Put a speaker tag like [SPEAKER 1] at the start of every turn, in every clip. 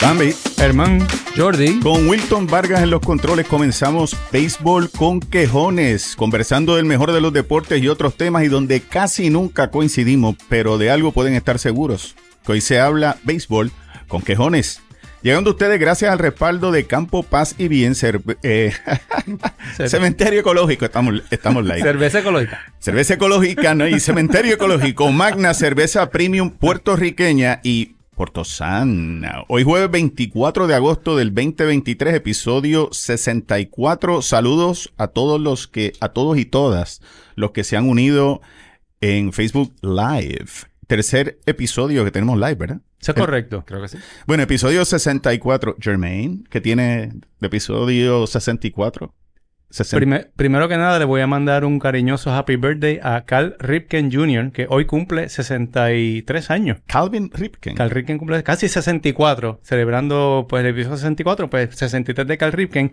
[SPEAKER 1] Bambi, Herman,
[SPEAKER 2] Jordi.
[SPEAKER 1] con Wilton Vargas en los controles comenzamos Béisbol con Quejones, conversando del mejor de los deportes y otros temas y donde casi nunca coincidimos, pero de algo pueden estar seguros, que hoy se habla Béisbol con Quejones. Llegando a ustedes gracias al respaldo de Campo Paz y Bien Cerve- eh, Cementerio Ecológico, estamos, estamos live.
[SPEAKER 2] Cerveza ecológica.
[SPEAKER 1] Cerveza ecológica ¿no? y cementerio ecológico. Magna cerveza premium puertorriqueña y Portosana. Hoy jueves 24 de agosto del 2023, episodio 64. Saludos a todos los que, a todos y todas los que se han unido en Facebook Live. Tercer episodio que tenemos live, ¿verdad?
[SPEAKER 2] Eso es correcto. Creo que sí.
[SPEAKER 1] Bueno, episodio 64. Germain, que tiene de episodio 64. 60.
[SPEAKER 2] primero que nada, le voy a mandar un cariñoso happy birthday a Carl Ripken Jr., que hoy cumple 63 años.
[SPEAKER 1] Calvin Ripken.
[SPEAKER 2] Carl Ripken cumple casi 64, celebrando pues el episodio 64, pues 63 de Carl Ripken.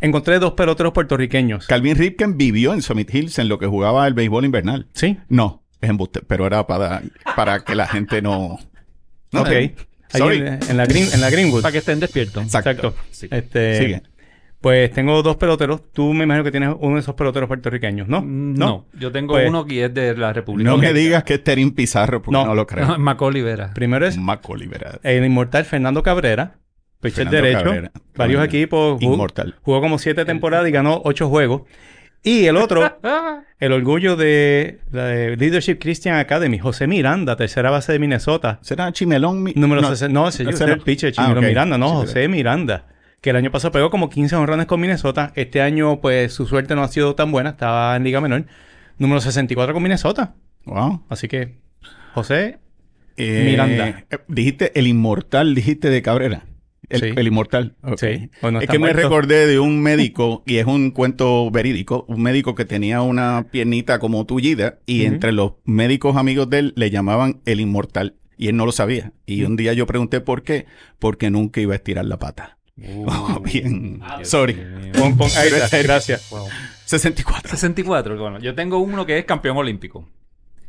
[SPEAKER 2] Encontré dos peloteros puertorriqueños.
[SPEAKER 1] Calvin Ripken vivió en Summit Hills en lo que jugaba el béisbol invernal.
[SPEAKER 2] sí.
[SPEAKER 1] No, es embuste, pero era para, para que la gente no... no
[SPEAKER 2] ok.
[SPEAKER 1] eh,
[SPEAKER 2] Ahí
[SPEAKER 1] sorry.
[SPEAKER 2] en, en la green, en la Greenwood.
[SPEAKER 3] Para que estén despiertos.
[SPEAKER 1] Exacto.
[SPEAKER 3] Sí.
[SPEAKER 2] Este,
[SPEAKER 1] Sigue.
[SPEAKER 2] Pues tengo dos peloteros. Tú me imagino que tienes uno de esos peloteros puertorriqueños, ¿no?
[SPEAKER 3] Mm, No, yo tengo
[SPEAKER 2] Pues-
[SPEAKER 3] uno que es de la República.
[SPEAKER 1] Mm, No me
[SPEAKER 3] Dominicana.
[SPEAKER 1] digas que es Terín Pizarro porque no,
[SPEAKER 2] No.
[SPEAKER 1] lo creo.
[SPEAKER 3] Maco Olivera.
[SPEAKER 2] Primero es
[SPEAKER 1] Maco liberal.
[SPEAKER 2] el inmortal Fernando Cabrera, pitcher
[SPEAKER 1] Fernando
[SPEAKER 2] Pues derecho,
[SPEAKER 1] Cabrera.
[SPEAKER 2] varios
[SPEAKER 1] Cabrera.
[SPEAKER 2] equipos, jugó,
[SPEAKER 1] Inmortal.
[SPEAKER 2] jugó como siete temporadas y ganó ocho juegos. Y el otro,
[SPEAKER 3] Ah,
[SPEAKER 2] el orgullo de la de Leadership Christian Academy, José Miranda, tercera base de Minnesota,
[SPEAKER 1] ¿Será Chimelón? mi-
[SPEAKER 2] número
[SPEAKER 1] no,
[SPEAKER 2] 60. No, ese
[SPEAKER 1] ese
[SPEAKER 2] ese
[SPEAKER 1] no.
[SPEAKER 2] era el pitcher,
[SPEAKER 1] Ah,
[SPEAKER 2] Chimiro
[SPEAKER 1] ok.
[SPEAKER 2] Miranda, no,
[SPEAKER 1] Sí,
[SPEAKER 2] José Miranda. Que el año pasado pegó como 15 honrones con Minnesota. Este año, pues, su suerte no ha sido tan buena. Estaba en Liga Menor. Número 64 con Minnesota.
[SPEAKER 1] Wow.
[SPEAKER 2] Así que, José,
[SPEAKER 1] Eh,
[SPEAKER 2] Miranda.
[SPEAKER 1] eh, Dijiste el inmortal, dijiste de Cabrera. El,
[SPEAKER 2] Sí.
[SPEAKER 1] el inmortal. Ok.
[SPEAKER 2] Sí. Bueno,
[SPEAKER 1] es
[SPEAKER 2] está
[SPEAKER 1] que me
[SPEAKER 2] muerto.
[SPEAKER 1] recordé de un médico, y es un cuento verídico, un médico que tenía una piernita como tullida, y
[SPEAKER 2] Ujú.
[SPEAKER 1] entre los médicos amigos de él le llamaban el inmortal, y él no lo sabía. Y un día yo pregunté por qué, porque nunca iba a estirar la pata.
[SPEAKER 2] Uh.
[SPEAKER 1] Bien, sorry.
[SPEAKER 2] pon, pon- ahí
[SPEAKER 1] Pero es
[SPEAKER 2] está.
[SPEAKER 1] serio.
[SPEAKER 2] Gracias.
[SPEAKER 1] 64.
[SPEAKER 3] 64. Bueno, yo tengo uno que es campeón olímpico,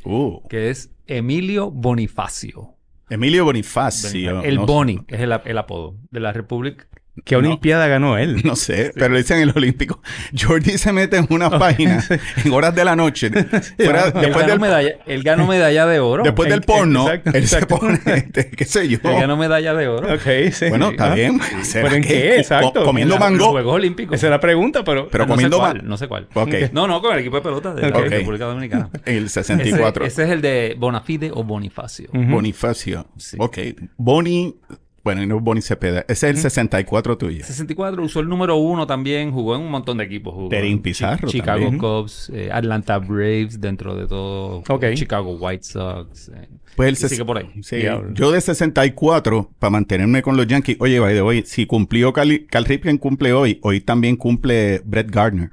[SPEAKER 1] Uh,
[SPEAKER 3] que es Emilio Bonifacio.
[SPEAKER 1] Emilio Bonifacio.
[SPEAKER 3] el
[SPEAKER 1] no,
[SPEAKER 3] Boni es el, ap- el apodo de la República.
[SPEAKER 2] ¿Qué
[SPEAKER 1] No.
[SPEAKER 2] Olimpiada ganó él?
[SPEAKER 1] No sé, pero le dicen el olímpico. Jordi se mete en una página en horas de la noche. Fuera- después
[SPEAKER 3] Él ganó,
[SPEAKER 1] del,
[SPEAKER 3] medalla, él ganó medalla de oro.
[SPEAKER 1] después del
[SPEAKER 2] en-
[SPEAKER 1] porno,
[SPEAKER 2] exacto,
[SPEAKER 1] él se
[SPEAKER 2] exacto.
[SPEAKER 1] pone, este, qué sé yo.
[SPEAKER 3] Él ganó medalla de oro.
[SPEAKER 2] Ok, sí.
[SPEAKER 1] Bueno, está
[SPEAKER 2] Ah,
[SPEAKER 1] bien. ¿Será
[SPEAKER 2] ¿Pero en
[SPEAKER 1] que
[SPEAKER 2] qué?
[SPEAKER 1] co- co-
[SPEAKER 2] Exacto.
[SPEAKER 1] comiendo
[SPEAKER 3] En la- en los
[SPEAKER 1] mango.
[SPEAKER 3] Juegos Olímpicos.
[SPEAKER 2] Esa es la pregunta, pero...
[SPEAKER 1] Pero
[SPEAKER 3] no
[SPEAKER 1] comiendo
[SPEAKER 3] sé cuál,
[SPEAKER 1] mango.
[SPEAKER 3] No sé cuál.
[SPEAKER 1] Ok.
[SPEAKER 3] No, no, con el equipo de pelota de la
[SPEAKER 1] Ok.
[SPEAKER 3] República Dominicana.
[SPEAKER 1] El
[SPEAKER 3] Ese,
[SPEAKER 1] 64.
[SPEAKER 3] ese es el de Bonafide o Bonifacio.
[SPEAKER 2] Ujú.
[SPEAKER 1] Bonifacio.
[SPEAKER 3] Sí.
[SPEAKER 1] Ok. Boni. Bueno, y no es Boni Cepeda. Ese es el 64 tuyo.
[SPEAKER 3] 64 usó el número uno también, jugó en un montón de equipos. Jugó
[SPEAKER 1] Terín
[SPEAKER 3] en
[SPEAKER 1] Pizarro
[SPEAKER 3] Chicago
[SPEAKER 1] también.
[SPEAKER 3] Cubs, eh, Atlanta Braves, dentro de todo.
[SPEAKER 2] Ok.
[SPEAKER 3] Chicago White Sox. eh.
[SPEAKER 1] Pues el
[SPEAKER 3] Y
[SPEAKER 1] ses-
[SPEAKER 3] sigue por ahí.
[SPEAKER 1] Sí.
[SPEAKER 2] Diablo.
[SPEAKER 1] Yo de 64, para mantenerme con los Yankees, oye, by the way, si cumplió Cal, Cal Ripken cumple hoy, hoy también cumple Brett Gardner.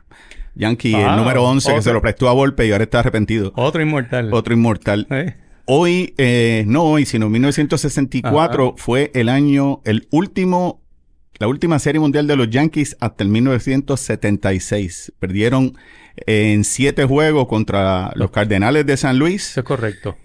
[SPEAKER 1] Yankee,
[SPEAKER 2] Ah,
[SPEAKER 1] el número 11, que
[SPEAKER 2] otro.
[SPEAKER 1] se lo prestó a Volpe y ahora está arrepentido.
[SPEAKER 2] Otro inmortal.
[SPEAKER 1] Otro inmortal.
[SPEAKER 2] Eh,
[SPEAKER 1] Hoy, eh, no hoy, sino 1964 fue el año, el último, la última serie mundial de los Yankees hasta el 1976. Perdieron en siete juegos contra los Cardenales de San Luis.
[SPEAKER 2] Eso es correcto.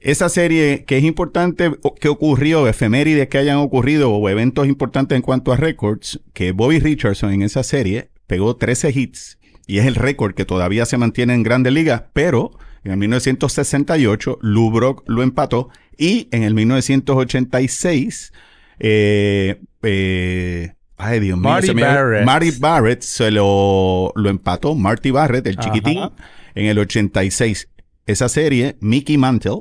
[SPEAKER 1] Esa serie que es importante, o- que ocurrió, efemérides que hayan ocurrido o eventos importantes en cuanto a récords, que Bobby Richardson en esa serie pegó 13 hits y es el récord que todavía se mantiene en Grandes Ligas, pero en el 1968 Lou Brock lo empató y en el 1986 eh, eh, ay Dios mío,
[SPEAKER 2] Marty
[SPEAKER 1] se me-
[SPEAKER 2] Barrett.
[SPEAKER 1] Marty Barrett se lo, lo empató, Marty Barrett, el
[SPEAKER 2] Ajá.
[SPEAKER 1] chiquitín, en el 86. Esa serie, Mickey Mantle,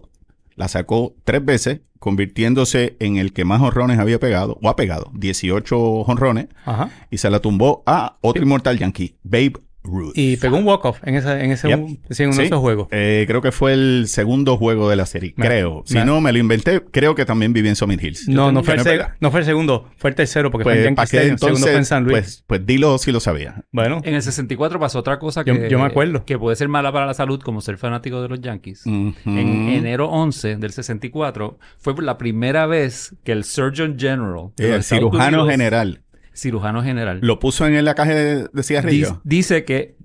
[SPEAKER 1] la sacó tres veces, convirtiéndose en el que más honrones había pegado, o ha pegado, 18 honrones,
[SPEAKER 2] Ajá.
[SPEAKER 1] y se la tumbó a otro inmortal yankee, Babe Ruth.
[SPEAKER 2] Y pegó un walk-off en, esa- en ese
[SPEAKER 1] Yep.
[SPEAKER 2] sí, en uno
[SPEAKER 1] Sí.
[SPEAKER 2] de esos juegos.
[SPEAKER 1] Eh, creo que fue el segundo juego de la serie,
[SPEAKER 2] Me-
[SPEAKER 1] creo. Si
[SPEAKER 2] me-
[SPEAKER 1] no, me lo inventé. Creo que también viví en Summit Hills.
[SPEAKER 2] No, no fue, el
[SPEAKER 1] Pero es
[SPEAKER 2] seg-
[SPEAKER 1] verdad.
[SPEAKER 2] no fue el segundo. Fue el tercero porque fue
[SPEAKER 1] Pues,
[SPEAKER 2] en Yankee
[SPEAKER 1] ¿para qué
[SPEAKER 2] Stadium. el segundo
[SPEAKER 1] entonces?
[SPEAKER 2] fue en San Luis.
[SPEAKER 1] Pues, eh, pues dilo si lo sabía.
[SPEAKER 2] bueno,
[SPEAKER 3] En el 64 pasó otra cosa
[SPEAKER 2] Yo-
[SPEAKER 3] que,
[SPEAKER 2] yo me acuerdo.
[SPEAKER 3] que puede ser mala para la salud, como ser fanático de los Yankees. En
[SPEAKER 1] Ujú.
[SPEAKER 3] enero 11 del 64 fue por la primera vez que el Surgeon General, de
[SPEAKER 1] Eh,
[SPEAKER 3] los
[SPEAKER 1] el
[SPEAKER 3] Estados
[SPEAKER 1] cirujano
[SPEAKER 3] Unidos-
[SPEAKER 1] general.
[SPEAKER 3] cirujano general,
[SPEAKER 1] Lo puso en la caja de, de cigarrillos.
[SPEAKER 3] Dice, dice que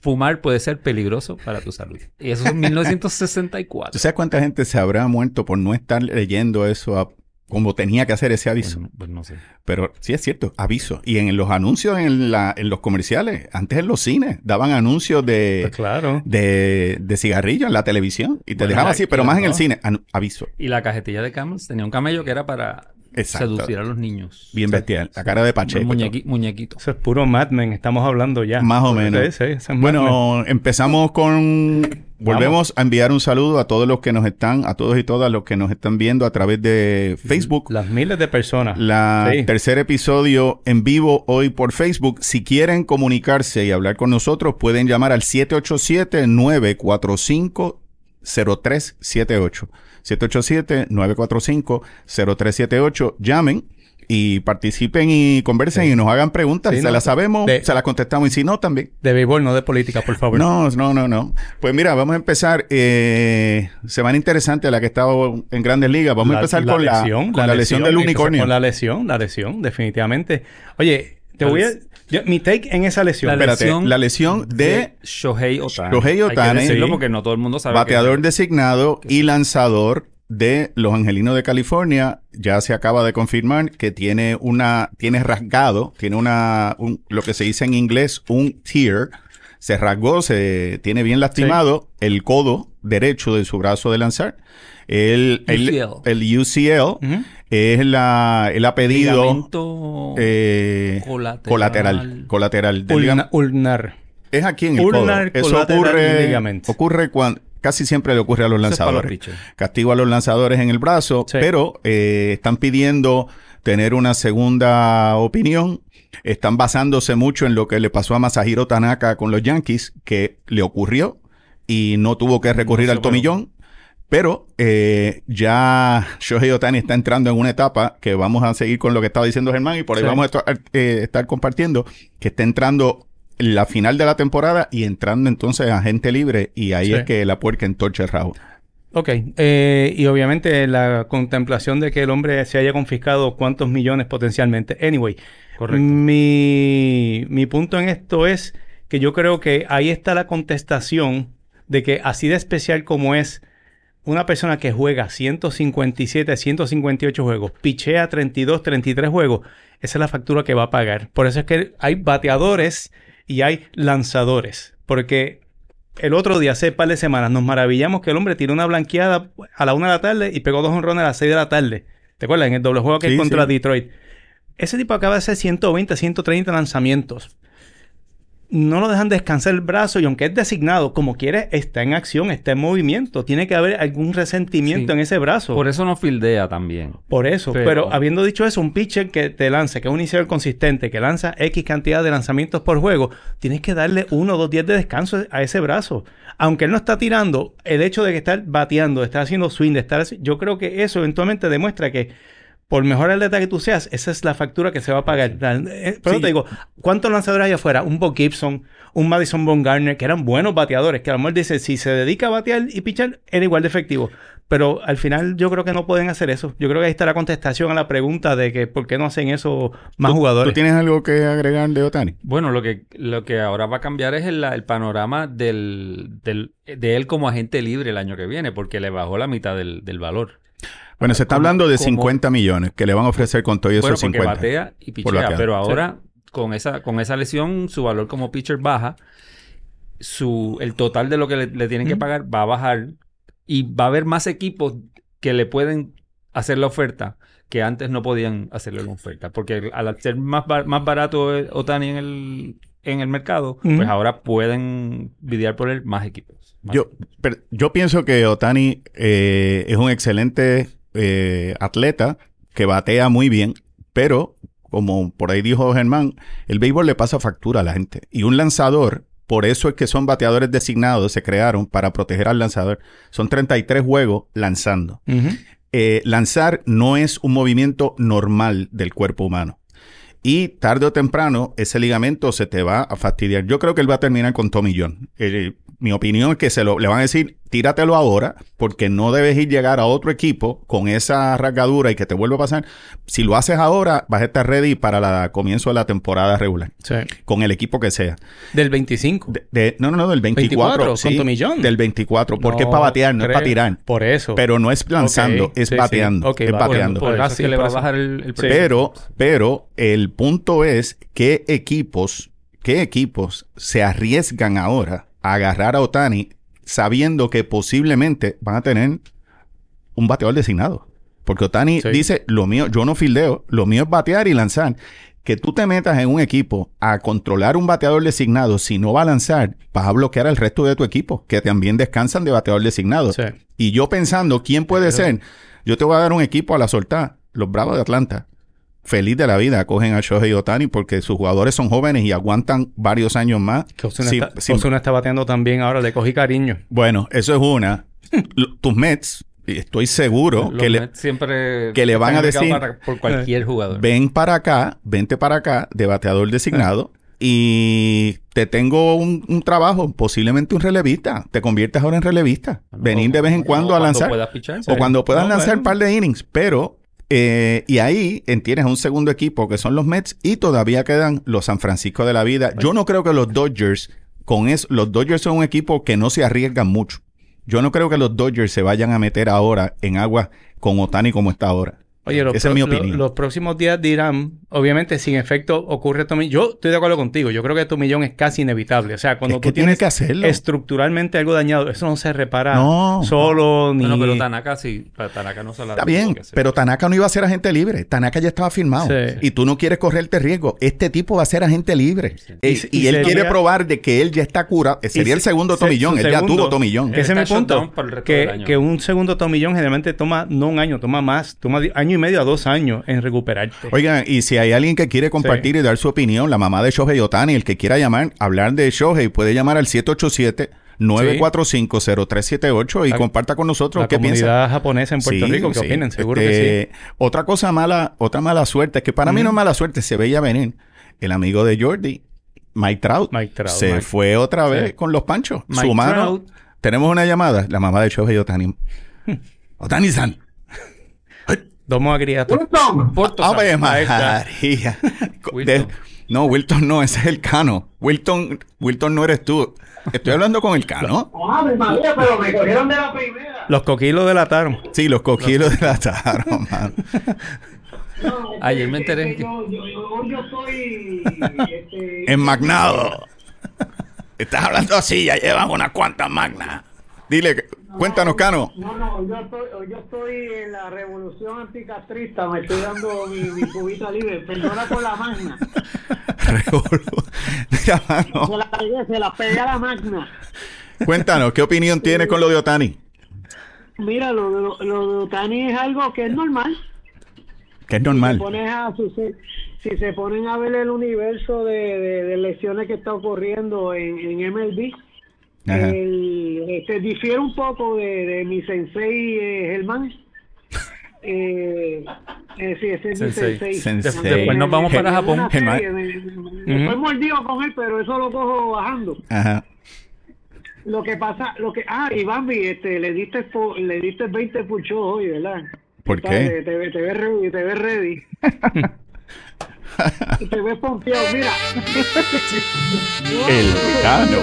[SPEAKER 3] fumar puede ser peligroso para tu salud. Y eso es en
[SPEAKER 1] ¿Tú
[SPEAKER 3] 1964.
[SPEAKER 1] sabes cuánta gente se habrá muerto por no estar leyendo eso a- como tenía que hacer ese aviso.
[SPEAKER 3] Pues, pues no sé.
[SPEAKER 1] Pero sí es cierto, aviso. Y en los anuncios, en, la, en los comerciales, antes en los cines, daban anuncios de,
[SPEAKER 2] Pues claro.
[SPEAKER 1] de, de cigarrillo en la televisión y te
[SPEAKER 3] Bueno,
[SPEAKER 1] dejaban así,
[SPEAKER 3] aquí,
[SPEAKER 1] pero más en el
[SPEAKER 3] ¿no?
[SPEAKER 1] cine. Anu- aviso.
[SPEAKER 3] Y la cajetilla de Camels tenía un camello que era para
[SPEAKER 1] Exacto.
[SPEAKER 3] seducir a los niños.
[SPEAKER 1] Bien
[SPEAKER 3] O sea,
[SPEAKER 1] bestial. La cara de Pacheco. y todo.
[SPEAKER 3] muñequi- muñequito.
[SPEAKER 2] Eso es puro Mad Men, estamos hablando ya.
[SPEAKER 1] Más o menos.
[SPEAKER 2] Sí, sí, eso es Mad Men.
[SPEAKER 1] Bueno, empezamos con... Volvemos a enviar un saludo a todos los que nos están, a todos y todas los que nos están viendo a través de Facebook.
[SPEAKER 2] Las miles de personas.
[SPEAKER 1] La
[SPEAKER 2] Sí.
[SPEAKER 1] tercer episodio en vivo hoy por Facebook. Si quieren comunicarse y hablar con nosotros, pueden llamar al 787-945-0378. 787-945-0378. Llamen y participen y conversen
[SPEAKER 2] Sí.
[SPEAKER 1] y nos hagan preguntas.
[SPEAKER 2] Sí,
[SPEAKER 1] se
[SPEAKER 2] no,
[SPEAKER 1] las sabemos,
[SPEAKER 2] de-
[SPEAKER 1] se las contestamos y si no, también.
[SPEAKER 2] De béisbol, no de política, por favor.
[SPEAKER 1] No, no, no, no. Pues mira, vamos a empezar. Eh, semana interesante la que estaba en Grandes Ligas. Vamos a empezar con, la- con la, lesión, del
[SPEAKER 2] entonces,
[SPEAKER 1] unicornio.
[SPEAKER 2] Con la lesión, la lesión, definitivamente. Oye, te
[SPEAKER 3] La
[SPEAKER 2] voy a...
[SPEAKER 3] les-
[SPEAKER 2] yo- mi take en esa lesión.
[SPEAKER 1] La Espérate,
[SPEAKER 3] lesión
[SPEAKER 1] la lesión de
[SPEAKER 3] Shohei Otani.
[SPEAKER 1] Shohei
[SPEAKER 3] Hay
[SPEAKER 1] Ohtani,
[SPEAKER 3] que decirlo
[SPEAKER 2] sí.
[SPEAKER 3] porque no todo el mundo sabe.
[SPEAKER 1] bateador
[SPEAKER 3] que-
[SPEAKER 1] designado y lanzador de los Angelinos de California. Ya se acaba de confirmar que tiene una, tiene rasgado, tiene una, un- lo que se dice en inglés, un tear. Se rasgó, se tiene bien lastimado el codo derecho de su brazo de lanzar. El, el-
[SPEAKER 3] UCL.
[SPEAKER 1] el UCL
[SPEAKER 2] Ujú.
[SPEAKER 1] es la, él ha pedido
[SPEAKER 3] Ligamento
[SPEAKER 1] eh, colateral,
[SPEAKER 3] colateral.
[SPEAKER 1] colateral. del
[SPEAKER 2] Ulna-
[SPEAKER 1] ligam-
[SPEAKER 2] ulnar.
[SPEAKER 1] Es aquí en el
[SPEAKER 2] Ulnar
[SPEAKER 1] codo. Eso
[SPEAKER 2] collateral
[SPEAKER 1] ocurre,
[SPEAKER 2] ligament.
[SPEAKER 1] ocurre cuando, casi siempre le ocurre a los
[SPEAKER 3] Eso es para los
[SPEAKER 1] lanzadores.
[SPEAKER 3] pitchers.
[SPEAKER 1] Castigo a los lanzadores en el brazo,
[SPEAKER 2] Sí.
[SPEAKER 1] pero eh, están pidiendo tener una segunda opinión. Están basándose mucho en lo que le pasó a Masahiro Tanaka con los Yankees, que le ocurrió y no tuvo que recurrir
[SPEAKER 3] No se
[SPEAKER 1] al tomillón. Pero eh, ya Shohei Otani está entrando en una etapa que vamos a seguir con lo que estaba diciendo Germán y por ahí
[SPEAKER 2] Sí.
[SPEAKER 1] vamos a estar, eh, estar compartiendo, que está entrando la final de la temporada y entrando entonces a gente libre y ahí
[SPEAKER 2] Sí.
[SPEAKER 1] es que la puerca entorcha el rabo.
[SPEAKER 2] Ok, eh, y obviamente la contemplación de que el hombre se haya confiscado cuántos millones potencialmente. Anyway,
[SPEAKER 3] Correcto.
[SPEAKER 2] Mi, mi punto en esto es que yo creo que ahí está la contestación de que así de especial como es una persona que juega 157, 158 juegos, pichea 32, 33 juegos, esa es la factura que va a pagar. Por eso es que hay bateadores y hay lanzadores. Porque el otro día, hace par de semanas, nos maravillamos que el hombre tiró una blanqueada a la una de la tarde y pegó dos honrones a las 6 de la tarde. ¿Te acuerdas? En el doble juego que
[SPEAKER 1] Sí,
[SPEAKER 2] contra
[SPEAKER 1] sí.
[SPEAKER 2] Detroit. Ese tipo acaba de hacer 120, 130 lanzamientos. No lo dejan descansar el brazo y aunque es designado, como quiere, está en acción, está en movimiento. Tiene que haber algún resentimiento
[SPEAKER 3] Sí.
[SPEAKER 2] en ese
[SPEAKER 1] mm,
[SPEAKER 2] brazo.
[SPEAKER 3] Por eso no fildea también.
[SPEAKER 2] Por eso, pero,
[SPEAKER 3] Pero-
[SPEAKER 2] habiendo dicho eso, un pitcher que te lanza, que es un iniciador consistente, que lanza X cantidad de lanzamientos por juego, tienes que darle uno o dos días de descanso a ese brazo. Aunque él no está tirando, el hecho de que estar bateando, de estar haciendo swing, de estar... haci- Yo creo que eso eventualmente demuestra que por mejor atleta que tú seas, esa es la factura que se va a pagar. La- eh, Pero
[SPEAKER 1] Sí.
[SPEAKER 2] te digo, ¿cuántos lanzadores hay afuera? Un Bob Gibson, un Madison Bumgarner, que eran buenos bateadores, que a lo mejor dice, si se dedica a batear y pichar, era igual de efectivo. Pero al final yo creo que no pueden hacer eso. Yo creo que ahí está la contestación a la pregunta de que por qué no hacen eso más
[SPEAKER 1] ¿Tú
[SPEAKER 2] jugadores.
[SPEAKER 1] tienes algo que agregar de Otani?
[SPEAKER 3] Bueno, lo que, lo que ahora va a cambiar es el, el panorama del, del- de él como agente libre el año que viene, porque le bajó la mitad del, del valor.
[SPEAKER 1] Bueno, se está
[SPEAKER 3] ¿Cómo-
[SPEAKER 1] hablando de
[SPEAKER 3] cómo-
[SPEAKER 1] 50 millones que le van a ofrecer con todo y esos
[SPEAKER 3] bueno, porque
[SPEAKER 1] 50.
[SPEAKER 3] batea y
[SPEAKER 1] Por la
[SPEAKER 3] pichea,
[SPEAKER 1] que-
[SPEAKER 3] pero ahora con, esa, con esa lesión su valor como pitcher baja, su, el total de lo que le, le tienen que
[SPEAKER 2] Ujú.
[SPEAKER 3] pagar va a bajar y va a haber más equipos que le pueden hacer la oferta que antes no podían hacerle la oferta, porque al ser más, bar- más barato eh, Otani en el, en el mercado,
[SPEAKER 2] Ujú.
[SPEAKER 3] pues ahora pueden lidiar por él más equipos. Más-
[SPEAKER 1] Yo, pero yo pienso que Otani eh, es un excelente eh, atleta que batea muy bien, pero como por ahí dijo Germán, el béisbol le pasa factura a la gente. Y un lanzador, por eso es que son bateadores designados, se crearon para proteger al lanzador. Son 33 juegos lanzando.
[SPEAKER 2] Ujú.
[SPEAKER 1] eh, lanzar no es un movimiento normal del cuerpo humano. Y tarde o temprano ese ligamento se te va a fastidiar. Yo creo que él va a terminar con Tommy John. Eh, mi opinión es que se lo, le van a decir, tíratelo ahora, porque no debes ir llegar a otro equipo con esa rasgadura y que te vuelva a pasar. Si lo haces ahora, vas a estar ready para la comienzo de la temporada regular,
[SPEAKER 2] Sí.
[SPEAKER 1] con el equipo que sea.
[SPEAKER 2] Del 25.
[SPEAKER 1] De- de- no, no, no, del 24.
[SPEAKER 2] 24,
[SPEAKER 1] sí,
[SPEAKER 2] ¿cuánto millón?
[SPEAKER 1] Del 24, porque
[SPEAKER 2] No,
[SPEAKER 1] es para batear, no es para
[SPEAKER 2] tres.
[SPEAKER 1] tirar.
[SPEAKER 2] Por eso.
[SPEAKER 1] Pero no es lanzando,
[SPEAKER 2] Ok,
[SPEAKER 1] es
[SPEAKER 2] sí, sí.
[SPEAKER 1] bateando.
[SPEAKER 2] Ok,
[SPEAKER 1] es
[SPEAKER 2] va,
[SPEAKER 1] bateando.
[SPEAKER 2] Por
[SPEAKER 3] Por
[SPEAKER 2] eso,
[SPEAKER 3] eso
[SPEAKER 2] Ah, sí,
[SPEAKER 3] que le
[SPEAKER 2] por
[SPEAKER 3] va a
[SPEAKER 2] eso.
[SPEAKER 3] bajar el, el precio.
[SPEAKER 1] Pero, pero el punto es qué equipos, qué equipos se arriesgan ahora a agarrar a Otani sabiendo que posiblemente van a tener un bateador designado. Porque Otani
[SPEAKER 2] Sí.
[SPEAKER 1] dice, lo mío, yo no fildeo, lo mío es batear y lanzar. Que tú te metas en un equipo a controlar un bateador designado, si no va a lanzar, vas a bloquear al resto de tu equipo, que también descansan de bateador designado.
[SPEAKER 2] Sí.
[SPEAKER 1] Y yo pensando, ¿quién puede
[SPEAKER 2] Pero-
[SPEAKER 1] ser? Yo te voy a dar un equipo a la soltada. Los Bravos de Atlanta. Feliz de la vida cogen a Shohei Otani porque sus jugadores son jóvenes y aguantan varios años más.
[SPEAKER 2] Que Osuna,
[SPEAKER 1] Sí,
[SPEAKER 2] está,
[SPEAKER 1] sí.
[SPEAKER 2] Ozuna está bateando también ahora, le cogí cariño.
[SPEAKER 1] Bueno, eso es una. L- Tus Mets, y estoy seguro
[SPEAKER 3] Los
[SPEAKER 1] que le,
[SPEAKER 3] Mets siempre
[SPEAKER 1] que le van
[SPEAKER 3] están
[SPEAKER 1] a decir-
[SPEAKER 3] marcados para- por cualquier jugador.
[SPEAKER 1] ven para acá, vente para acá de bateador designado y te tengo un, un trabajo, posiblemente un relevista. Te conviertes ahora en relevista.
[SPEAKER 3] Ah,
[SPEAKER 1] Venir de vez en
[SPEAKER 3] O
[SPEAKER 1] cuando a lanzar.
[SPEAKER 3] Cuando puedas pichar.
[SPEAKER 1] O cuando puedan
[SPEAKER 2] No,
[SPEAKER 1] lanzar
[SPEAKER 2] bueno.
[SPEAKER 1] un par de innings, pero... eh, y ahí en- tienes un segundo equipo que son los Mets y todavía quedan los San Francisco de la vida. Yo no creo que los Dodgers, con eso, los Dodgers son un equipo que no se arriesgan mucho. Yo no creo que los Dodgers se vayan a meter ahora en agua con Otani como está ahora.
[SPEAKER 2] Oye, los,
[SPEAKER 1] Esa es
[SPEAKER 2] pro-
[SPEAKER 1] mi
[SPEAKER 2] lo-
[SPEAKER 1] opinión.
[SPEAKER 2] los próximos días dirán, obviamente, sin efecto ocurre Tommy. Yo estoy de acuerdo contigo. Yo creo que tu millón es casi inevitable. O sea, cuando
[SPEAKER 1] es
[SPEAKER 2] tú
[SPEAKER 1] que tienes
[SPEAKER 2] tienes
[SPEAKER 1] que hacerlo.
[SPEAKER 2] estructuralmente algo dañado, eso no se repara
[SPEAKER 1] No.
[SPEAKER 2] solo ni.
[SPEAKER 3] No, pero Tanaka sí. Para Tanaka no se la
[SPEAKER 1] Está
[SPEAKER 3] tuvo
[SPEAKER 1] bien,
[SPEAKER 3] que hacer.
[SPEAKER 1] pero Tanaka no iba a ser agente libre. Tanaka ya estaba firmado.
[SPEAKER 2] Sí.
[SPEAKER 1] Y tú no quieres correrte riesgo. Este tipo va a ser agente libre.
[SPEAKER 3] Sí.
[SPEAKER 1] Eh,
[SPEAKER 2] Y-
[SPEAKER 1] Y,
[SPEAKER 2] y
[SPEAKER 1] él
[SPEAKER 2] sería-
[SPEAKER 1] quiere probar de que él ya está curado. Eh, Sería
[SPEAKER 2] se-
[SPEAKER 1] el segundo
[SPEAKER 2] se-
[SPEAKER 1] Tomillón.
[SPEAKER 2] su
[SPEAKER 1] Él ya
[SPEAKER 2] segundo-
[SPEAKER 1] tuvo Tomillón.
[SPEAKER 2] Ese es mi
[SPEAKER 3] Está
[SPEAKER 2] punto.
[SPEAKER 3] shutdown para el resto del
[SPEAKER 2] Que,
[SPEAKER 3] año.
[SPEAKER 2] que un segundo tomillón generalmente toma no un año, toma más, toma di- año y medio a dos años en recuperarte.
[SPEAKER 1] Oigan, y si hay alguien que quiere compartir y dar su opinión, la mamá de Shohei Otani, el que quiera llamar, hablar de Shohei, puede llamar al 787-945-0378 y
[SPEAKER 2] La-
[SPEAKER 1] comparta con nosotros
[SPEAKER 2] la
[SPEAKER 1] qué piensa.
[SPEAKER 2] comunidad japonesa en Puerto
[SPEAKER 1] Sí,
[SPEAKER 2] Rico, ¿qué
[SPEAKER 1] sí.
[SPEAKER 2] opinan? Seguro que sí.
[SPEAKER 1] Este, Otra cosa mala, otra mala suerte, que para mí no es mala suerte, se veía venir. El amigo de Jordi, Mike Trout,
[SPEAKER 2] Mike Trout,
[SPEAKER 1] se
[SPEAKER 2] Mike.
[SPEAKER 1] fue otra vez
[SPEAKER 2] Sí.
[SPEAKER 1] con los panchos.
[SPEAKER 3] Mike
[SPEAKER 1] Su mano.
[SPEAKER 3] Trout.
[SPEAKER 1] Tenemos una llamada, la mamá de Shohei Otani.
[SPEAKER 2] Hmm.
[SPEAKER 1] Otani-san.
[SPEAKER 2] Domo agriato.
[SPEAKER 4] Wilson,
[SPEAKER 3] Porto San-
[SPEAKER 1] Ave
[SPEAKER 2] ahí está.
[SPEAKER 1] María. Co- de-
[SPEAKER 3] Wilton.
[SPEAKER 1] no, Wilton no, ese es el Cano. Wilton, Wilton no eres tú. Estoy hablando con el Cano.
[SPEAKER 4] ave María, pero me cogieron de la primera.
[SPEAKER 2] Los coquilos delataron.
[SPEAKER 1] Sí, los coquilos delataron, mano.
[SPEAKER 4] No, este,
[SPEAKER 3] Ayer me enteré
[SPEAKER 4] este,
[SPEAKER 3] que-
[SPEAKER 4] Yo, yo, yo, yo soy. este,
[SPEAKER 1] Enmagnado. Estás hablando así, ya llevas unas cuantas magnas. Dile, que- cuéntanos, Cano.
[SPEAKER 4] no, no, yo estoy, yo estoy en la revolución anticastrista. Me estoy dando mi, mi cubita libre. Perdona con la magna.
[SPEAKER 1] Revolu- Mira, mano,
[SPEAKER 4] Se la pegué, se la pegué a la magna.
[SPEAKER 1] Cuéntanos, ¿qué opinión tienes con lo de Otani?
[SPEAKER 4] Mira, lo, de- lo, lo de Otani es algo que es normal.
[SPEAKER 1] Que es normal.
[SPEAKER 4] pones a si se, si se ponen a ver el universo de, de- de lesiones que está ocurriendo en, en MLB,
[SPEAKER 1] Ajá.
[SPEAKER 4] el- este, difiere un poco de, de mi sensei eh, Germán. Eh, eh, sí, ese es
[SPEAKER 3] Sensei.
[SPEAKER 4] mi sensei.
[SPEAKER 1] Sensei.
[SPEAKER 3] Después nos vamos para Japón.
[SPEAKER 4] Una serie,
[SPEAKER 1] Germán.
[SPEAKER 4] me- me- me- Fue mordido con él, pero eso lo cojo bajando.
[SPEAKER 1] Ajá.
[SPEAKER 4] Lo que pasa, lo que, ah, y Bambi, este, le diste, po- le diste 20 puchos hoy, ¿verdad?
[SPEAKER 1] ¿Por
[SPEAKER 4] Está,
[SPEAKER 1] qué?
[SPEAKER 4] eh, Te, te, ve- te ves ready, te ves ready. te ves pompeado, mira.
[SPEAKER 1] El Cano.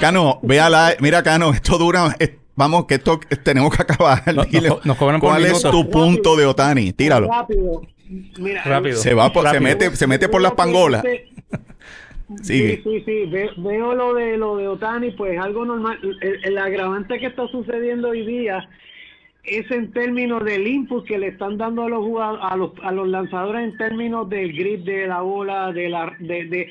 [SPEAKER 1] Cano, ve a la. Mira, Cano, esto dura. es- vamos, que esto tenemos que acabar.
[SPEAKER 2] No,
[SPEAKER 1] Dile,
[SPEAKER 2] nos co- nos cobran por
[SPEAKER 1] ¿Cuál es
[SPEAKER 2] minuto.
[SPEAKER 1] tu punto de Otani? Tíralo.
[SPEAKER 4] Rápido. Mira,
[SPEAKER 3] Rápido.
[SPEAKER 1] Se va por, se
[SPEAKER 2] Rápido.
[SPEAKER 1] mete, se mete por las pangolas.
[SPEAKER 4] Sí,
[SPEAKER 1] Sigue.
[SPEAKER 4] sí, sí. Ve- veo lo de lo de Otani, pues algo normal. El, el agravante que está sucediendo hoy día es en términos del input que le están dando a los jugado- a los a los lanzadores en términos del grip de la bola, de la de, de,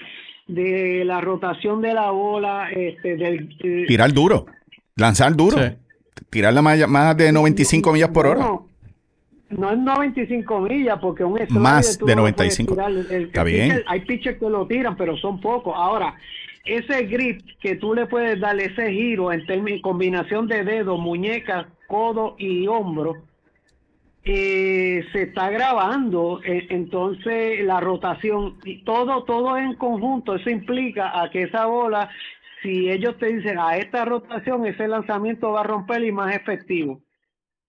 [SPEAKER 4] de la rotación de la bola, este, del eh,
[SPEAKER 1] Tirar duro. Lanzar duro.
[SPEAKER 2] Sí.
[SPEAKER 1] Tirarla más, más de 95 millas por hora.
[SPEAKER 4] No, no es 95 millas, porque un slider
[SPEAKER 1] Más
[SPEAKER 4] tú
[SPEAKER 1] de
[SPEAKER 4] no lo puedes
[SPEAKER 1] 95.
[SPEAKER 4] tirar. El- el
[SPEAKER 1] Está
[SPEAKER 4] pitcher-
[SPEAKER 1] bien.
[SPEAKER 4] Hay pitchers que lo tiran, pero son pocos. Ahora, ese grip que tú le puedes dar, ese giro en términos combinación de dedos, muñecas, codo y hombro, eh, se está grabando, eh, entonces la rotación y todo, todo en conjunto, eso implica a que esa bola si ellos te dicen a esta rotación ese lanzamiento va a romper y más efectivo.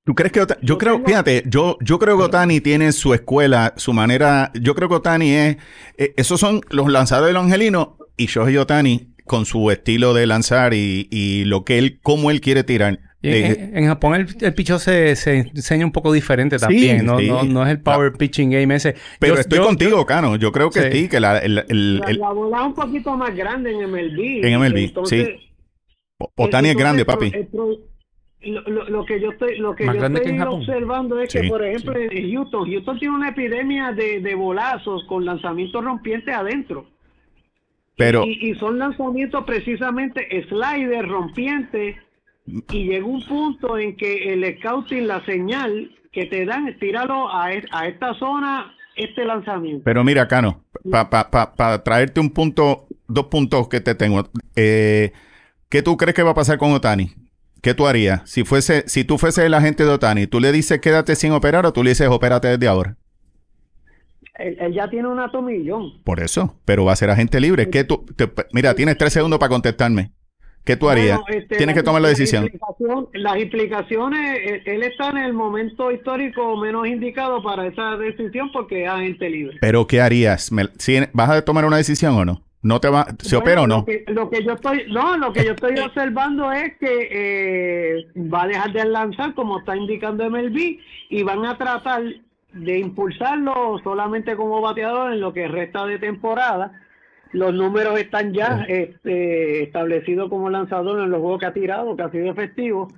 [SPEAKER 1] ¿Tú crees que Ota- yo,
[SPEAKER 4] Yo
[SPEAKER 1] creo,
[SPEAKER 4] tengo-
[SPEAKER 1] fíjate, yo, yo creo que Otani tiene su escuela, su manera, yo creo que Otani es, eh, esos son los lanzadores del angelino y Shohei Otani con su estilo de lanzar y, y lo que él, cómo él quiere tirar.
[SPEAKER 2] Y en-
[SPEAKER 1] Eh,
[SPEAKER 2] en, en Japón el, el picheo se, se enseña un poco diferente también. no,
[SPEAKER 1] sí.
[SPEAKER 2] No, no es el power pitching game ese.
[SPEAKER 1] pero
[SPEAKER 2] Yo-
[SPEAKER 1] estoy
[SPEAKER 2] yo-
[SPEAKER 1] contigo, Cano, yo creo que sí,
[SPEAKER 2] Sí.
[SPEAKER 1] que la- el- el-
[SPEAKER 4] La,
[SPEAKER 1] el-
[SPEAKER 4] la bola es un poquito más grande en MLB.
[SPEAKER 1] En MLB,
[SPEAKER 4] Entonces,
[SPEAKER 1] Otani es
[SPEAKER 4] entonces,
[SPEAKER 1] grande,
[SPEAKER 4] el pro-
[SPEAKER 1] papi.
[SPEAKER 4] el pro- Lo, lo- lo que yo estoy, lo que
[SPEAKER 3] Más
[SPEAKER 4] yo
[SPEAKER 3] grande que
[SPEAKER 4] estoy
[SPEAKER 3] en Japón.
[SPEAKER 4] observando es
[SPEAKER 1] Sí,
[SPEAKER 4] que, por ejemplo, en Houston, Houston tiene una epidemia de, de bolazos con lanzamientos rompientes adentro.
[SPEAKER 1] Pero,
[SPEAKER 4] Y, y son lanzamientos precisamente slider, rompientes. Y llega un punto en que el scouting, la señal que te dan, es tíralo a, e- a esta zona, este lanzamiento.
[SPEAKER 1] pero mira, Cano, para traerte un punto, dos puntos que te tengo. Eh, ¿Qué tú crees que va a pasar con Otani? ¿Qué tú harías? Si fuese, si tú fuese el agente de Otani, ¿tú le dices quédate sin operar o tú le dices opérate desde ahora?
[SPEAKER 4] Él, él ya tiene un atomillón.
[SPEAKER 1] Por eso, pero va a ser agente libre. ¿Qué tú, te- mira, tienes tres segundos para contestarme. ¿Qué tú harías?
[SPEAKER 4] Bueno, este,
[SPEAKER 1] tienes que tomar la decisión.
[SPEAKER 4] implicación- las implicaciones, él, él está en el momento histórico menos indicado para esa decisión porque es agente libre.
[SPEAKER 1] Pero ¿qué harías? Me- si- ¿Vas a tomar una decisión o no? ¿No te va, se opera o
[SPEAKER 4] Bueno,
[SPEAKER 1] no? Eh,
[SPEAKER 4] Lo que, lo que yo estoy, no, lo que yo estoy observando es que eh, va a dejar de lanzar como está indicando MLB y van a tratar de impulsarlo solamente como bateador en lo que resta de temporada. Los números están ya este, establecidos como lanzador en los juegos que ha tirado, que ha sido efectivo.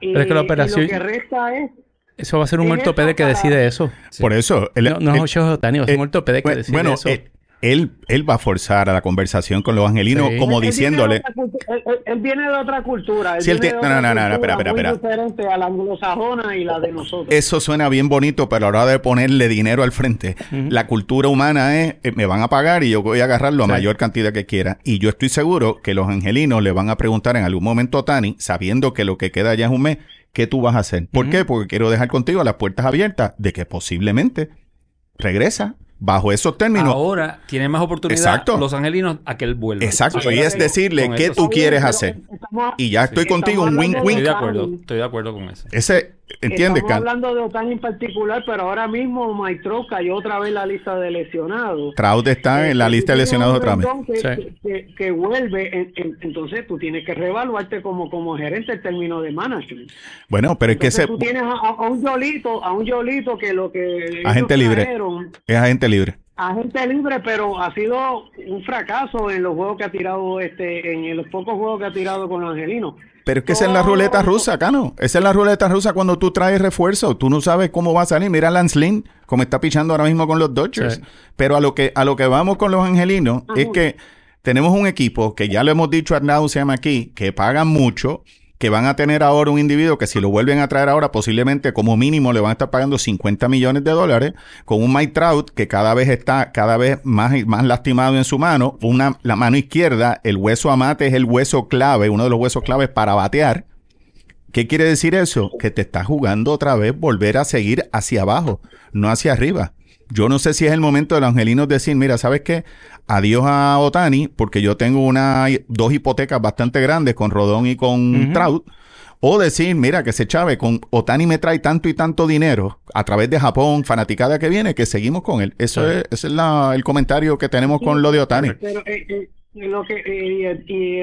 [SPEAKER 4] Y,
[SPEAKER 2] Pero es que la
[SPEAKER 4] y
[SPEAKER 2] operación-
[SPEAKER 4] lo que resta es
[SPEAKER 2] Eso va a ser un
[SPEAKER 4] en
[SPEAKER 2] ortopede
[SPEAKER 4] esa
[SPEAKER 2] que
[SPEAKER 4] para-
[SPEAKER 2] decide eso.
[SPEAKER 1] Por eso. el-
[SPEAKER 2] no, no
[SPEAKER 1] el-
[SPEAKER 2] es Shohei Ohtani, va a ser un
[SPEAKER 1] eh,
[SPEAKER 2] ortopede que
[SPEAKER 1] Bueno,
[SPEAKER 2] decide
[SPEAKER 1] bueno,
[SPEAKER 2] eso.
[SPEAKER 1] eh, él, él va a forzar a la conversación con los angelinos,
[SPEAKER 2] Sí.
[SPEAKER 1] como
[SPEAKER 4] Él- él
[SPEAKER 1] diciéndole.
[SPEAKER 4] viene de otra cultu- Él, él- él viene de otra cultura. él
[SPEAKER 1] Si él
[SPEAKER 4] viene
[SPEAKER 1] tie- no,
[SPEAKER 4] de
[SPEAKER 1] no,
[SPEAKER 4] otra
[SPEAKER 1] no, no, no, espera,
[SPEAKER 4] cultura
[SPEAKER 1] espera,
[SPEAKER 4] muy diferente a la anglosajona y la de nosotros.
[SPEAKER 1] Eso suena bien bonito, pero a la hora de ponerle dinero al frente, la cultura humana es, eh, me van a pagar y yo voy a agarrarlo a
[SPEAKER 2] Sí.
[SPEAKER 1] mayor cantidad que quiera. Y yo estoy seguro que los angelinos le van a preguntar en algún momento a Tani, sabiendo que lo que queda ya es un mes, ¿qué tú vas a hacer? ¿Por qué? Porque quiero dejar contigo las puertas abiertas de que posiblemente regresa bajo esos términos.
[SPEAKER 3] Ahora tiene más oportunidad
[SPEAKER 1] Exacto.
[SPEAKER 3] los angelinos a que él vuelva.
[SPEAKER 1] Exacto,
[SPEAKER 3] Ahora
[SPEAKER 1] y es
[SPEAKER 3] digo,
[SPEAKER 1] decirle
[SPEAKER 3] con
[SPEAKER 1] qué
[SPEAKER 3] eso
[SPEAKER 1] tú
[SPEAKER 3] sí.
[SPEAKER 1] quieres
[SPEAKER 4] Pero
[SPEAKER 1] hacer.
[SPEAKER 4] estamos-
[SPEAKER 1] Y ya estoy
[SPEAKER 4] Sí.
[SPEAKER 1] contigo, un
[SPEAKER 4] Estamos hablando
[SPEAKER 1] win-win.
[SPEAKER 3] Estoy de
[SPEAKER 4] Wink.
[SPEAKER 3] acuerdo, estoy de acuerdo con eso.
[SPEAKER 1] Ese, ¿entiendes,
[SPEAKER 4] Estamos
[SPEAKER 1] Carlos?
[SPEAKER 4] hablando de OTAN en particular, pero ahora mismo Maitro cayó otra vez en la lista de lesionados. Eh,
[SPEAKER 1] Trout está en la lista de lesionados otra vez.
[SPEAKER 4] Que,
[SPEAKER 2] Sí.
[SPEAKER 4] que- que- que vuelve, en- en- entonces tú tienes que reevaluarte como, como gerente el término de management.
[SPEAKER 1] Bueno, pero es que
[SPEAKER 4] Entonces
[SPEAKER 1] ese
[SPEAKER 4] tú tienes a, a- a un Yolito, a un Yolito que lo que
[SPEAKER 1] A gente
[SPEAKER 4] ellos
[SPEAKER 1] libre.
[SPEAKER 4] trajeron,
[SPEAKER 1] es agente libre.
[SPEAKER 4] agente libre, pero ha sido un fracaso en los juegos que ha tirado, este, en los pocos juegos que ha tirado con los angelinos.
[SPEAKER 1] Pero es que esa es la ruleta rusa, Cano. Esa es la ruleta rusa cuando tú traes refuerzo. Tú no sabes cómo va a salir. Mira a Lance Lynn, como está pichando ahora mismo con los Dodgers.
[SPEAKER 2] Sí.
[SPEAKER 1] Pero a lo que a lo que vamos con los angelinos
[SPEAKER 4] Ajá.
[SPEAKER 1] es que tenemos un equipo que ya lo hemos dicho a nauseam aquí, que pagan mucho, que van a tener ahora un individuo que si lo vuelven a traer ahora, posiblemente como mínimo le van a estar pagando 50 millones de dólares, con un Mike Trout que cada vez está cada vez más, y más lastimado en su mano, una, la mano izquierda, el hueso amate es el hueso clave, uno de los huesos claves para batear. ¿Qué quiere decir eso? Que te estás jugando otra vez volver a seguir hacia abajo, no hacia arriba. Yo no sé si es el momento de los angelinos decir, mira, ¿sabes qué? Adiós a Otani, porque yo tengo una, dos hipotecas bastante grandes con Rodón y con
[SPEAKER 2] Ujú.
[SPEAKER 1] Trout. O decir, mira, que se chave, con Otani me trae tanto y tanto dinero a través de Japón, fanaticada que viene, que seguimos con él. Eso
[SPEAKER 2] Sí.
[SPEAKER 1] es, ese es la- el comentario que tenemos con lo de Otani.
[SPEAKER 4] Pero eh, eh, lo que eh, y, el, y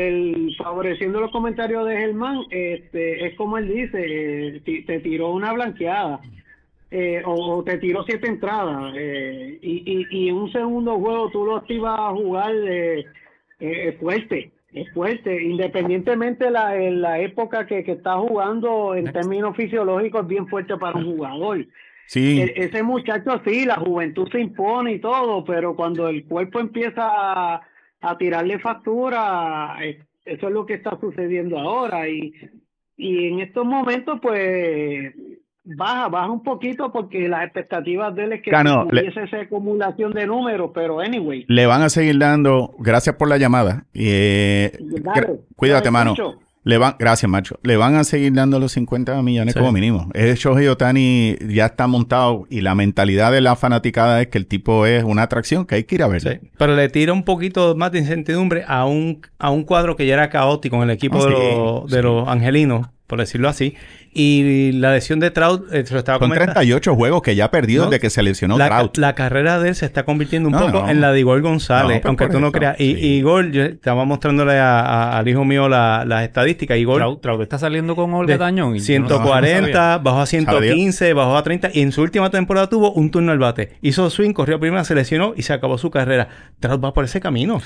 [SPEAKER 4] el- favoreciendo los comentarios de Germán, este, es como él dice, eh, ti- te tiró una blanqueada. eh, o, o te tiró siete entradas eh, y, y, y en un segundo juego tú lo activas a jugar eh, eh, es fuerte, es fuerte, independientemente la, en la época que, que está jugando en términos fisiológicos es bien fuerte para un jugador.
[SPEAKER 1] Sí.
[SPEAKER 4] E- ese muchacho sí, la juventud se impone y todo, pero cuando el cuerpo empieza a, a tirarle factura, eh, eso es lo que está sucediendo ahora. Y, y en estos momentos, pues baja, baja un poquito porque las expectativas de él es que
[SPEAKER 1] Cano, le-
[SPEAKER 4] hubiese esa acumulación de números, pero anyway.
[SPEAKER 1] Le van a seguir dando. Gracias por la llamada. Y, eh,
[SPEAKER 4] Dale,
[SPEAKER 1] gra- cuídate,
[SPEAKER 4] dale,
[SPEAKER 1] mano.
[SPEAKER 4] Poncho.
[SPEAKER 1] Le van, gracias, macho. Le van a seguir dando los 50 millones
[SPEAKER 2] Sí.
[SPEAKER 1] como mínimo. Es Shohei Otani ya está montado y la mentalidad de la fanaticada es que el tipo es una atracción que hay que ir a ver.
[SPEAKER 2] Sí, pero le tira un poquito más de incertidumbre a un, a un cuadro que ya era caótico en el equipo
[SPEAKER 1] Ah,
[SPEAKER 2] de,
[SPEAKER 1] sí,
[SPEAKER 2] los, de
[SPEAKER 1] sí.
[SPEAKER 2] los angelinos, por decirlo así. Y la lesión de Trout, eh, se lo estaba
[SPEAKER 1] Con
[SPEAKER 2] comentando.
[SPEAKER 1] 38 juegos que ya ha perdido
[SPEAKER 2] No.
[SPEAKER 1] desde que se lesionó
[SPEAKER 2] la,
[SPEAKER 1] Trout.
[SPEAKER 2] la carrera de él se está convirtiendo un
[SPEAKER 1] No,
[SPEAKER 2] poco
[SPEAKER 1] no.
[SPEAKER 2] en la de Igor
[SPEAKER 1] No,
[SPEAKER 2] González,
[SPEAKER 1] pero
[SPEAKER 2] aunque tú no
[SPEAKER 1] correcto,
[SPEAKER 2] creas. Y,
[SPEAKER 1] sí.
[SPEAKER 2] Igor, yo estaba mostrándole a- a- al hijo mío la- las estadísticas. Igor,
[SPEAKER 3] Trau- Trau está saliendo con Olga
[SPEAKER 2] de
[SPEAKER 3] Tañón. y yo no- no
[SPEAKER 2] 140,
[SPEAKER 3] sabía.
[SPEAKER 2] bajó a 115, bajó a 30 y en su última temporada tuvo un turno al bate. Hizo swing, corrió primero, se lesionó y se acabó su carrera. Trout va por ese camino.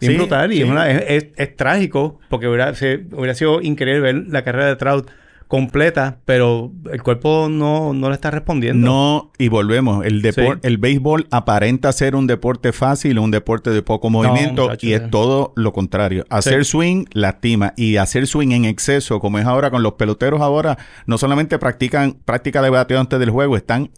[SPEAKER 2] Bien
[SPEAKER 1] Sí,
[SPEAKER 2] brutal y
[SPEAKER 1] sí.
[SPEAKER 2] es, una- es- es- es trágico porque hubiera, se- hubiera sido increíble ver la carrera de Trout completa, pero el cuerpo no, no le está respondiendo.
[SPEAKER 1] No, y volvemos. El, depor-
[SPEAKER 2] Sí.
[SPEAKER 1] el béisbol aparenta ser un deporte fácil, un deporte de poco movimiento,
[SPEAKER 2] muchacho,
[SPEAKER 1] y es
[SPEAKER 2] sí.
[SPEAKER 1] todo lo contrario. Hacer swing lastima, y hacer swing en exceso, como es ahora con los peloteros ahora, no solamente practican práctica de bateo antes del juego, están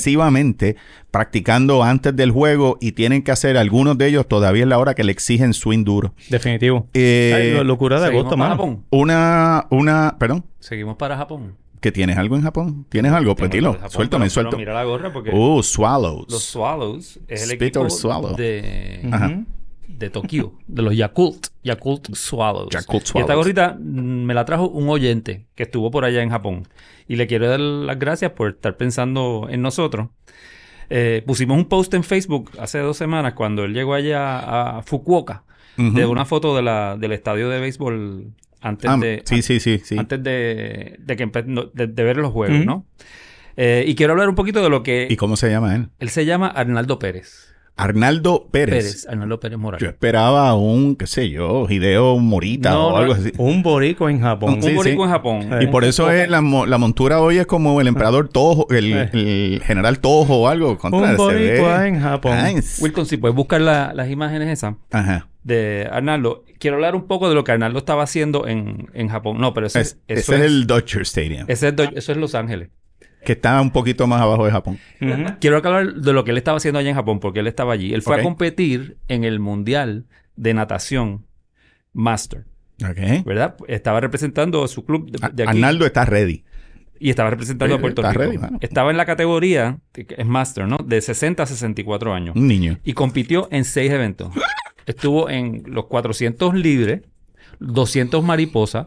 [SPEAKER 1] excesivamente practicando antes del juego y tienen que hacer, algunos de ellos todavía es la hora que le exigen swing duro.
[SPEAKER 2] Definitivo.
[SPEAKER 1] Eh,
[SPEAKER 2] Ay, lo- locura de
[SPEAKER 3] Seguimos
[SPEAKER 2] agosto,
[SPEAKER 3] para
[SPEAKER 2] mano.
[SPEAKER 3] Japón.
[SPEAKER 1] Una, una, perdón,
[SPEAKER 3] Seguimos para Japón.
[SPEAKER 1] que tienes algo en Japón, tienes algo, pues dilo,
[SPEAKER 3] Seguimos para Japón,
[SPEAKER 1] suéltame,
[SPEAKER 3] pero- pero
[SPEAKER 1] suéltame.
[SPEAKER 3] Mira la gorra porque
[SPEAKER 1] Uh, swallows.
[SPEAKER 3] los Swallows es el
[SPEAKER 1] Spit
[SPEAKER 3] equipo
[SPEAKER 1] or swallow.
[SPEAKER 3] de...
[SPEAKER 1] Ajá.
[SPEAKER 2] Ujú.
[SPEAKER 3] de Tokio, de los Yakult, Yakult Swallows.
[SPEAKER 1] Yakult
[SPEAKER 3] Y esta
[SPEAKER 1] Swallows.
[SPEAKER 3] gorrita mm, me la trajo un oyente que estuvo por allá en Japón. Y le quiero dar las gracias por estar pensando en nosotros. Eh, pusimos un post en Facebook hace dos semanas cuando él llegó allá a Fukuoka
[SPEAKER 1] Ujú.
[SPEAKER 3] de una foto de la, del estadio de béisbol antes
[SPEAKER 1] Ah,
[SPEAKER 3] de
[SPEAKER 1] sí, sí, sí, sí.
[SPEAKER 3] antes de, de que empe- no, de, de ver los juegos,
[SPEAKER 2] Ujú.
[SPEAKER 3] ¿no? Eh, y quiero hablar un poquito de lo
[SPEAKER 1] ¿Y
[SPEAKER 3] que
[SPEAKER 1] cómo se llama él?
[SPEAKER 3] él se llama Arnaldo Pérez.
[SPEAKER 1] Arnaldo Pérez.
[SPEAKER 3] Pérez, Arnaldo Pérez Morales.
[SPEAKER 1] Yo esperaba un, qué sé yo, Hideo Morita
[SPEAKER 3] No,
[SPEAKER 1] o
[SPEAKER 3] no,
[SPEAKER 1] algo así.
[SPEAKER 2] Un borico en Japón.
[SPEAKER 1] Sí,
[SPEAKER 3] un boricua
[SPEAKER 1] sí.
[SPEAKER 3] en Japón.
[SPEAKER 1] Y
[SPEAKER 3] Un
[SPEAKER 1] por eso
[SPEAKER 3] poco-
[SPEAKER 1] es la, mo- la montura hoy es como el emperador Tojo, el,
[SPEAKER 2] Eh.
[SPEAKER 1] el general Tojo o algo. Contra,
[SPEAKER 2] Un
[SPEAKER 1] se ve.
[SPEAKER 3] ah,
[SPEAKER 2] boricua en Japón.
[SPEAKER 1] Nice.
[SPEAKER 3] Wilton, si puedes buscar la- las imágenes esas
[SPEAKER 1] Ajá.
[SPEAKER 3] de Arnaldo. Quiero hablar un poco de lo que Arnaldo estaba haciendo en, en Japón. No, pero ese,
[SPEAKER 1] Es- ese
[SPEAKER 3] eso
[SPEAKER 1] es,
[SPEAKER 3] es,
[SPEAKER 1] el Dodger Stadium,
[SPEAKER 3] ese es Do- eso es Los Ángeles.
[SPEAKER 1] que está un poquito más abajo de Japón.
[SPEAKER 2] Ujú.
[SPEAKER 3] Quiero hablar de lo que él estaba haciendo allá en Japón, porque él estaba allí. Él fue
[SPEAKER 1] Ok.
[SPEAKER 3] a competir en el Mundial de Natación Master,
[SPEAKER 1] Ok.
[SPEAKER 3] ¿verdad? Estaba representando a su club de, de aquí.
[SPEAKER 1] Ah, Arnaldo está ready.
[SPEAKER 3] Y estaba representando a
[SPEAKER 1] Sí,
[SPEAKER 3] Puerto
[SPEAKER 1] está
[SPEAKER 3] Rico.
[SPEAKER 1] ready, mano.
[SPEAKER 3] estaba en la categoría, que es Master, ¿no? De 60 a 64 años.
[SPEAKER 1] Un niño.
[SPEAKER 3] y compitió en seis eventos. Estuvo en los 400 libres, 200 mariposas,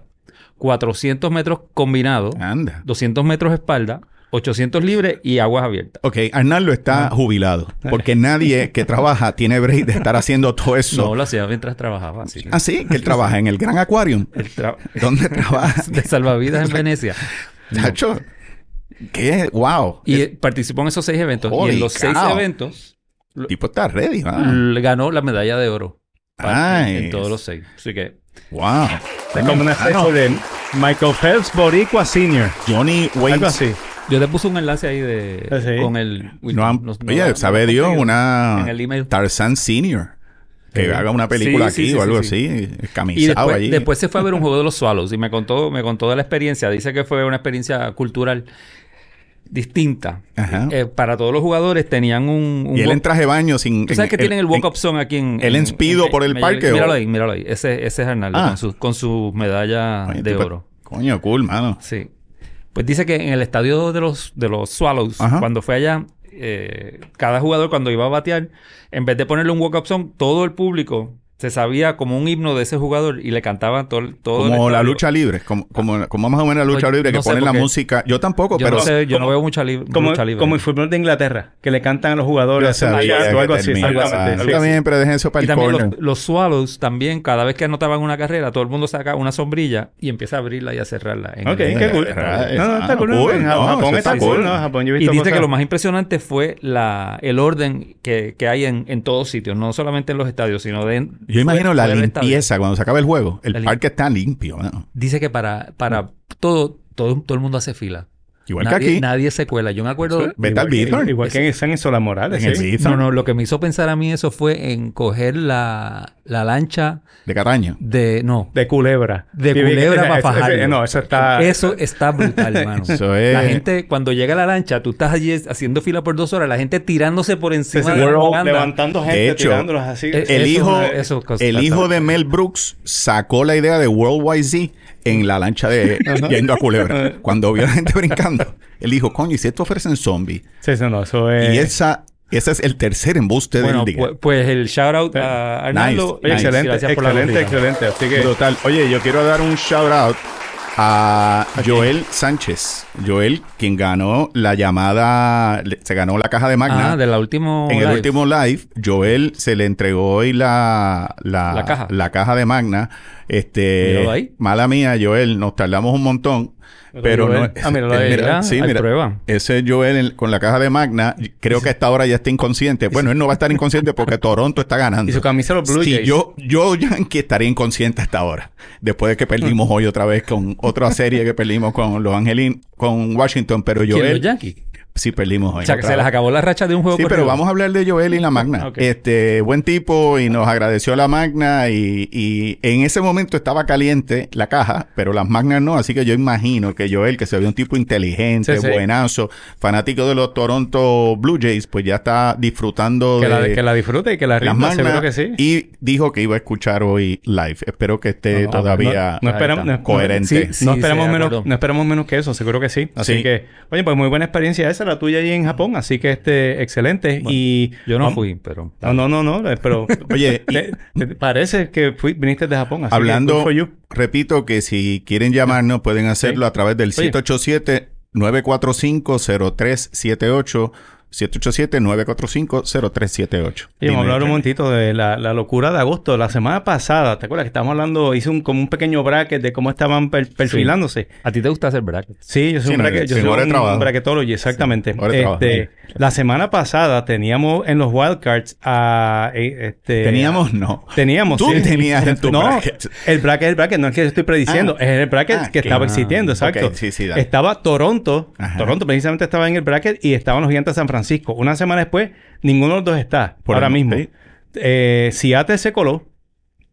[SPEAKER 3] 400 metros combinados,
[SPEAKER 1] Anda.
[SPEAKER 3] 200 metros espalda, 800 libres y aguas abiertas.
[SPEAKER 1] Ok, Arnaldo
[SPEAKER 3] Ah.
[SPEAKER 1] está jubilado. Porque nadie que trabaja tiene break de estar haciendo todo eso.
[SPEAKER 3] No lo hacía mientras trabajaba. Así. que-
[SPEAKER 1] Ah, sí, que él trabaja en el Gran Aquarium.
[SPEAKER 3] El tra-
[SPEAKER 1] ¿Dónde trabaja?
[SPEAKER 3] de salvavidas en Venecia.
[SPEAKER 1] Tacho, ¿qué? ¡Wow!
[SPEAKER 3] Y
[SPEAKER 1] el
[SPEAKER 3] eh, participó en esos seis eventos. y
[SPEAKER 1] Holy
[SPEAKER 3] en los seis
[SPEAKER 1] cow.
[SPEAKER 3] eventos
[SPEAKER 1] tipo está ready, ¿no?
[SPEAKER 3] l- ganó la medalla de oro. para- en-
[SPEAKER 1] Nice.
[SPEAKER 3] Mm, En todos los seis. Así que
[SPEAKER 1] ¡Wow!
[SPEAKER 2] Es como
[SPEAKER 1] Mano,
[SPEAKER 2] una foto de Michael Phelps Boricua Senior.
[SPEAKER 1] Johnny
[SPEAKER 2] Algo
[SPEAKER 1] Wayne.
[SPEAKER 2] así.
[SPEAKER 3] yo te puse un enlace ahí de
[SPEAKER 2] Ah, sí.
[SPEAKER 3] con el.
[SPEAKER 1] No han-
[SPEAKER 3] no- no
[SPEAKER 1] oye,
[SPEAKER 3] lo- no
[SPEAKER 1] sabe
[SPEAKER 3] lo he
[SPEAKER 1] Dios,
[SPEAKER 3] conseguido.
[SPEAKER 1] una
[SPEAKER 3] En el email.
[SPEAKER 1] Tarzan Senior. Que
[SPEAKER 3] Sí.
[SPEAKER 1] haga una película
[SPEAKER 3] Sí, sí,
[SPEAKER 1] aquí
[SPEAKER 3] sí,
[SPEAKER 1] o
[SPEAKER 3] sí,
[SPEAKER 1] algo
[SPEAKER 3] sí.
[SPEAKER 1] así.
[SPEAKER 3] Y
[SPEAKER 1] Camisado
[SPEAKER 3] después,
[SPEAKER 1] allí.
[SPEAKER 3] después se fue a ver un juego de los Swallows y me contó, me contó de la experiencia. Dice que fue una experiencia cultural distinta.
[SPEAKER 1] Ajá.
[SPEAKER 3] Eh, para todos los jugadores tenían un... un
[SPEAKER 1] y él
[SPEAKER 3] walk-
[SPEAKER 1] en traje de baño sin...
[SPEAKER 3] ¿Tú sabes
[SPEAKER 1] en-
[SPEAKER 3] que
[SPEAKER 1] en-
[SPEAKER 3] tienen el
[SPEAKER 1] en-
[SPEAKER 3] walk-up song aquí en...
[SPEAKER 1] él en Speedo por el
[SPEAKER 3] Major
[SPEAKER 1] parque,
[SPEAKER 3] League?
[SPEAKER 1] ¿o?
[SPEAKER 3] Míralo ahí, míralo ahí. Ese, ese es Arnaldo
[SPEAKER 1] Ah.
[SPEAKER 3] con, su, con su medalla
[SPEAKER 1] Oye,
[SPEAKER 3] de
[SPEAKER 1] tipo-
[SPEAKER 3] oro.
[SPEAKER 1] Coño, cool, mano.
[SPEAKER 3] Sí. Pues dice que en el estadio de los, de los Swallows,
[SPEAKER 1] Ajá.
[SPEAKER 3] cuando fue allá, eh, cada jugador cuando iba a batear, en vez de ponerle un walk-up song, todo el público se sabía como un himno de ese jugador y le cantaban todo, el- todo el
[SPEAKER 1] Como la
[SPEAKER 3] estadio.
[SPEAKER 1] lucha libre. Como, como, como más o menos la lucha
[SPEAKER 3] Oye,
[SPEAKER 1] libre
[SPEAKER 3] no
[SPEAKER 1] que
[SPEAKER 3] sé
[SPEAKER 1] ponen
[SPEAKER 3] por
[SPEAKER 1] la
[SPEAKER 3] qué.
[SPEAKER 1] música. Yo tampoco,
[SPEAKER 3] Yo
[SPEAKER 1] pero...
[SPEAKER 3] no sé, yo no veo mucha, lib-
[SPEAKER 2] Como,
[SPEAKER 3] lucha libre.
[SPEAKER 2] como el fútbol de Inglaterra, que le cantan a los jugadores.
[SPEAKER 1] Yo sabía
[SPEAKER 2] algo,
[SPEAKER 1] que
[SPEAKER 2] algo así,
[SPEAKER 1] terminaba.
[SPEAKER 2] exactamente.
[SPEAKER 1] Yo
[SPEAKER 2] Sí, sí.
[SPEAKER 1] también, pero dejen eso para
[SPEAKER 3] y
[SPEAKER 1] el
[SPEAKER 3] también
[SPEAKER 1] corner.
[SPEAKER 3] los, los Swallows también, cada vez que anotaban una carrera, todo el mundo saca una sombrilla y empieza a abrirla y a cerrarla. en
[SPEAKER 2] Ok,
[SPEAKER 3] el-
[SPEAKER 2] qué cool.
[SPEAKER 1] Right.
[SPEAKER 2] No, no, está
[SPEAKER 1] Ah,
[SPEAKER 2] cool.
[SPEAKER 1] cool.
[SPEAKER 2] En
[SPEAKER 1] No,
[SPEAKER 2] Japón
[SPEAKER 1] eso
[SPEAKER 2] está
[SPEAKER 1] está
[SPEAKER 2] cool,
[SPEAKER 1] cool.
[SPEAKER 2] ¿no? En Japón yo he
[SPEAKER 3] Y
[SPEAKER 2] visto
[SPEAKER 3] dice
[SPEAKER 2] cosas-
[SPEAKER 3] que lo más impresionante fue la, el orden que, que hay en, en todos sitios, no solamente en los estadios, sino de...
[SPEAKER 1] Yo imagino
[SPEAKER 3] fuera-
[SPEAKER 1] la
[SPEAKER 3] fuera del estadio.
[SPEAKER 1] limpieza cuando se acaba el juego. El
[SPEAKER 3] La lim-
[SPEAKER 1] parque está limpio, mano.
[SPEAKER 3] Dice que para, para todo, todo, todo el mundo hace fila.
[SPEAKER 1] Igual
[SPEAKER 3] nadie,
[SPEAKER 1] que aquí.
[SPEAKER 3] Nadie se cuela. Yo me acuerdo...
[SPEAKER 1] Vete al Bithorn.
[SPEAKER 2] Igual que en San Isola Morales. ¿eh?
[SPEAKER 1] En el
[SPEAKER 2] sí.
[SPEAKER 1] Bithorn
[SPEAKER 3] No, no, lo que me hizo pensar a mí eso fue en coger la, la lancha
[SPEAKER 1] de Cataño.
[SPEAKER 3] de... No,
[SPEAKER 2] De culebra.
[SPEAKER 3] De
[SPEAKER 2] Sí,
[SPEAKER 3] culebra
[SPEAKER 2] ese-
[SPEAKER 3] para
[SPEAKER 2] ese-
[SPEAKER 3] fajarlo.
[SPEAKER 2] ese- No, eso está.
[SPEAKER 3] Eso está brutal, hermano.
[SPEAKER 1] Eso es-
[SPEAKER 3] La gente, cuando llega la lancha, tú estás allí haciendo fila por dos horas, la gente tirándose por
[SPEAKER 2] ese-
[SPEAKER 3] encima de la
[SPEAKER 2] levantando,
[SPEAKER 3] baranda.
[SPEAKER 2] gente,
[SPEAKER 1] De hecho,
[SPEAKER 2] tirándolos así.
[SPEAKER 3] eh,
[SPEAKER 1] El
[SPEAKER 3] Eso-
[SPEAKER 1] hijo,
[SPEAKER 3] eso cosa-
[SPEAKER 1] el hijo de Mel Brooks sacó la idea de World YZ en la lancha de yendo a Culebra. Cuando vio a la gente brincando, él dijo, coño, ¿y si esto ofrecen zombies?
[SPEAKER 2] Sí, sí, no, eso es...
[SPEAKER 1] Y esa, ese es el tercer embuste
[SPEAKER 3] Eh. Bueno,
[SPEAKER 1] del día.
[SPEAKER 3] pues, pues el shout out a Arnaldo.
[SPEAKER 1] Nice,
[SPEAKER 3] y
[SPEAKER 1] nice.
[SPEAKER 2] excelente,
[SPEAKER 3] gracias por la
[SPEAKER 2] Eh, excelente,
[SPEAKER 3] corrida.
[SPEAKER 2] excelente. Así que...
[SPEAKER 1] Brutal. Oye, yo quiero dar un shout out a Joel Sánchez. Joel, quien ganó la llamada, le- se ganó la caja de Magna.
[SPEAKER 3] Ah, de la última.
[SPEAKER 1] en el
[SPEAKER 3] live.
[SPEAKER 1] último live, Joel se le entregó hoy la, la,
[SPEAKER 3] La caja.
[SPEAKER 1] de Magna. Este,
[SPEAKER 3] Míralo ahí.
[SPEAKER 1] mala mía, Joel, nos tardamos un montón. Pero
[SPEAKER 2] Joel.
[SPEAKER 1] no,
[SPEAKER 3] Ah, míralo ahí,
[SPEAKER 1] mira,
[SPEAKER 3] ¿verdad?
[SPEAKER 1] sí,
[SPEAKER 3] Hay
[SPEAKER 1] mira,
[SPEAKER 3] prueba.
[SPEAKER 1] Ese Joel en- con la caja de Magna, creo que hasta ahora ya está inconsciente. Bueno, él no va a estar inconsciente porque Toronto está ganando.
[SPEAKER 2] Y su camisa los Blue
[SPEAKER 1] Sí,
[SPEAKER 2] Jays.
[SPEAKER 1] yo, yo, Yankee, estaría inconsciente hasta ahora. Después de que perdimos hoy otra vez con otra serie que perdimos con los Angelín, con Washington, pero
[SPEAKER 3] ¿Quién, los
[SPEAKER 1] Joel
[SPEAKER 3] Yankees?
[SPEAKER 1] sí perdimos hoy.
[SPEAKER 3] O sea, que
[SPEAKER 1] otra
[SPEAKER 3] se les
[SPEAKER 1] vez.
[SPEAKER 3] acabó la racha de un juego
[SPEAKER 1] Sí, pero
[SPEAKER 3] corrido.
[SPEAKER 1] vamos a hablar de Joel y la Magna.
[SPEAKER 3] Ok.
[SPEAKER 1] Este, buen tipo y nos agradeció la Magna y, y en ese momento estaba caliente la caja, pero las Magnas no, así que yo imagino que Joel, que se ve un tipo inteligente,
[SPEAKER 3] Sí, sí.
[SPEAKER 1] buenazo, fanático de los Toronto Blue Jays, pues ya está disfrutando
[SPEAKER 2] Que, la,
[SPEAKER 1] de
[SPEAKER 2] que la disfrute y que la
[SPEAKER 1] las
[SPEAKER 2] rinda, seguro
[SPEAKER 1] Magna
[SPEAKER 2] que sí.
[SPEAKER 1] y dijo que iba a escuchar hoy live. Espero que esté
[SPEAKER 3] No, no,
[SPEAKER 1] todavía
[SPEAKER 2] no, no
[SPEAKER 3] ahí
[SPEAKER 2] esperamos,
[SPEAKER 3] está.
[SPEAKER 2] no- no-
[SPEAKER 1] Coherente.
[SPEAKER 2] sí,
[SPEAKER 3] Sí,
[SPEAKER 2] no,
[SPEAKER 3] sí,
[SPEAKER 2] esperamos
[SPEAKER 3] de
[SPEAKER 2] menos,
[SPEAKER 3] acuerdo.
[SPEAKER 2] no esperamos menos que eso, seguro que sí. Así
[SPEAKER 1] Sí.
[SPEAKER 2] que, oye, pues muy buena experiencia esa, la tuya allí en Japón. Así que, este, excelente. y
[SPEAKER 3] Yo no
[SPEAKER 2] vamos-
[SPEAKER 3] fui, pero.
[SPEAKER 2] No, no, no, no, eh, pero...
[SPEAKER 1] Oye, y
[SPEAKER 2] te- te- parece que fui- viniste de Japón. Así que good
[SPEAKER 1] hablando,
[SPEAKER 2] for you.
[SPEAKER 1] repito que si quieren llamarnos pueden hacerlo a través del
[SPEAKER 2] Oye.
[SPEAKER 1] 787 945 0378 787 945 0378.
[SPEAKER 2] Y vamos a hablar un momentito de la, la locura de agosto. La semana pasada, ¿te acuerdas que estábamos hablando? Hice un, como un pequeño bracket de cómo estaban per- perfilándose.
[SPEAKER 3] A ti te gusta hacer brackets.
[SPEAKER 2] Sí, yo soy
[SPEAKER 1] Sí,
[SPEAKER 2] un,
[SPEAKER 1] no,
[SPEAKER 2] bracket, yo
[SPEAKER 1] sí,
[SPEAKER 2] soy
[SPEAKER 1] hora de
[SPEAKER 2] un
[SPEAKER 1] trabajo.
[SPEAKER 2] bracketology, exactamente.
[SPEAKER 1] Sí, hora de trabajo,
[SPEAKER 2] Este, La semana pasada teníamos en los wildcards a... eh, este,
[SPEAKER 1] Teníamos no.
[SPEAKER 2] Teníamos,
[SPEAKER 1] Tú
[SPEAKER 2] sí.
[SPEAKER 1] tenías en tu
[SPEAKER 2] no,
[SPEAKER 1] bracket.
[SPEAKER 2] el bracket, el bracket, no es que yo estoy prediciendo,
[SPEAKER 1] Ah.
[SPEAKER 2] es el bracket
[SPEAKER 1] Ah,
[SPEAKER 2] que
[SPEAKER 1] que-
[SPEAKER 2] estaba
[SPEAKER 1] ah,
[SPEAKER 2] existiendo, exacto.
[SPEAKER 1] ok, sí, sí, dale.
[SPEAKER 2] estaba Toronto,
[SPEAKER 1] Ajá.
[SPEAKER 2] Toronto precisamente estaba en el bracket y estaban los gigantes de San Francisco. Una semana después, ninguno de los dos está,
[SPEAKER 1] Por
[SPEAKER 2] ahora
[SPEAKER 1] el-
[SPEAKER 2] mismo.
[SPEAKER 1] sí.
[SPEAKER 2] Eh, Seattle se coló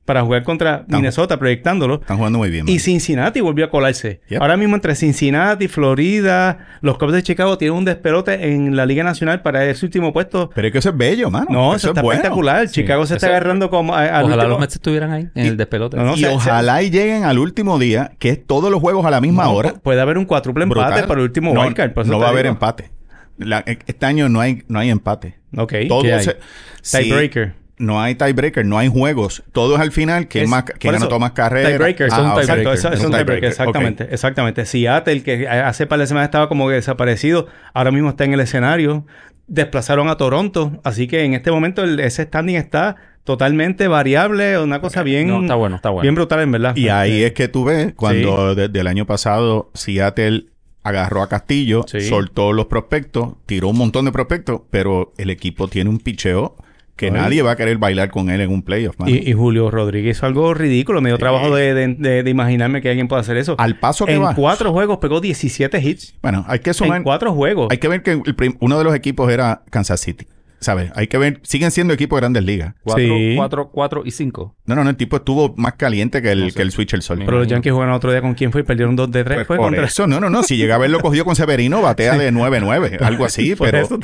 [SPEAKER 2] para jugar contra Minnesota, proyectándolo.
[SPEAKER 1] Están jugando muy bien. man.
[SPEAKER 2] Y Cincinnati volvió a colarse.
[SPEAKER 1] Yep.
[SPEAKER 2] Ahora mismo entre Cincinnati, Florida, los Cubs de Chicago tienen un despelote en la Liga Nacional para ese último puesto.
[SPEAKER 1] Pero es que eso es bello, mano.
[SPEAKER 2] No,
[SPEAKER 1] eso
[SPEAKER 2] eso está
[SPEAKER 1] es bueno.
[SPEAKER 2] espectacular. Chicago se está
[SPEAKER 3] Eso-
[SPEAKER 2] agarrando como a- al
[SPEAKER 3] Ojalá
[SPEAKER 2] último-
[SPEAKER 3] los Mets estuvieran ahí, en
[SPEAKER 1] Y-
[SPEAKER 3] el despelote.
[SPEAKER 2] No, no,
[SPEAKER 1] y
[SPEAKER 2] se- se-
[SPEAKER 1] ojalá y lleguen al último día, que es todos los juegos a la misma
[SPEAKER 2] No,
[SPEAKER 1] hora.
[SPEAKER 2] pu- Puede haber un cuádruple empate
[SPEAKER 1] Brutal.
[SPEAKER 2] para el último
[SPEAKER 1] no,
[SPEAKER 2] wildcard. por eso
[SPEAKER 1] no
[SPEAKER 2] te
[SPEAKER 1] va a haber
[SPEAKER 2] digo.
[SPEAKER 1] empate. La- este año no hay, no hay empate.
[SPEAKER 2] Ok.
[SPEAKER 1] Todo
[SPEAKER 3] ¿qué hay?
[SPEAKER 1] se- sí,
[SPEAKER 2] Tiebreaker.
[SPEAKER 1] no hay tiebreaker, no hay juegos. Todo es al final. ¿Quién,
[SPEAKER 2] Es-
[SPEAKER 1] más, quién
[SPEAKER 2] por eso,
[SPEAKER 1] anotó más carreras?
[SPEAKER 2] Tiebreaker,
[SPEAKER 1] Ah,
[SPEAKER 2] son
[SPEAKER 1] ok.
[SPEAKER 2] tiebreaker. Exacto, eso-
[SPEAKER 1] Es
[SPEAKER 2] es
[SPEAKER 1] un
[SPEAKER 2] un
[SPEAKER 1] tiebreaker,
[SPEAKER 2] tiebreaker, exactamente, exactamente. Seattle, que hace par de semanas estaba como que desaparecido, ahora mismo está en el escenario. Desplazaron a Toronto, así que en este momento el- ese standing está totalmente variable, una cosa bien,
[SPEAKER 3] No, está bueno, está bueno.
[SPEAKER 2] bien brutal en verdad. Este,
[SPEAKER 1] Y ahí es que tú ves cuando desde el año pasado Seattle agarró a Castillo,
[SPEAKER 2] Sí.
[SPEAKER 1] soltó los prospectos, tiró un montón de prospectos, pero el equipo tiene un picheo que
[SPEAKER 2] Ay.
[SPEAKER 1] nadie va a querer bailar con él en un playoff. mano.
[SPEAKER 2] Y, y Julio Rodríguez hizo algo ridículo. Me dio trabajo de, de- de- de imaginarme que alguien pueda hacer eso.
[SPEAKER 1] al paso que
[SPEAKER 2] en
[SPEAKER 1] va.
[SPEAKER 2] cuatro juegos pegó 17 hits.
[SPEAKER 1] Bueno, hay que sumar.
[SPEAKER 2] en cuatro juegos.
[SPEAKER 1] Hay que ver que el prim- uno de los equipos era Kansas City. ¿Sabes? Hay que ver. Siguen siendo equipos de grandes ligas.
[SPEAKER 3] Cuatro,
[SPEAKER 2] Sí.
[SPEAKER 3] cuatro, cuatro y cinco.
[SPEAKER 1] No, no, no. El tipo estuvo más caliente que el,
[SPEAKER 3] No sé.
[SPEAKER 1] que el switch el sol.
[SPEAKER 2] Pero los Yankees jugaron otro día con quién fue y perdieron 2 de 3.
[SPEAKER 1] Pues por eso, no, no, no. Si llegaba él lo cogió con Severino, batea de 9-9, algo así,
[SPEAKER 2] Por
[SPEAKER 1] pero.
[SPEAKER 2] eso-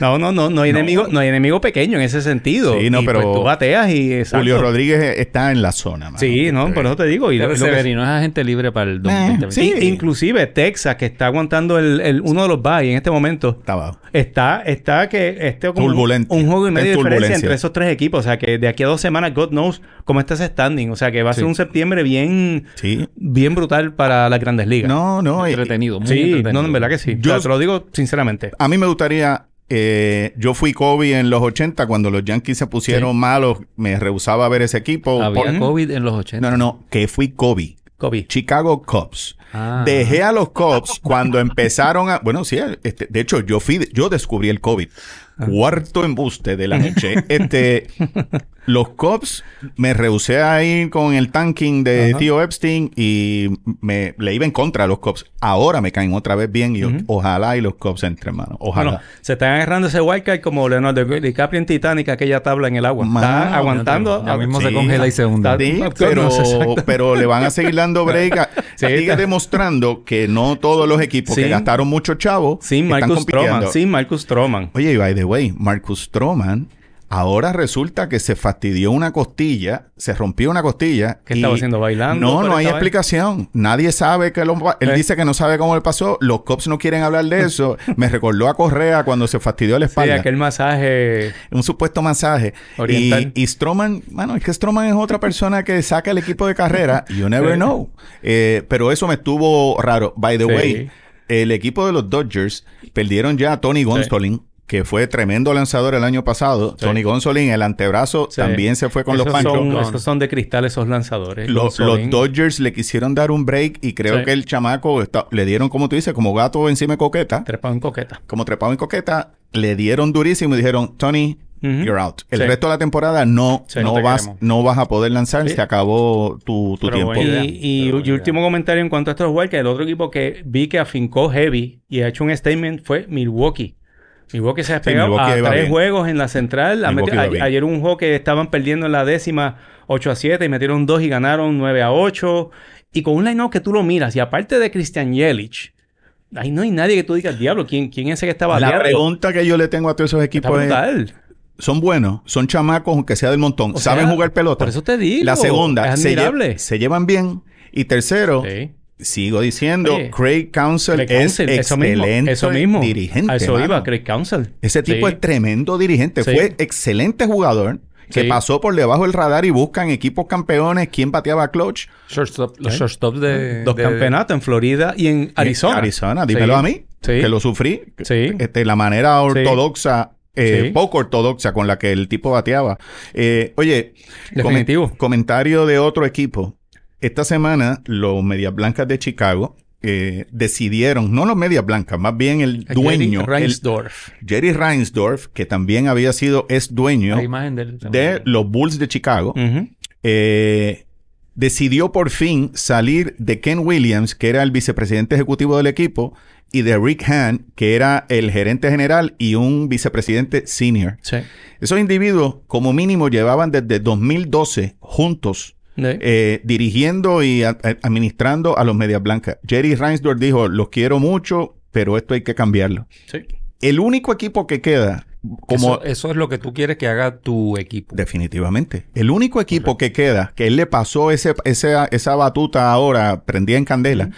[SPEAKER 2] No, no, no, no hay enemigo, no hay enemigo pequeño en ese sentido.
[SPEAKER 1] Sí, no,
[SPEAKER 2] Y,
[SPEAKER 1] pero-
[SPEAKER 2] pues, tú bateas y exacto.
[SPEAKER 1] Julio Rodríguez está en la zona, mano. este,
[SPEAKER 2] Sí, no, por eso te digo. Y lo-
[SPEAKER 3] Pero
[SPEAKER 2] lo que- Eh,
[SPEAKER 3] Severino es agente libre para el
[SPEAKER 1] Nah,
[SPEAKER 3] 2020.
[SPEAKER 2] sí, inclusive Texas, que está aguantando el, el- uno de los byes en este momento,
[SPEAKER 1] Está abajo.
[SPEAKER 2] está, está que este como un-
[SPEAKER 1] Turbulento.
[SPEAKER 2] un juego y
[SPEAKER 1] Está
[SPEAKER 2] medio de
[SPEAKER 1] en
[SPEAKER 2] diferencia
[SPEAKER 1] turbulencia.
[SPEAKER 2] entre esos tres equipos. O sea que de aquí a dos semanas, God knows cómo está ese standing. O sea que va a ser
[SPEAKER 3] Sí.
[SPEAKER 2] un septiembre bien,
[SPEAKER 1] Sí.
[SPEAKER 2] bien brutal para las grandes ligas.
[SPEAKER 1] No, no. y-
[SPEAKER 3] Entretenido, muy
[SPEAKER 2] sí,
[SPEAKER 3] entretenido.
[SPEAKER 2] no, en verdad que sí.
[SPEAKER 1] Yo-
[SPEAKER 2] O sea, te lo digo sinceramente.
[SPEAKER 1] A mí me gustaría. eh, yo fui Kobe en los 80 cuando los Yankees se pusieron malos. Me rehusaba ver ese equipo.
[SPEAKER 3] Había
[SPEAKER 1] Por-
[SPEAKER 3] COVID en los 80.
[SPEAKER 1] No, no, no. Que fui Kobe.
[SPEAKER 2] Kobe.
[SPEAKER 1] Chicago Cubs.
[SPEAKER 3] Ah.
[SPEAKER 1] Dejé a los Cubs cuando empezaron a... Bueno, sí, este, de hecho, yo fui... Yo descubrí el COVID.
[SPEAKER 2] Ah.
[SPEAKER 1] Cuarto embuste de la noche. Este... Los Cubs me rehusé a ir con el tanking de Theo Epstein y me le iba en contra a los Cubs. Ahora me caen otra vez bien y yo- ojalá y los Cubs entren, mano. Ojalá.
[SPEAKER 2] Bueno, se están agarrando ese wildcard como Leonardo DiCaprio en Titanic, aquella tabla en el agua.
[SPEAKER 1] Mano,
[SPEAKER 2] está aguantando.
[SPEAKER 3] Ya
[SPEAKER 2] a-
[SPEAKER 3] mismo
[SPEAKER 1] Sí.
[SPEAKER 3] se congela y se hunde.
[SPEAKER 1] Sí,
[SPEAKER 2] Of course,
[SPEAKER 1] pero,
[SPEAKER 2] no sé exacto.
[SPEAKER 1] pero le van a seguir dando break. a-
[SPEAKER 2] Sí,
[SPEAKER 1] sigue
[SPEAKER 2] está-
[SPEAKER 1] demostrando que no todos los equipos que
[SPEAKER 2] Sí.
[SPEAKER 1] gastaron mucho chavo
[SPEAKER 2] Sin
[SPEAKER 1] están
[SPEAKER 2] Marcus
[SPEAKER 1] compitiendo.
[SPEAKER 2] Stroman, sin Marcus Stroman.
[SPEAKER 1] Oye, y by the way, Marcus Stroman Ahora resulta que se fastidió una costilla, se rompió una costilla.
[SPEAKER 2] ¿Qué
[SPEAKER 1] y-
[SPEAKER 2] estaba haciendo? ¿Bailando?
[SPEAKER 1] No, no hay
[SPEAKER 2] Estaba-
[SPEAKER 1] explicación. Nadie sabe que lo- él
[SPEAKER 2] Eh.
[SPEAKER 1] dice que no sabe cómo le pasó. Los cops no quieren hablar de eso. Me recordó a Correa cuando se fastidió la
[SPEAKER 2] Sí,
[SPEAKER 1] espalda.
[SPEAKER 2] aquel masaje.
[SPEAKER 1] Un supuesto masaje.
[SPEAKER 2] Oriental.
[SPEAKER 1] Y, y Stroman, bueno, es que Stroman es otra persona que saca el equipo de carrera. You never
[SPEAKER 2] Sí.
[SPEAKER 1] know. Eh, pero eso me estuvo raro. By the
[SPEAKER 2] Sí.
[SPEAKER 1] way, el equipo de los Dodgers perdieron ya a Tony Gonsolin. Que fue tremendo lanzador el año pasado.
[SPEAKER 2] Sí.
[SPEAKER 1] Tony Gonsolin, el antebrazo,
[SPEAKER 2] Sí.
[SPEAKER 1] también se fue con los
[SPEAKER 2] Esos
[SPEAKER 1] panchos.
[SPEAKER 2] son-
[SPEAKER 3] No.
[SPEAKER 2] Esos son de cristal esos lanzadores.
[SPEAKER 1] Lo-
[SPEAKER 2] Con Solín.
[SPEAKER 1] los Dodgers le quisieron dar un break y creo
[SPEAKER 2] Sí.
[SPEAKER 1] que el chamaco está- le dieron, como tú dices, como gato encima de coqueta,
[SPEAKER 2] Trepan coqueta.
[SPEAKER 1] como trepado en coqueta, le dieron durísimo y dijeron, Tony,
[SPEAKER 2] Ujú.
[SPEAKER 1] you're out. El
[SPEAKER 2] Sí.
[SPEAKER 1] resto de la temporada no,
[SPEAKER 2] Sí,
[SPEAKER 1] no,
[SPEAKER 3] no te
[SPEAKER 1] vas,
[SPEAKER 3] queremos.
[SPEAKER 1] no vas a poder lanzar,
[SPEAKER 2] Sí.
[SPEAKER 1] se acabó tu, tu
[SPEAKER 3] Pero
[SPEAKER 1] tiempo.
[SPEAKER 3] buena idea.
[SPEAKER 2] Pues, Y, y-
[SPEAKER 3] Pero
[SPEAKER 2] y
[SPEAKER 3] buena idea.
[SPEAKER 2] último comentario en cuanto a estos Wildcats, el otro equipo que vi que afincó heavy y ha hecho un statement fue Milwaukee. Milwaukee se ha despegado a
[SPEAKER 1] Milwaukee
[SPEAKER 2] tres
[SPEAKER 1] va bien.
[SPEAKER 2] juegos en la central. Ha
[SPEAKER 1] Milwaukee
[SPEAKER 2] metido-
[SPEAKER 1] va
[SPEAKER 2] a-
[SPEAKER 1] bien.
[SPEAKER 2] ayer un juego que estaban perdiendo en la décima 8 a 7 y metieron dos y ganaron 9 a 8. Y con un line-up que tú lo miras, y aparte de Christian Yelich, ahí no hay nadie que tú digas, diablo, ¿quién, quién es ese que está
[SPEAKER 1] La
[SPEAKER 2] baleando?
[SPEAKER 1] pregunta pues, que yo le tengo a todos esos
[SPEAKER 2] Está
[SPEAKER 1] equipos es,
[SPEAKER 2] brutal.
[SPEAKER 1] son buenos, son chamacos, aunque sea del montón,
[SPEAKER 2] O
[SPEAKER 1] saben
[SPEAKER 2] sea,
[SPEAKER 1] jugar pelota.
[SPEAKER 2] Por eso te digo.
[SPEAKER 1] la segunda,
[SPEAKER 2] es
[SPEAKER 1] se, lle-
[SPEAKER 2] admirable.
[SPEAKER 1] se llevan bien. Y tercero,
[SPEAKER 2] Sí.
[SPEAKER 1] sigo diciendo,
[SPEAKER 2] Oye,
[SPEAKER 1] Craig Council
[SPEAKER 2] Craig
[SPEAKER 1] es
[SPEAKER 2] Counsell, eso mismo,
[SPEAKER 1] excelente
[SPEAKER 2] eso mismo.
[SPEAKER 1] dirigente.
[SPEAKER 2] A eso
[SPEAKER 1] mano.
[SPEAKER 2] iba Craig Council.
[SPEAKER 1] Ese tipo es tremendo dirigente.
[SPEAKER 2] Sí.
[SPEAKER 1] Fue excelente jugador que
[SPEAKER 2] Sí.
[SPEAKER 1] pasó por debajo del radar y buscan equipos campeones, quién bateaba a clutch.
[SPEAKER 3] Shortstop- los
[SPEAKER 2] ¿Eh?
[SPEAKER 3] shortstops de...
[SPEAKER 2] Dos
[SPEAKER 3] de-
[SPEAKER 2] campeonatos en Florida y en Arizona.
[SPEAKER 1] Arizona, dímelo
[SPEAKER 2] Sí.
[SPEAKER 1] a mí,
[SPEAKER 2] Sí.
[SPEAKER 1] que lo sufrí.
[SPEAKER 2] Sí.
[SPEAKER 1] Este, la manera ortodoxa, eh,
[SPEAKER 2] Sí.
[SPEAKER 1] poco ortodoxa con la que el tipo bateaba. Eh, oye,
[SPEAKER 2] Definitivo.
[SPEAKER 1] comen- comentario de otro equipo. Esta semana los Medias Blancas de Chicago eh, decidieron, no los Medias Blancas, más bien el
[SPEAKER 2] Jerry
[SPEAKER 1] dueño, el-
[SPEAKER 2] Reinsdorf.
[SPEAKER 1] Jerry Reinsdorf, que también había sido, es dueño
[SPEAKER 3] La imagen del...
[SPEAKER 1] de los Bulls de Chicago,
[SPEAKER 2] Ujú.
[SPEAKER 1] eh, decidió por fin salir de Ken Williams, que era el vicepresidente ejecutivo del equipo, y de Rick Hahn, que era el gerente general y un vicepresidente senior.
[SPEAKER 2] Sí.
[SPEAKER 1] Esos individuos, como mínimo, llevaban desde 2012 juntos.
[SPEAKER 2] Sí.
[SPEAKER 1] eh, dirigiendo y a- a- administrando a los Medias Blancas. Jerry Reinsdorf dijo, los quiero mucho, pero esto hay que cambiarlo.
[SPEAKER 2] Sí.
[SPEAKER 1] El único equipo que queda, como
[SPEAKER 3] Eso, eso es lo que tú quieres que haga tu equipo.
[SPEAKER 1] Definitivamente. El único equipo que queda, que él le pasó ese, ese- esa batuta ahora, prendida en candela,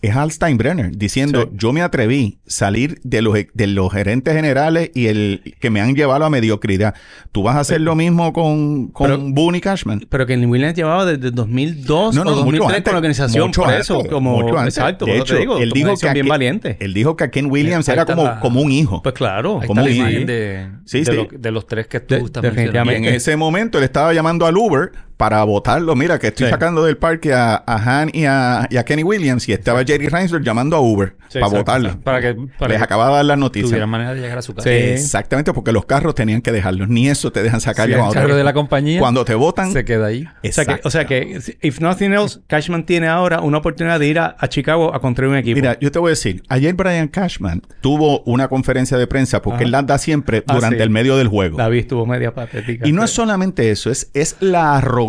[SPEAKER 1] es Al Steinbrenner, diciendo,
[SPEAKER 2] Sí.
[SPEAKER 1] yo me atreví a salir de los, de los gerentes generales y el que me han llevado a mediocridad. Tú vas a hacer lo mismo con, con
[SPEAKER 2] Pero-
[SPEAKER 1] Boone y Cashman.
[SPEAKER 2] Pero que el Williams llevaba desde 2002
[SPEAKER 1] No, no,
[SPEAKER 2] o
[SPEAKER 1] mucho
[SPEAKER 2] 2003
[SPEAKER 1] antes,
[SPEAKER 2] con la organización.
[SPEAKER 1] mucho
[SPEAKER 2] por
[SPEAKER 1] antes,
[SPEAKER 2] eso, como...
[SPEAKER 1] mucho antes.
[SPEAKER 2] Exacto.
[SPEAKER 1] De
[SPEAKER 2] por eso te
[SPEAKER 1] hecho,
[SPEAKER 2] digo,
[SPEAKER 1] él
[SPEAKER 2] tomó
[SPEAKER 1] dijo
[SPEAKER 2] una decisión
[SPEAKER 1] que
[SPEAKER 2] bien
[SPEAKER 1] aquel-
[SPEAKER 2] valiente.
[SPEAKER 1] Él dijo que a Ken Williams
[SPEAKER 3] Ahí
[SPEAKER 1] era
[SPEAKER 3] está
[SPEAKER 1] como,
[SPEAKER 3] la-
[SPEAKER 1] como un hijo.
[SPEAKER 2] Pues claro.
[SPEAKER 3] Ahí
[SPEAKER 1] ¿Cómo
[SPEAKER 3] está la
[SPEAKER 1] un
[SPEAKER 3] imagen
[SPEAKER 1] hijo?
[SPEAKER 3] de,
[SPEAKER 1] Sí,
[SPEAKER 3] de
[SPEAKER 1] sí.
[SPEAKER 3] lo- de los tres que tú
[SPEAKER 2] De-
[SPEAKER 3] estás
[SPEAKER 1] Y
[SPEAKER 2] definitivamente.
[SPEAKER 3] mencionando.
[SPEAKER 1] en ese momento él estaba llamando al Uber para votarlo. Mira, que estoy
[SPEAKER 2] Sí.
[SPEAKER 1] sacando del parque a, a Han y a, y a Kenny Williams. Y estaba Jerry Reinsdorf llamando a Uber
[SPEAKER 2] Sí,
[SPEAKER 1] para
[SPEAKER 2] exacto,
[SPEAKER 1] votarlo.
[SPEAKER 2] exacto.
[SPEAKER 3] Para que, para
[SPEAKER 1] Les
[SPEAKER 3] que
[SPEAKER 1] acababa de dar la noticia.
[SPEAKER 3] tuviera manera de llegar a su casa.
[SPEAKER 2] Sí.
[SPEAKER 1] Exactamente, porque los carros tenían que dejarlos. Ni eso te dejan sacar
[SPEAKER 3] Si
[SPEAKER 1] ya
[SPEAKER 3] el
[SPEAKER 1] cuando,
[SPEAKER 3] carro
[SPEAKER 1] te-
[SPEAKER 3] de la compañía
[SPEAKER 1] cuando te votan.
[SPEAKER 3] se queda ahí.
[SPEAKER 2] O sea, que, o sea que, if nothing else, Cashman tiene ahora una oportunidad de ir a, a Chicago a construir un equipo.
[SPEAKER 1] Mira, yo te voy a decir, ayer Brian Cashman tuvo una conferencia de prensa porque
[SPEAKER 2] Ajá.
[SPEAKER 1] él las da siempre
[SPEAKER 2] Ah,
[SPEAKER 1] durante
[SPEAKER 2] sí.
[SPEAKER 1] el medio del juego.
[SPEAKER 2] David estuvo media patética.
[SPEAKER 1] Y no es solamente eso, es, es la arrogancia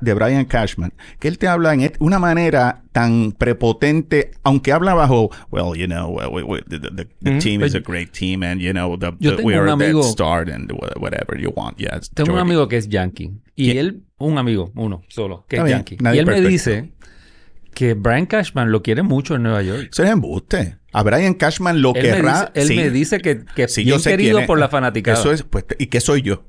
[SPEAKER 1] de Brian Cashman, que él te habla en et- una manera tan prepotente, aunque habla bajo, well, you know, we- we- the, the- the- the
[SPEAKER 2] Ujú.
[SPEAKER 1] team is a
[SPEAKER 3] Pero-
[SPEAKER 1] great team and, you know, the,
[SPEAKER 3] Mm-hmm. Yo
[SPEAKER 1] the-
[SPEAKER 3] tengo
[SPEAKER 1] we
[SPEAKER 3] un
[SPEAKER 1] are
[SPEAKER 3] amigo-
[SPEAKER 1] that start and wha- whatever you want. Yes,
[SPEAKER 3] Tengo un
[SPEAKER 1] Jordi.
[SPEAKER 3] amigo que es yankee. Y él, un amigo, uno solo, que
[SPEAKER 1] Está
[SPEAKER 3] es
[SPEAKER 1] bien,
[SPEAKER 3] yankee.
[SPEAKER 1] nadie
[SPEAKER 3] Y él
[SPEAKER 1] perfecto.
[SPEAKER 3] me dice que Brian Cashman lo quiere mucho en Nueva York.
[SPEAKER 1] Eso es embuste. A Brian Cashman lo
[SPEAKER 3] Él,
[SPEAKER 1] querrá.
[SPEAKER 3] me, dice, él
[SPEAKER 1] sí.
[SPEAKER 3] me dice que, que es
[SPEAKER 1] Sí,
[SPEAKER 3] bien
[SPEAKER 1] yo sé
[SPEAKER 3] querido
[SPEAKER 1] quién es.
[SPEAKER 3] por la fanaticada.
[SPEAKER 1] Eso es, pues, te- ¿y qué soy yo?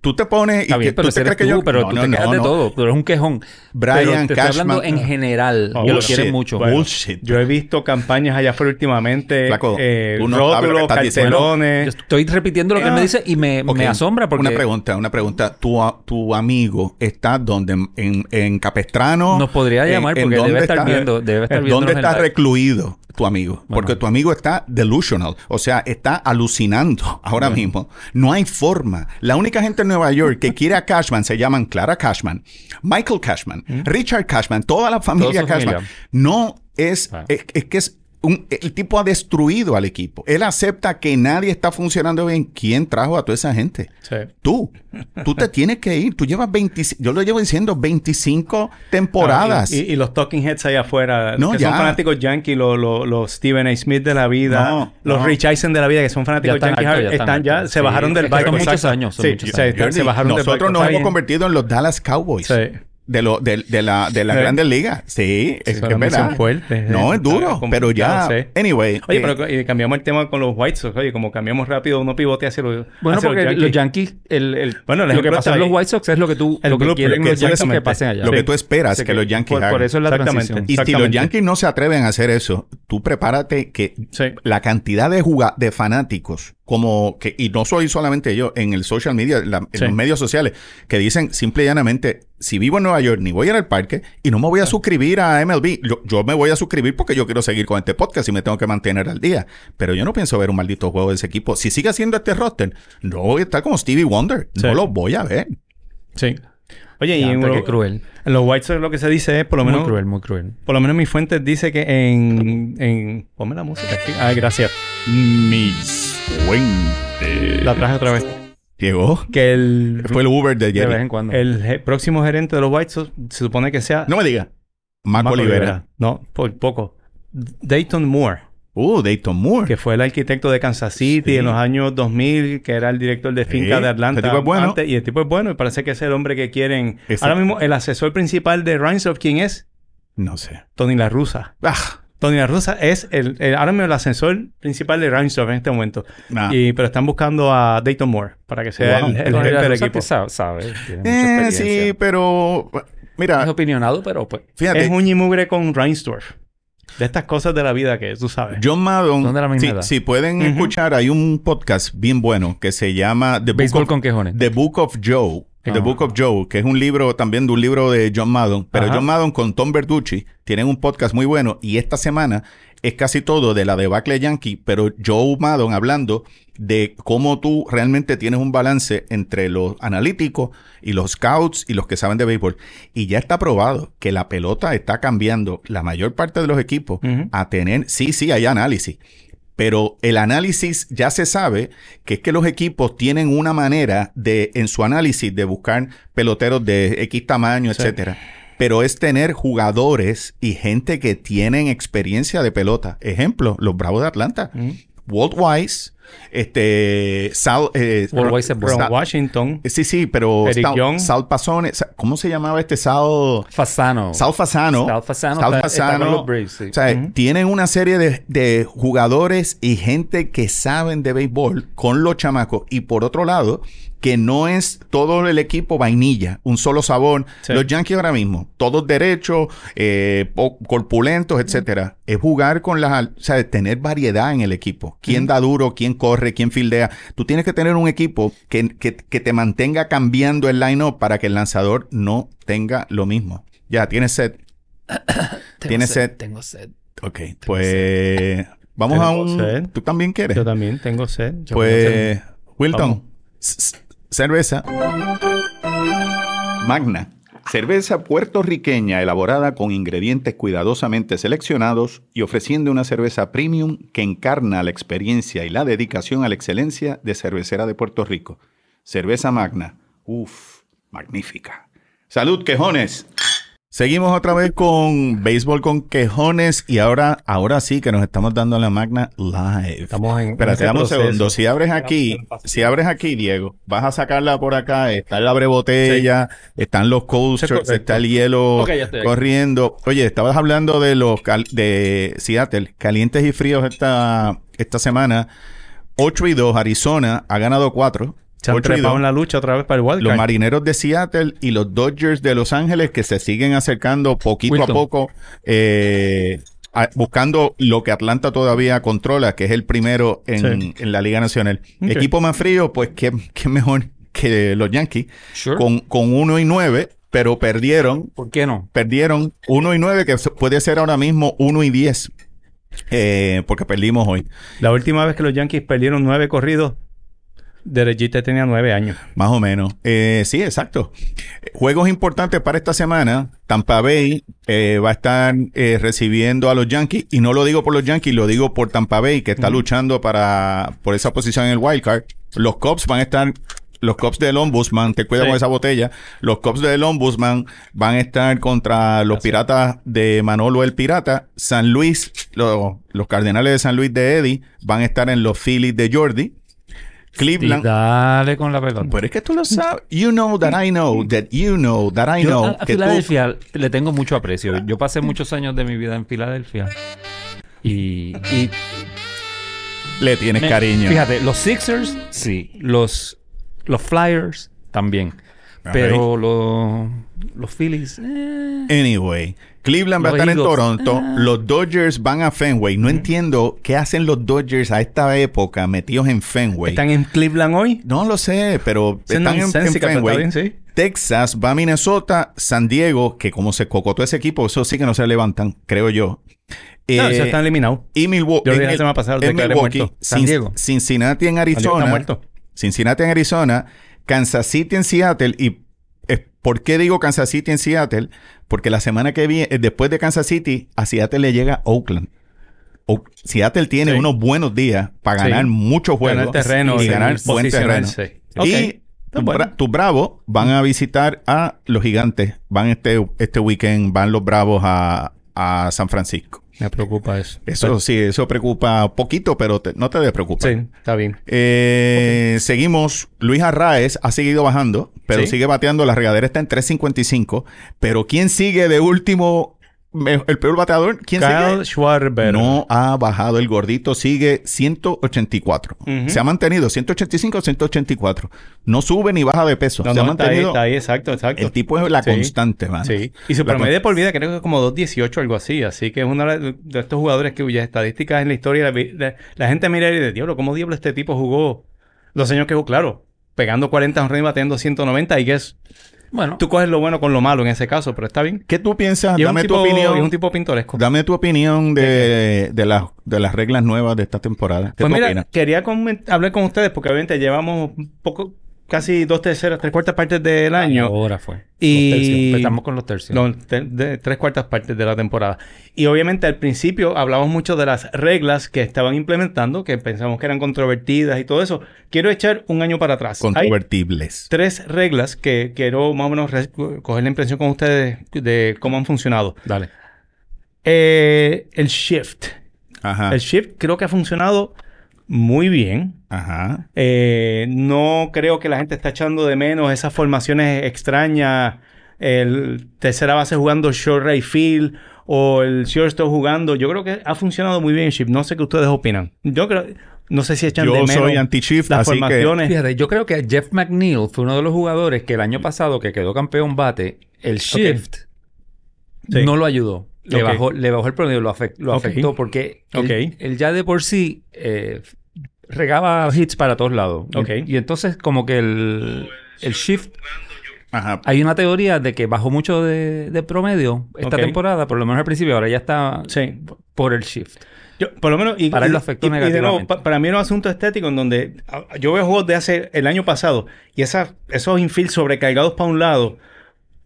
[SPEAKER 1] Tú te pones y
[SPEAKER 3] Está bien,
[SPEAKER 1] que, tú
[SPEAKER 3] pero
[SPEAKER 1] te
[SPEAKER 3] ese
[SPEAKER 1] crees
[SPEAKER 3] eres
[SPEAKER 1] que
[SPEAKER 3] tú,
[SPEAKER 1] yo...
[SPEAKER 3] pero
[SPEAKER 1] No,
[SPEAKER 3] tú
[SPEAKER 1] no,
[SPEAKER 3] te quejas
[SPEAKER 1] no,
[SPEAKER 3] de
[SPEAKER 1] no.
[SPEAKER 3] todo. Tú eres un quejón.
[SPEAKER 1] Brian
[SPEAKER 3] pero te estoy hablando
[SPEAKER 1] Cashman-
[SPEAKER 3] en general.
[SPEAKER 2] Oh,
[SPEAKER 3] que lo
[SPEAKER 1] Bullshit,
[SPEAKER 3] quieren mucho.
[SPEAKER 1] Bullshit.
[SPEAKER 2] Yo he visto campañas allá afuera últimamente,
[SPEAKER 1] Flaco,
[SPEAKER 2] eh,
[SPEAKER 1] tú no sabes lo que
[SPEAKER 2] rótulos,
[SPEAKER 1] estás diciendo.
[SPEAKER 3] Yo
[SPEAKER 2] cartelones.
[SPEAKER 3] estoy repitiendo lo que él me
[SPEAKER 2] Ah.
[SPEAKER 3] dice y me,
[SPEAKER 1] Ok,
[SPEAKER 3] me asombra porque...
[SPEAKER 1] Una pregunta, una pregunta. ¿Tu, a- tu amigo está donde? ¿En, en Capestrano?
[SPEAKER 3] Nos podría
[SPEAKER 1] ¿En-
[SPEAKER 3] llamar
[SPEAKER 1] en
[SPEAKER 3] porque
[SPEAKER 1] dónde
[SPEAKER 3] debe estar viendo- debe estar
[SPEAKER 1] en
[SPEAKER 3] viéndonos
[SPEAKER 1] ¿Dónde
[SPEAKER 3] en
[SPEAKER 1] está
[SPEAKER 3] live?
[SPEAKER 1] recluido tu amigo? Porque
[SPEAKER 3] Bueno.
[SPEAKER 1] tu amigo está delusional. O sea, está alucinando ahora mismo. No hay forma. La única gente en Nueva York que quiere a Cashman se llaman Clara Cashman, Michael Cashman, Richard Cashman, toda la familia
[SPEAKER 3] Mm. su
[SPEAKER 1] Cashman.
[SPEAKER 3] familia.
[SPEAKER 1] No es, eh,
[SPEAKER 3] Ah.
[SPEAKER 1] es... es que es un- el tipo ha destruido al equipo. Él acepta que nadie está funcionando bien. ¿Quién trajo a toda esa gente?
[SPEAKER 2] Sí.
[SPEAKER 1] Tú. Tú te tienes que ir. Tú llevas 25, yo lo llevo diciendo, 25 temporadas.
[SPEAKER 2] Y, y- y los talking heads allá afuera,
[SPEAKER 1] No,
[SPEAKER 2] que
[SPEAKER 1] ya.
[SPEAKER 2] son fanáticos yankees, los, los, los Stephen A. Smith de la vida,
[SPEAKER 1] No,
[SPEAKER 2] los
[SPEAKER 1] no.
[SPEAKER 2] Rich Eisen de la vida, que son
[SPEAKER 3] Ya
[SPEAKER 2] fanáticos
[SPEAKER 3] están
[SPEAKER 2] yankees,
[SPEAKER 3] hartos, ya
[SPEAKER 2] están,
[SPEAKER 3] están
[SPEAKER 2] ya,
[SPEAKER 3] hartos.
[SPEAKER 2] se
[SPEAKER 3] Sí,
[SPEAKER 2] bajaron del
[SPEAKER 3] es que
[SPEAKER 2] barco.
[SPEAKER 3] son muchos
[SPEAKER 2] exacto.
[SPEAKER 3] años, son
[SPEAKER 2] Sí,
[SPEAKER 3] muchos
[SPEAKER 2] sí,
[SPEAKER 3] años.
[SPEAKER 2] están- se
[SPEAKER 1] Jordi,
[SPEAKER 2] bajaron del barco.
[SPEAKER 1] nosotros nos
[SPEAKER 2] está
[SPEAKER 1] hemos
[SPEAKER 2] bien.
[SPEAKER 1] convertido en los Dallas Cowboys.
[SPEAKER 2] Sí.
[SPEAKER 1] De, lo, de, de la, de la
[SPEAKER 2] Sí.
[SPEAKER 1] Grandes Ligas. Sí, es
[SPEAKER 2] Eso
[SPEAKER 1] que es
[SPEAKER 2] era una misión
[SPEAKER 1] verdad.
[SPEAKER 2] fuerte.
[SPEAKER 1] No,
[SPEAKER 2] Sí,
[SPEAKER 1] es duro,
[SPEAKER 2] eh, está
[SPEAKER 1] pero ya.
[SPEAKER 2] complicado, sí.
[SPEAKER 1] Anyway.
[SPEAKER 2] Oye,
[SPEAKER 1] eh,
[SPEAKER 2] pero eh, cambiamos el tema con los White Sox. Oye, como cambiamos rápido, uno pivotea hacia los.
[SPEAKER 3] Bueno,
[SPEAKER 2] hacia
[SPEAKER 3] porque los Yankees, el, el-
[SPEAKER 2] Bueno, el
[SPEAKER 3] lo
[SPEAKER 2] ejemplo
[SPEAKER 3] que pasó
[SPEAKER 2] está
[SPEAKER 3] en los
[SPEAKER 2] ahí.
[SPEAKER 3] White Sox es lo que tú
[SPEAKER 2] El
[SPEAKER 3] lo que
[SPEAKER 2] blue-
[SPEAKER 1] lo
[SPEAKER 3] quieren
[SPEAKER 1] que-
[SPEAKER 3] los Yankees que
[SPEAKER 1] exactamente,
[SPEAKER 3] pasen allá.
[SPEAKER 1] Lo
[SPEAKER 3] Sí.
[SPEAKER 1] que tú esperas
[SPEAKER 3] Así
[SPEAKER 1] que los Yankees
[SPEAKER 3] por, por
[SPEAKER 1] hagan.
[SPEAKER 3] eso es la
[SPEAKER 2] Exactamente.
[SPEAKER 3] transición.
[SPEAKER 1] Y si los
[SPEAKER 2] Exactamente.
[SPEAKER 1] Yankees no se atreven a hacer eso, tú prepárate que
[SPEAKER 2] Sí.
[SPEAKER 1] la cantidad de juga- de fanáticos, como que, y no soy solamente yo, en el social media, la- en
[SPEAKER 2] Sí.
[SPEAKER 1] los medios sociales, que dicen simple y llanamente, si vivo en Nueva York, ni voy a ir al parque y no me voy a suscribir a MLB. Yo, yo me voy a suscribir porque yo quiero seguir con este podcast y me tengo que mantener al día. Pero yo no pienso ver un maldito juego de ese equipo. Si sigue haciendo este roster, no voy a estar como Stevie Wonder. No
[SPEAKER 2] Sí.
[SPEAKER 1] lo voy a ver.
[SPEAKER 2] Sí. Oye, y
[SPEAKER 3] Ya,
[SPEAKER 2] en
[SPEAKER 3] pero qué
[SPEAKER 2] los,
[SPEAKER 3] cruel.
[SPEAKER 2] en los White Sox lo que se dice es, por lo
[SPEAKER 3] Muy
[SPEAKER 2] menos,
[SPEAKER 3] cruel, muy cruel.
[SPEAKER 2] Por lo menos mis fuentes dice que en, en... Ponme la música aquí. Ah, gracias.
[SPEAKER 1] Mis fuentes.
[SPEAKER 2] La traje otra vez.
[SPEAKER 1] Llegó.
[SPEAKER 2] Que el,
[SPEAKER 1] Fue el Uber de
[SPEAKER 3] De vez
[SPEAKER 1] Jerry.
[SPEAKER 3] en cuando.
[SPEAKER 2] el ge- próximo gerente de los White Sox se supone que sea...
[SPEAKER 1] No me diga. Marco,
[SPEAKER 2] Marco
[SPEAKER 1] Olivera.
[SPEAKER 2] Rivera. No, por poco. Dayton Moore,
[SPEAKER 1] Uh, Dayton Moore.
[SPEAKER 2] que fue el arquitecto de Kansas City
[SPEAKER 1] Sí.
[SPEAKER 2] en los años 2000, que era el director de finca
[SPEAKER 1] Sí,
[SPEAKER 2] de Atlanta.
[SPEAKER 1] ese tipo es bueno.
[SPEAKER 2] antes, y el tipo es bueno y parece que es el hombre que quieren...
[SPEAKER 1] Exacto.
[SPEAKER 2] Ahora mismo el asesor principal de Reinsdorf, ¿quién es?
[SPEAKER 1] No sé.
[SPEAKER 2] Tony La Russa.
[SPEAKER 1] Ah,
[SPEAKER 2] Tony La Russa es el, el- ahora mismo el asesor principal de Reinsdorf en este momento.
[SPEAKER 1] nah.
[SPEAKER 2] Y- pero están buscando a Dayton Moore para que sea
[SPEAKER 1] Ah. Wow.
[SPEAKER 2] el, el
[SPEAKER 1] Pero
[SPEAKER 3] Pero
[SPEAKER 2] jefe
[SPEAKER 3] la
[SPEAKER 2] del
[SPEAKER 3] Rosa
[SPEAKER 2] equipo.
[SPEAKER 3] que sa- sabe, tiene mucha
[SPEAKER 1] Eh,
[SPEAKER 3] experiencia.
[SPEAKER 1] sí, pero
[SPEAKER 3] Es
[SPEAKER 1] mira,
[SPEAKER 3] opinionado, pero pues.
[SPEAKER 1] fíjate,
[SPEAKER 2] Es un y mugre con Reinsdorf. De estas cosas de la vida que tú sabes.
[SPEAKER 1] John Maddon,
[SPEAKER 3] Son de la misma
[SPEAKER 1] si,
[SPEAKER 3] edad.
[SPEAKER 1] si pueden
[SPEAKER 2] Ujú.
[SPEAKER 1] escuchar, hay un podcast bien bueno que se llama The Book,
[SPEAKER 3] Béisbol
[SPEAKER 1] of,
[SPEAKER 3] con quejones.
[SPEAKER 1] The Book of Joe. The
[SPEAKER 3] Ah.
[SPEAKER 1] Book of Joe, que es un libro también de un libro de John Maddon, pero
[SPEAKER 2] Ajá.
[SPEAKER 1] John Maddon con Tom Bertucci tienen un podcast muy bueno y esta semana es casi todo de la debacle yankee, pero Joe Maddon hablando de cómo tú realmente tienes un balance entre los analíticos y los scouts y los que saben de béisbol. Y ya está probado que la pelota está cambiando la mayor parte de los equipos
[SPEAKER 2] Ujú.
[SPEAKER 1] a tener, sí, sí, hay análisis, pero el análisis ya se sabe que es que los equipos tienen una manera de, en su análisis, de buscar peloteros de X tamaño,
[SPEAKER 2] Sí.
[SPEAKER 1] etcétera. Pero es tener jugadores y gente que tienen experiencia de pelota. Ejemplo, los Bravos de Atlanta.
[SPEAKER 3] Mm.
[SPEAKER 2] Ujú.
[SPEAKER 1] Walt Weiss, este, Sal, eh,
[SPEAKER 3] Walt Weiss es
[SPEAKER 2] Ron
[SPEAKER 1] Sa-
[SPEAKER 2] Washington.
[SPEAKER 1] Sí, sí, pero
[SPEAKER 2] Eric
[SPEAKER 1] Sal,
[SPEAKER 2] Young.
[SPEAKER 1] Sal Pasone, Sa- ¿cómo se llamaba este Sal?
[SPEAKER 3] Fasano.
[SPEAKER 1] Sal Fasano.
[SPEAKER 3] Sal Fasano
[SPEAKER 1] Sal
[SPEAKER 3] está- está con
[SPEAKER 1] Fasano.
[SPEAKER 3] los Braves, sí.
[SPEAKER 1] O sea, tienen una serie de, de jugadores y gente que saben de béisbol con los chamacos. Y por otro lado, que no es todo el equipo vainilla, un solo sabor.
[SPEAKER 2] Sí.
[SPEAKER 1] Los Yankees ahora mismo, todos derechos, eh, po- corpulentos, etcétera. Es jugar con las... al- O sea, tener variedad en el equipo. ¿Quién da duro? ¿Quién corre? ¿Quién fildea? Tú tienes que tener un equipo que, que- que te mantenga cambiando el line-up para que el lanzador no tenga lo mismo. Ya, tienes set. Tienes sed.
[SPEAKER 3] Tengo sed.
[SPEAKER 1] Ok, pues vamos a
[SPEAKER 2] Tengo
[SPEAKER 1] un...
[SPEAKER 2] sed.
[SPEAKER 1] ¿Tú también quieres?
[SPEAKER 2] Yo también tengo sed. Yo
[SPEAKER 1] este. pues, Wilton,
[SPEAKER 2] Vamos.
[SPEAKER 1] s- s- cerveza. Magna. Cerveza puertorriqueña elaborada con ingredientes cuidadosamente seleccionados y ofreciendo una cerveza premium que encarna la experiencia y la dedicación a la excelencia de cervecera de Puerto Rico. Cerveza Magna. Uf, magnífica. Salud, quejones. Seguimos otra vez con béisbol con quejones y ahora, ahora sí que nos estamos dando la magna live.
[SPEAKER 2] Estamos en-
[SPEAKER 1] Espérate,
[SPEAKER 2] en ese
[SPEAKER 1] dame un
[SPEAKER 2] proceso.
[SPEAKER 1] segundo. Si abres aquí, si abres aquí, Diego, vas a sacarla por acá. Está la brebotella, están los
[SPEAKER 2] Eso es
[SPEAKER 1] coasters,
[SPEAKER 2] correcto.
[SPEAKER 1] está el hielo
[SPEAKER 3] Ok, ya estoy aquí.
[SPEAKER 1] corriendo. Oye, estabas hablando de los cal- de Seattle, calientes y fríos esta, esta semana. 8 y 2, Arizona ha ganado 4.
[SPEAKER 2] Se han trepado en la lucha otra vez para el
[SPEAKER 1] Los
[SPEAKER 2] wildcard.
[SPEAKER 1] marineros de Seattle y los Dodgers de Los Ángeles que se siguen acercando poquito a
[SPEAKER 3] Wilton.
[SPEAKER 1] poco, eh, a- buscando lo que Atlanta todavía controla, que es el primero en,
[SPEAKER 2] Sí.
[SPEAKER 1] en la Liga Nacional.
[SPEAKER 2] Ok.
[SPEAKER 1] Equipo más frío, pues qué, qué mejor que los Yankees,
[SPEAKER 3] Sure.
[SPEAKER 1] con, con 1 y 9, pero perdieron
[SPEAKER 3] ¿Por qué no?
[SPEAKER 1] perdieron 1 y 9, que se- puede ser ahora mismo 1 y 10, eh, porque perdimos hoy.
[SPEAKER 2] La última vez que los Yankees perdieron nueve corridos Derechita tenía nueve años.
[SPEAKER 1] Más o menos. Eh, sí, exacto. Juegos importantes para esta semana. Tampa Bay eh, va a estar eh, recibiendo a los Yankees. Y no lo digo por los Yankees, lo digo por Tampa Bay, que está luchando para, por esa posición en el wild card. Los Cubs van a estar... Los Cubs del Ombudsman, te cuida
[SPEAKER 3] Sí.
[SPEAKER 1] con esa botella. Los Cubs del Ombudsman van a estar contra los
[SPEAKER 3] Gracias.
[SPEAKER 1] Piratas de Manolo el Pirata. San Luis, lo- los Cardenales de San Luis de Eddie van a estar en los Phillies de Jordi. Cleveland.
[SPEAKER 3] dale con la pelota.
[SPEAKER 1] Pero es que tú lo sabes. You know that I know that you know that I
[SPEAKER 3] Yo
[SPEAKER 1] know.
[SPEAKER 2] ah,
[SPEAKER 3] a- a
[SPEAKER 1] que tú-
[SPEAKER 3] Filadelfia le tengo mucho aprecio. Yo pasé muchos años de mi vida en Filadelfia. Y, y
[SPEAKER 1] le tienes
[SPEAKER 3] me-
[SPEAKER 1] cariño.
[SPEAKER 3] Fíjate, los Sixers, sí. Los, los Flyers, también. Pero los, los Phillies, eh,
[SPEAKER 1] Anyway, Cleveland va a
[SPEAKER 3] Los
[SPEAKER 1] estar en
[SPEAKER 3] Eagles.
[SPEAKER 1] Toronto.
[SPEAKER 2] Ah.
[SPEAKER 1] Los Dodgers van a Fenway. No entiendo qué hacen los Dodgers a esta época metidos en Fenway.
[SPEAKER 2] ¿Están en Cleveland hoy?
[SPEAKER 1] No lo sé, pero
[SPEAKER 2] Es
[SPEAKER 1] están en- en,
[SPEAKER 2] nonsensical, pero
[SPEAKER 1] Fenway.
[SPEAKER 2] está bien, sí.
[SPEAKER 1] Texas va a Minnesota, San Diego, que como se cocotó ese equipo, eso sí que no se levantan, creo yo.
[SPEAKER 2] No,
[SPEAKER 1] Eh,
[SPEAKER 2] se están eliminados.
[SPEAKER 1] y Milwaukee.
[SPEAKER 2] Yo dije la semana pasada, lo
[SPEAKER 1] en
[SPEAKER 2] declaré
[SPEAKER 1] Milwaukee,
[SPEAKER 2] muerto.
[SPEAKER 1] Cin-
[SPEAKER 3] San Diego.
[SPEAKER 1] Cincinnati en
[SPEAKER 2] Adiós,
[SPEAKER 1] Arizona.
[SPEAKER 2] Está muerto.
[SPEAKER 1] Cincinnati en Arizona, Kansas City en Seattle y eh, ¿por qué digo Kansas City en Seattle? Porque la semana que viene, eh, después de Kansas City, a Seattle le llega Oakland. O- Seattle tiene
[SPEAKER 2] Sí.
[SPEAKER 1] unos buenos días para
[SPEAKER 2] Sí.
[SPEAKER 1] ganar muchos
[SPEAKER 2] Ganar
[SPEAKER 1] juegos
[SPEAKER 2] terreno
[SPEAKER 1] y
[SPEAKER 2] sí,
[SPEAKER 1] ganar buen terreno.
[SPEAKER 2] posicionarse. Pues
[SPEAKER 1] Y tus
[SPEAKER 2] bueno.
[SPEAKER 1] bra- tus bravos van a visitar a los gigantes. Van este, este weekend, van los bravos a, a San Francisco.
[SPEAKER 2] Me preocupa eso.
[SPEAKER 1] Eso sí, eso preocupa poquito, pero te- no te debes preocupar.
[SPEAKER 2] Pues- Sí, está bien.
[SPEAKER 1] Eh, Seguimos. Luis Arraez ha seguido bajando, pero
[SPEAKER 2] Sí.
[SPEAKER 1] sigue bateando. La regadera está en 3.55. Pero ¿quién sigue de último? Me- El peor bateador. ¿Quién
[SPEAKER 2] Kyle
[SPEAKER 1] sigue?
[SPEAKER 2] Schwarber.
[SPEAKER 1] No ha bajado. El gordito sigue 184.
[SPEAKER 2] Ujú.
[SPEAKER 1] Se ha mantenido 185, 184. No sube ni baja de peso.
[SPEAKER 2] No,
[SPEAKER 1] se ha
[SPEAKER 2] no, está ahí,
[SPEAKER 1] mantenido.
[SPEAKER 2] está ahí, exacto, exacto.
[SPEAKER 1] El tipo es la
[SPEAKER 2] Sí.
[SPEAKER 1] constante, mano.
[SPEAKER 2] Sí. Ah, Y su
[SPEAKER 1] La
[SPEAKER 2] promedio por vida creo que es como 2.18 algo así. Así que es uno de de estos jugadores que cuyas estadísticas en la historia la, vi- la- la gente mira y dice, diablo, ¿cómo diablo este tipo jugó los años que jugó? Claro, pegando 40 honrones y batiendo 190 y que es...
[SPEAKER 3] bueno.
[SPEAKER 2] Tú coges lo bueno con lo malo en ese caso, pero está bien.
[SPEAKER 1] ¿Qué tú piensas?
[SPEAKER 2] Y es,
[SPEAKER 1] Ah, Dame
[SPEAKER 2] un
[SPEAKER 1] tu
[SPEAKER 2] tipo,
[SPEAKER 1] opinión.
[SPEAKER 2] y es un tipo pintoresco.
[SPEAKER 1] Dame tu opinión de, de, las, de las reglas nuevas de esta temporada. ¿Qué
[SPEAKER 2] Pues
[SPEAKER 1] tú
[SPEAKER 2] mira,
[SPEAKER 1] opinas?
[SPEAKER 2] quería comen- hablar con ustedes porque obviamente llevamos un poco, casi dos terceras, tres cuartas partes del año.
[SPEAKER 3] Ahora fue.
[SPEAKER 2] Y-
[SPEAKER 3] Los tercios. Estamos con los tercios.
[SPEAKER 2] No, te- de tres cuartas partes de la temporada. Y obviamente al principio hablamos mucho de las reglas que estaban implementando, que pensamos que eran controvertidas y todo eso. Quiero echar un año para atrás. Hay
[SPEAKER 1] Controvertibles.
[SPEAKER 2] tres reglas que quiero más o menos res- coger la impresión con ustedes de cómo han funcionado.
[SPEAKER 3] Dale.
[SPEAKER 2] Eh, el shift.
[SPEAKER 1] Ajá.
[SPEAKER 2] El shift creo que ha funcionado muy bien.
[SPEAKER 1] Ajá.
[SPEAKER 2] Eh, no creo que la gente está echando de menos esas formaciones extrañas. El tercera base jugando short right field o el shortstop jugando. Yo creo que ha funcionado muy bien el shift. No sé qué ustedes opinan. Yo creo... No sé si echan de
[SPEAKER 1] Yo
[SPEAKER 2] menos
[SPEAKER 1] soy anti-shift,
[SPEAKER 2] las
[SPEAKER 1] así que
[SPEAKER 2] formaciones.
[SPEAKER 3] Fíjate, yo creo que Jeff McNeil fue uno de los jugadores que el año pasado que quedó campeón bate, el shift
[SPEAKER 2] Sí.
[SPEAKER 3] no lo ayudó. Le,
[SPEAKER 2] Ok.
[SPEAKER 3] bajó, le bajó el promedio, lo, afect- lo
[SPEAKER 2] Ok.
[SPEAKER 3] afectó porque él,
[SPEAKER 2] Ok.
[SPEAKER 3] él ya de por sí eh, regaba hits para todos lados.
[SPEAKER 2] Ok.
[SPEAKER 3] Y, y entonces como que el, el shift,
[SPEAKER 1] Ajá.
[SPEAKER 3] hay una teoría de que bajó mucho de, de promedio esta
[SPEAKER 2] Ok.
[SPEAKER 3] temporada, por lo menos al principio, ahora ya está
[SPEAKER 2] Sí.
[SPEAKER 3] por el shift.
[SPEAKER 2] Yo, por lo menos... y-
[SPEAKER 3] Para él
[SPEAKER 2] y-
[SPEAKER 3] lo afectó
[SPEAKER 2] y- y de nuevo,
[SPEAKER 3] negativamente.
[SPEAKER 2] pa- para mí era un asunto estético en donde ah, yo veo juegos de hace el año pasado y esas, esos infield sobrecargados para un lado.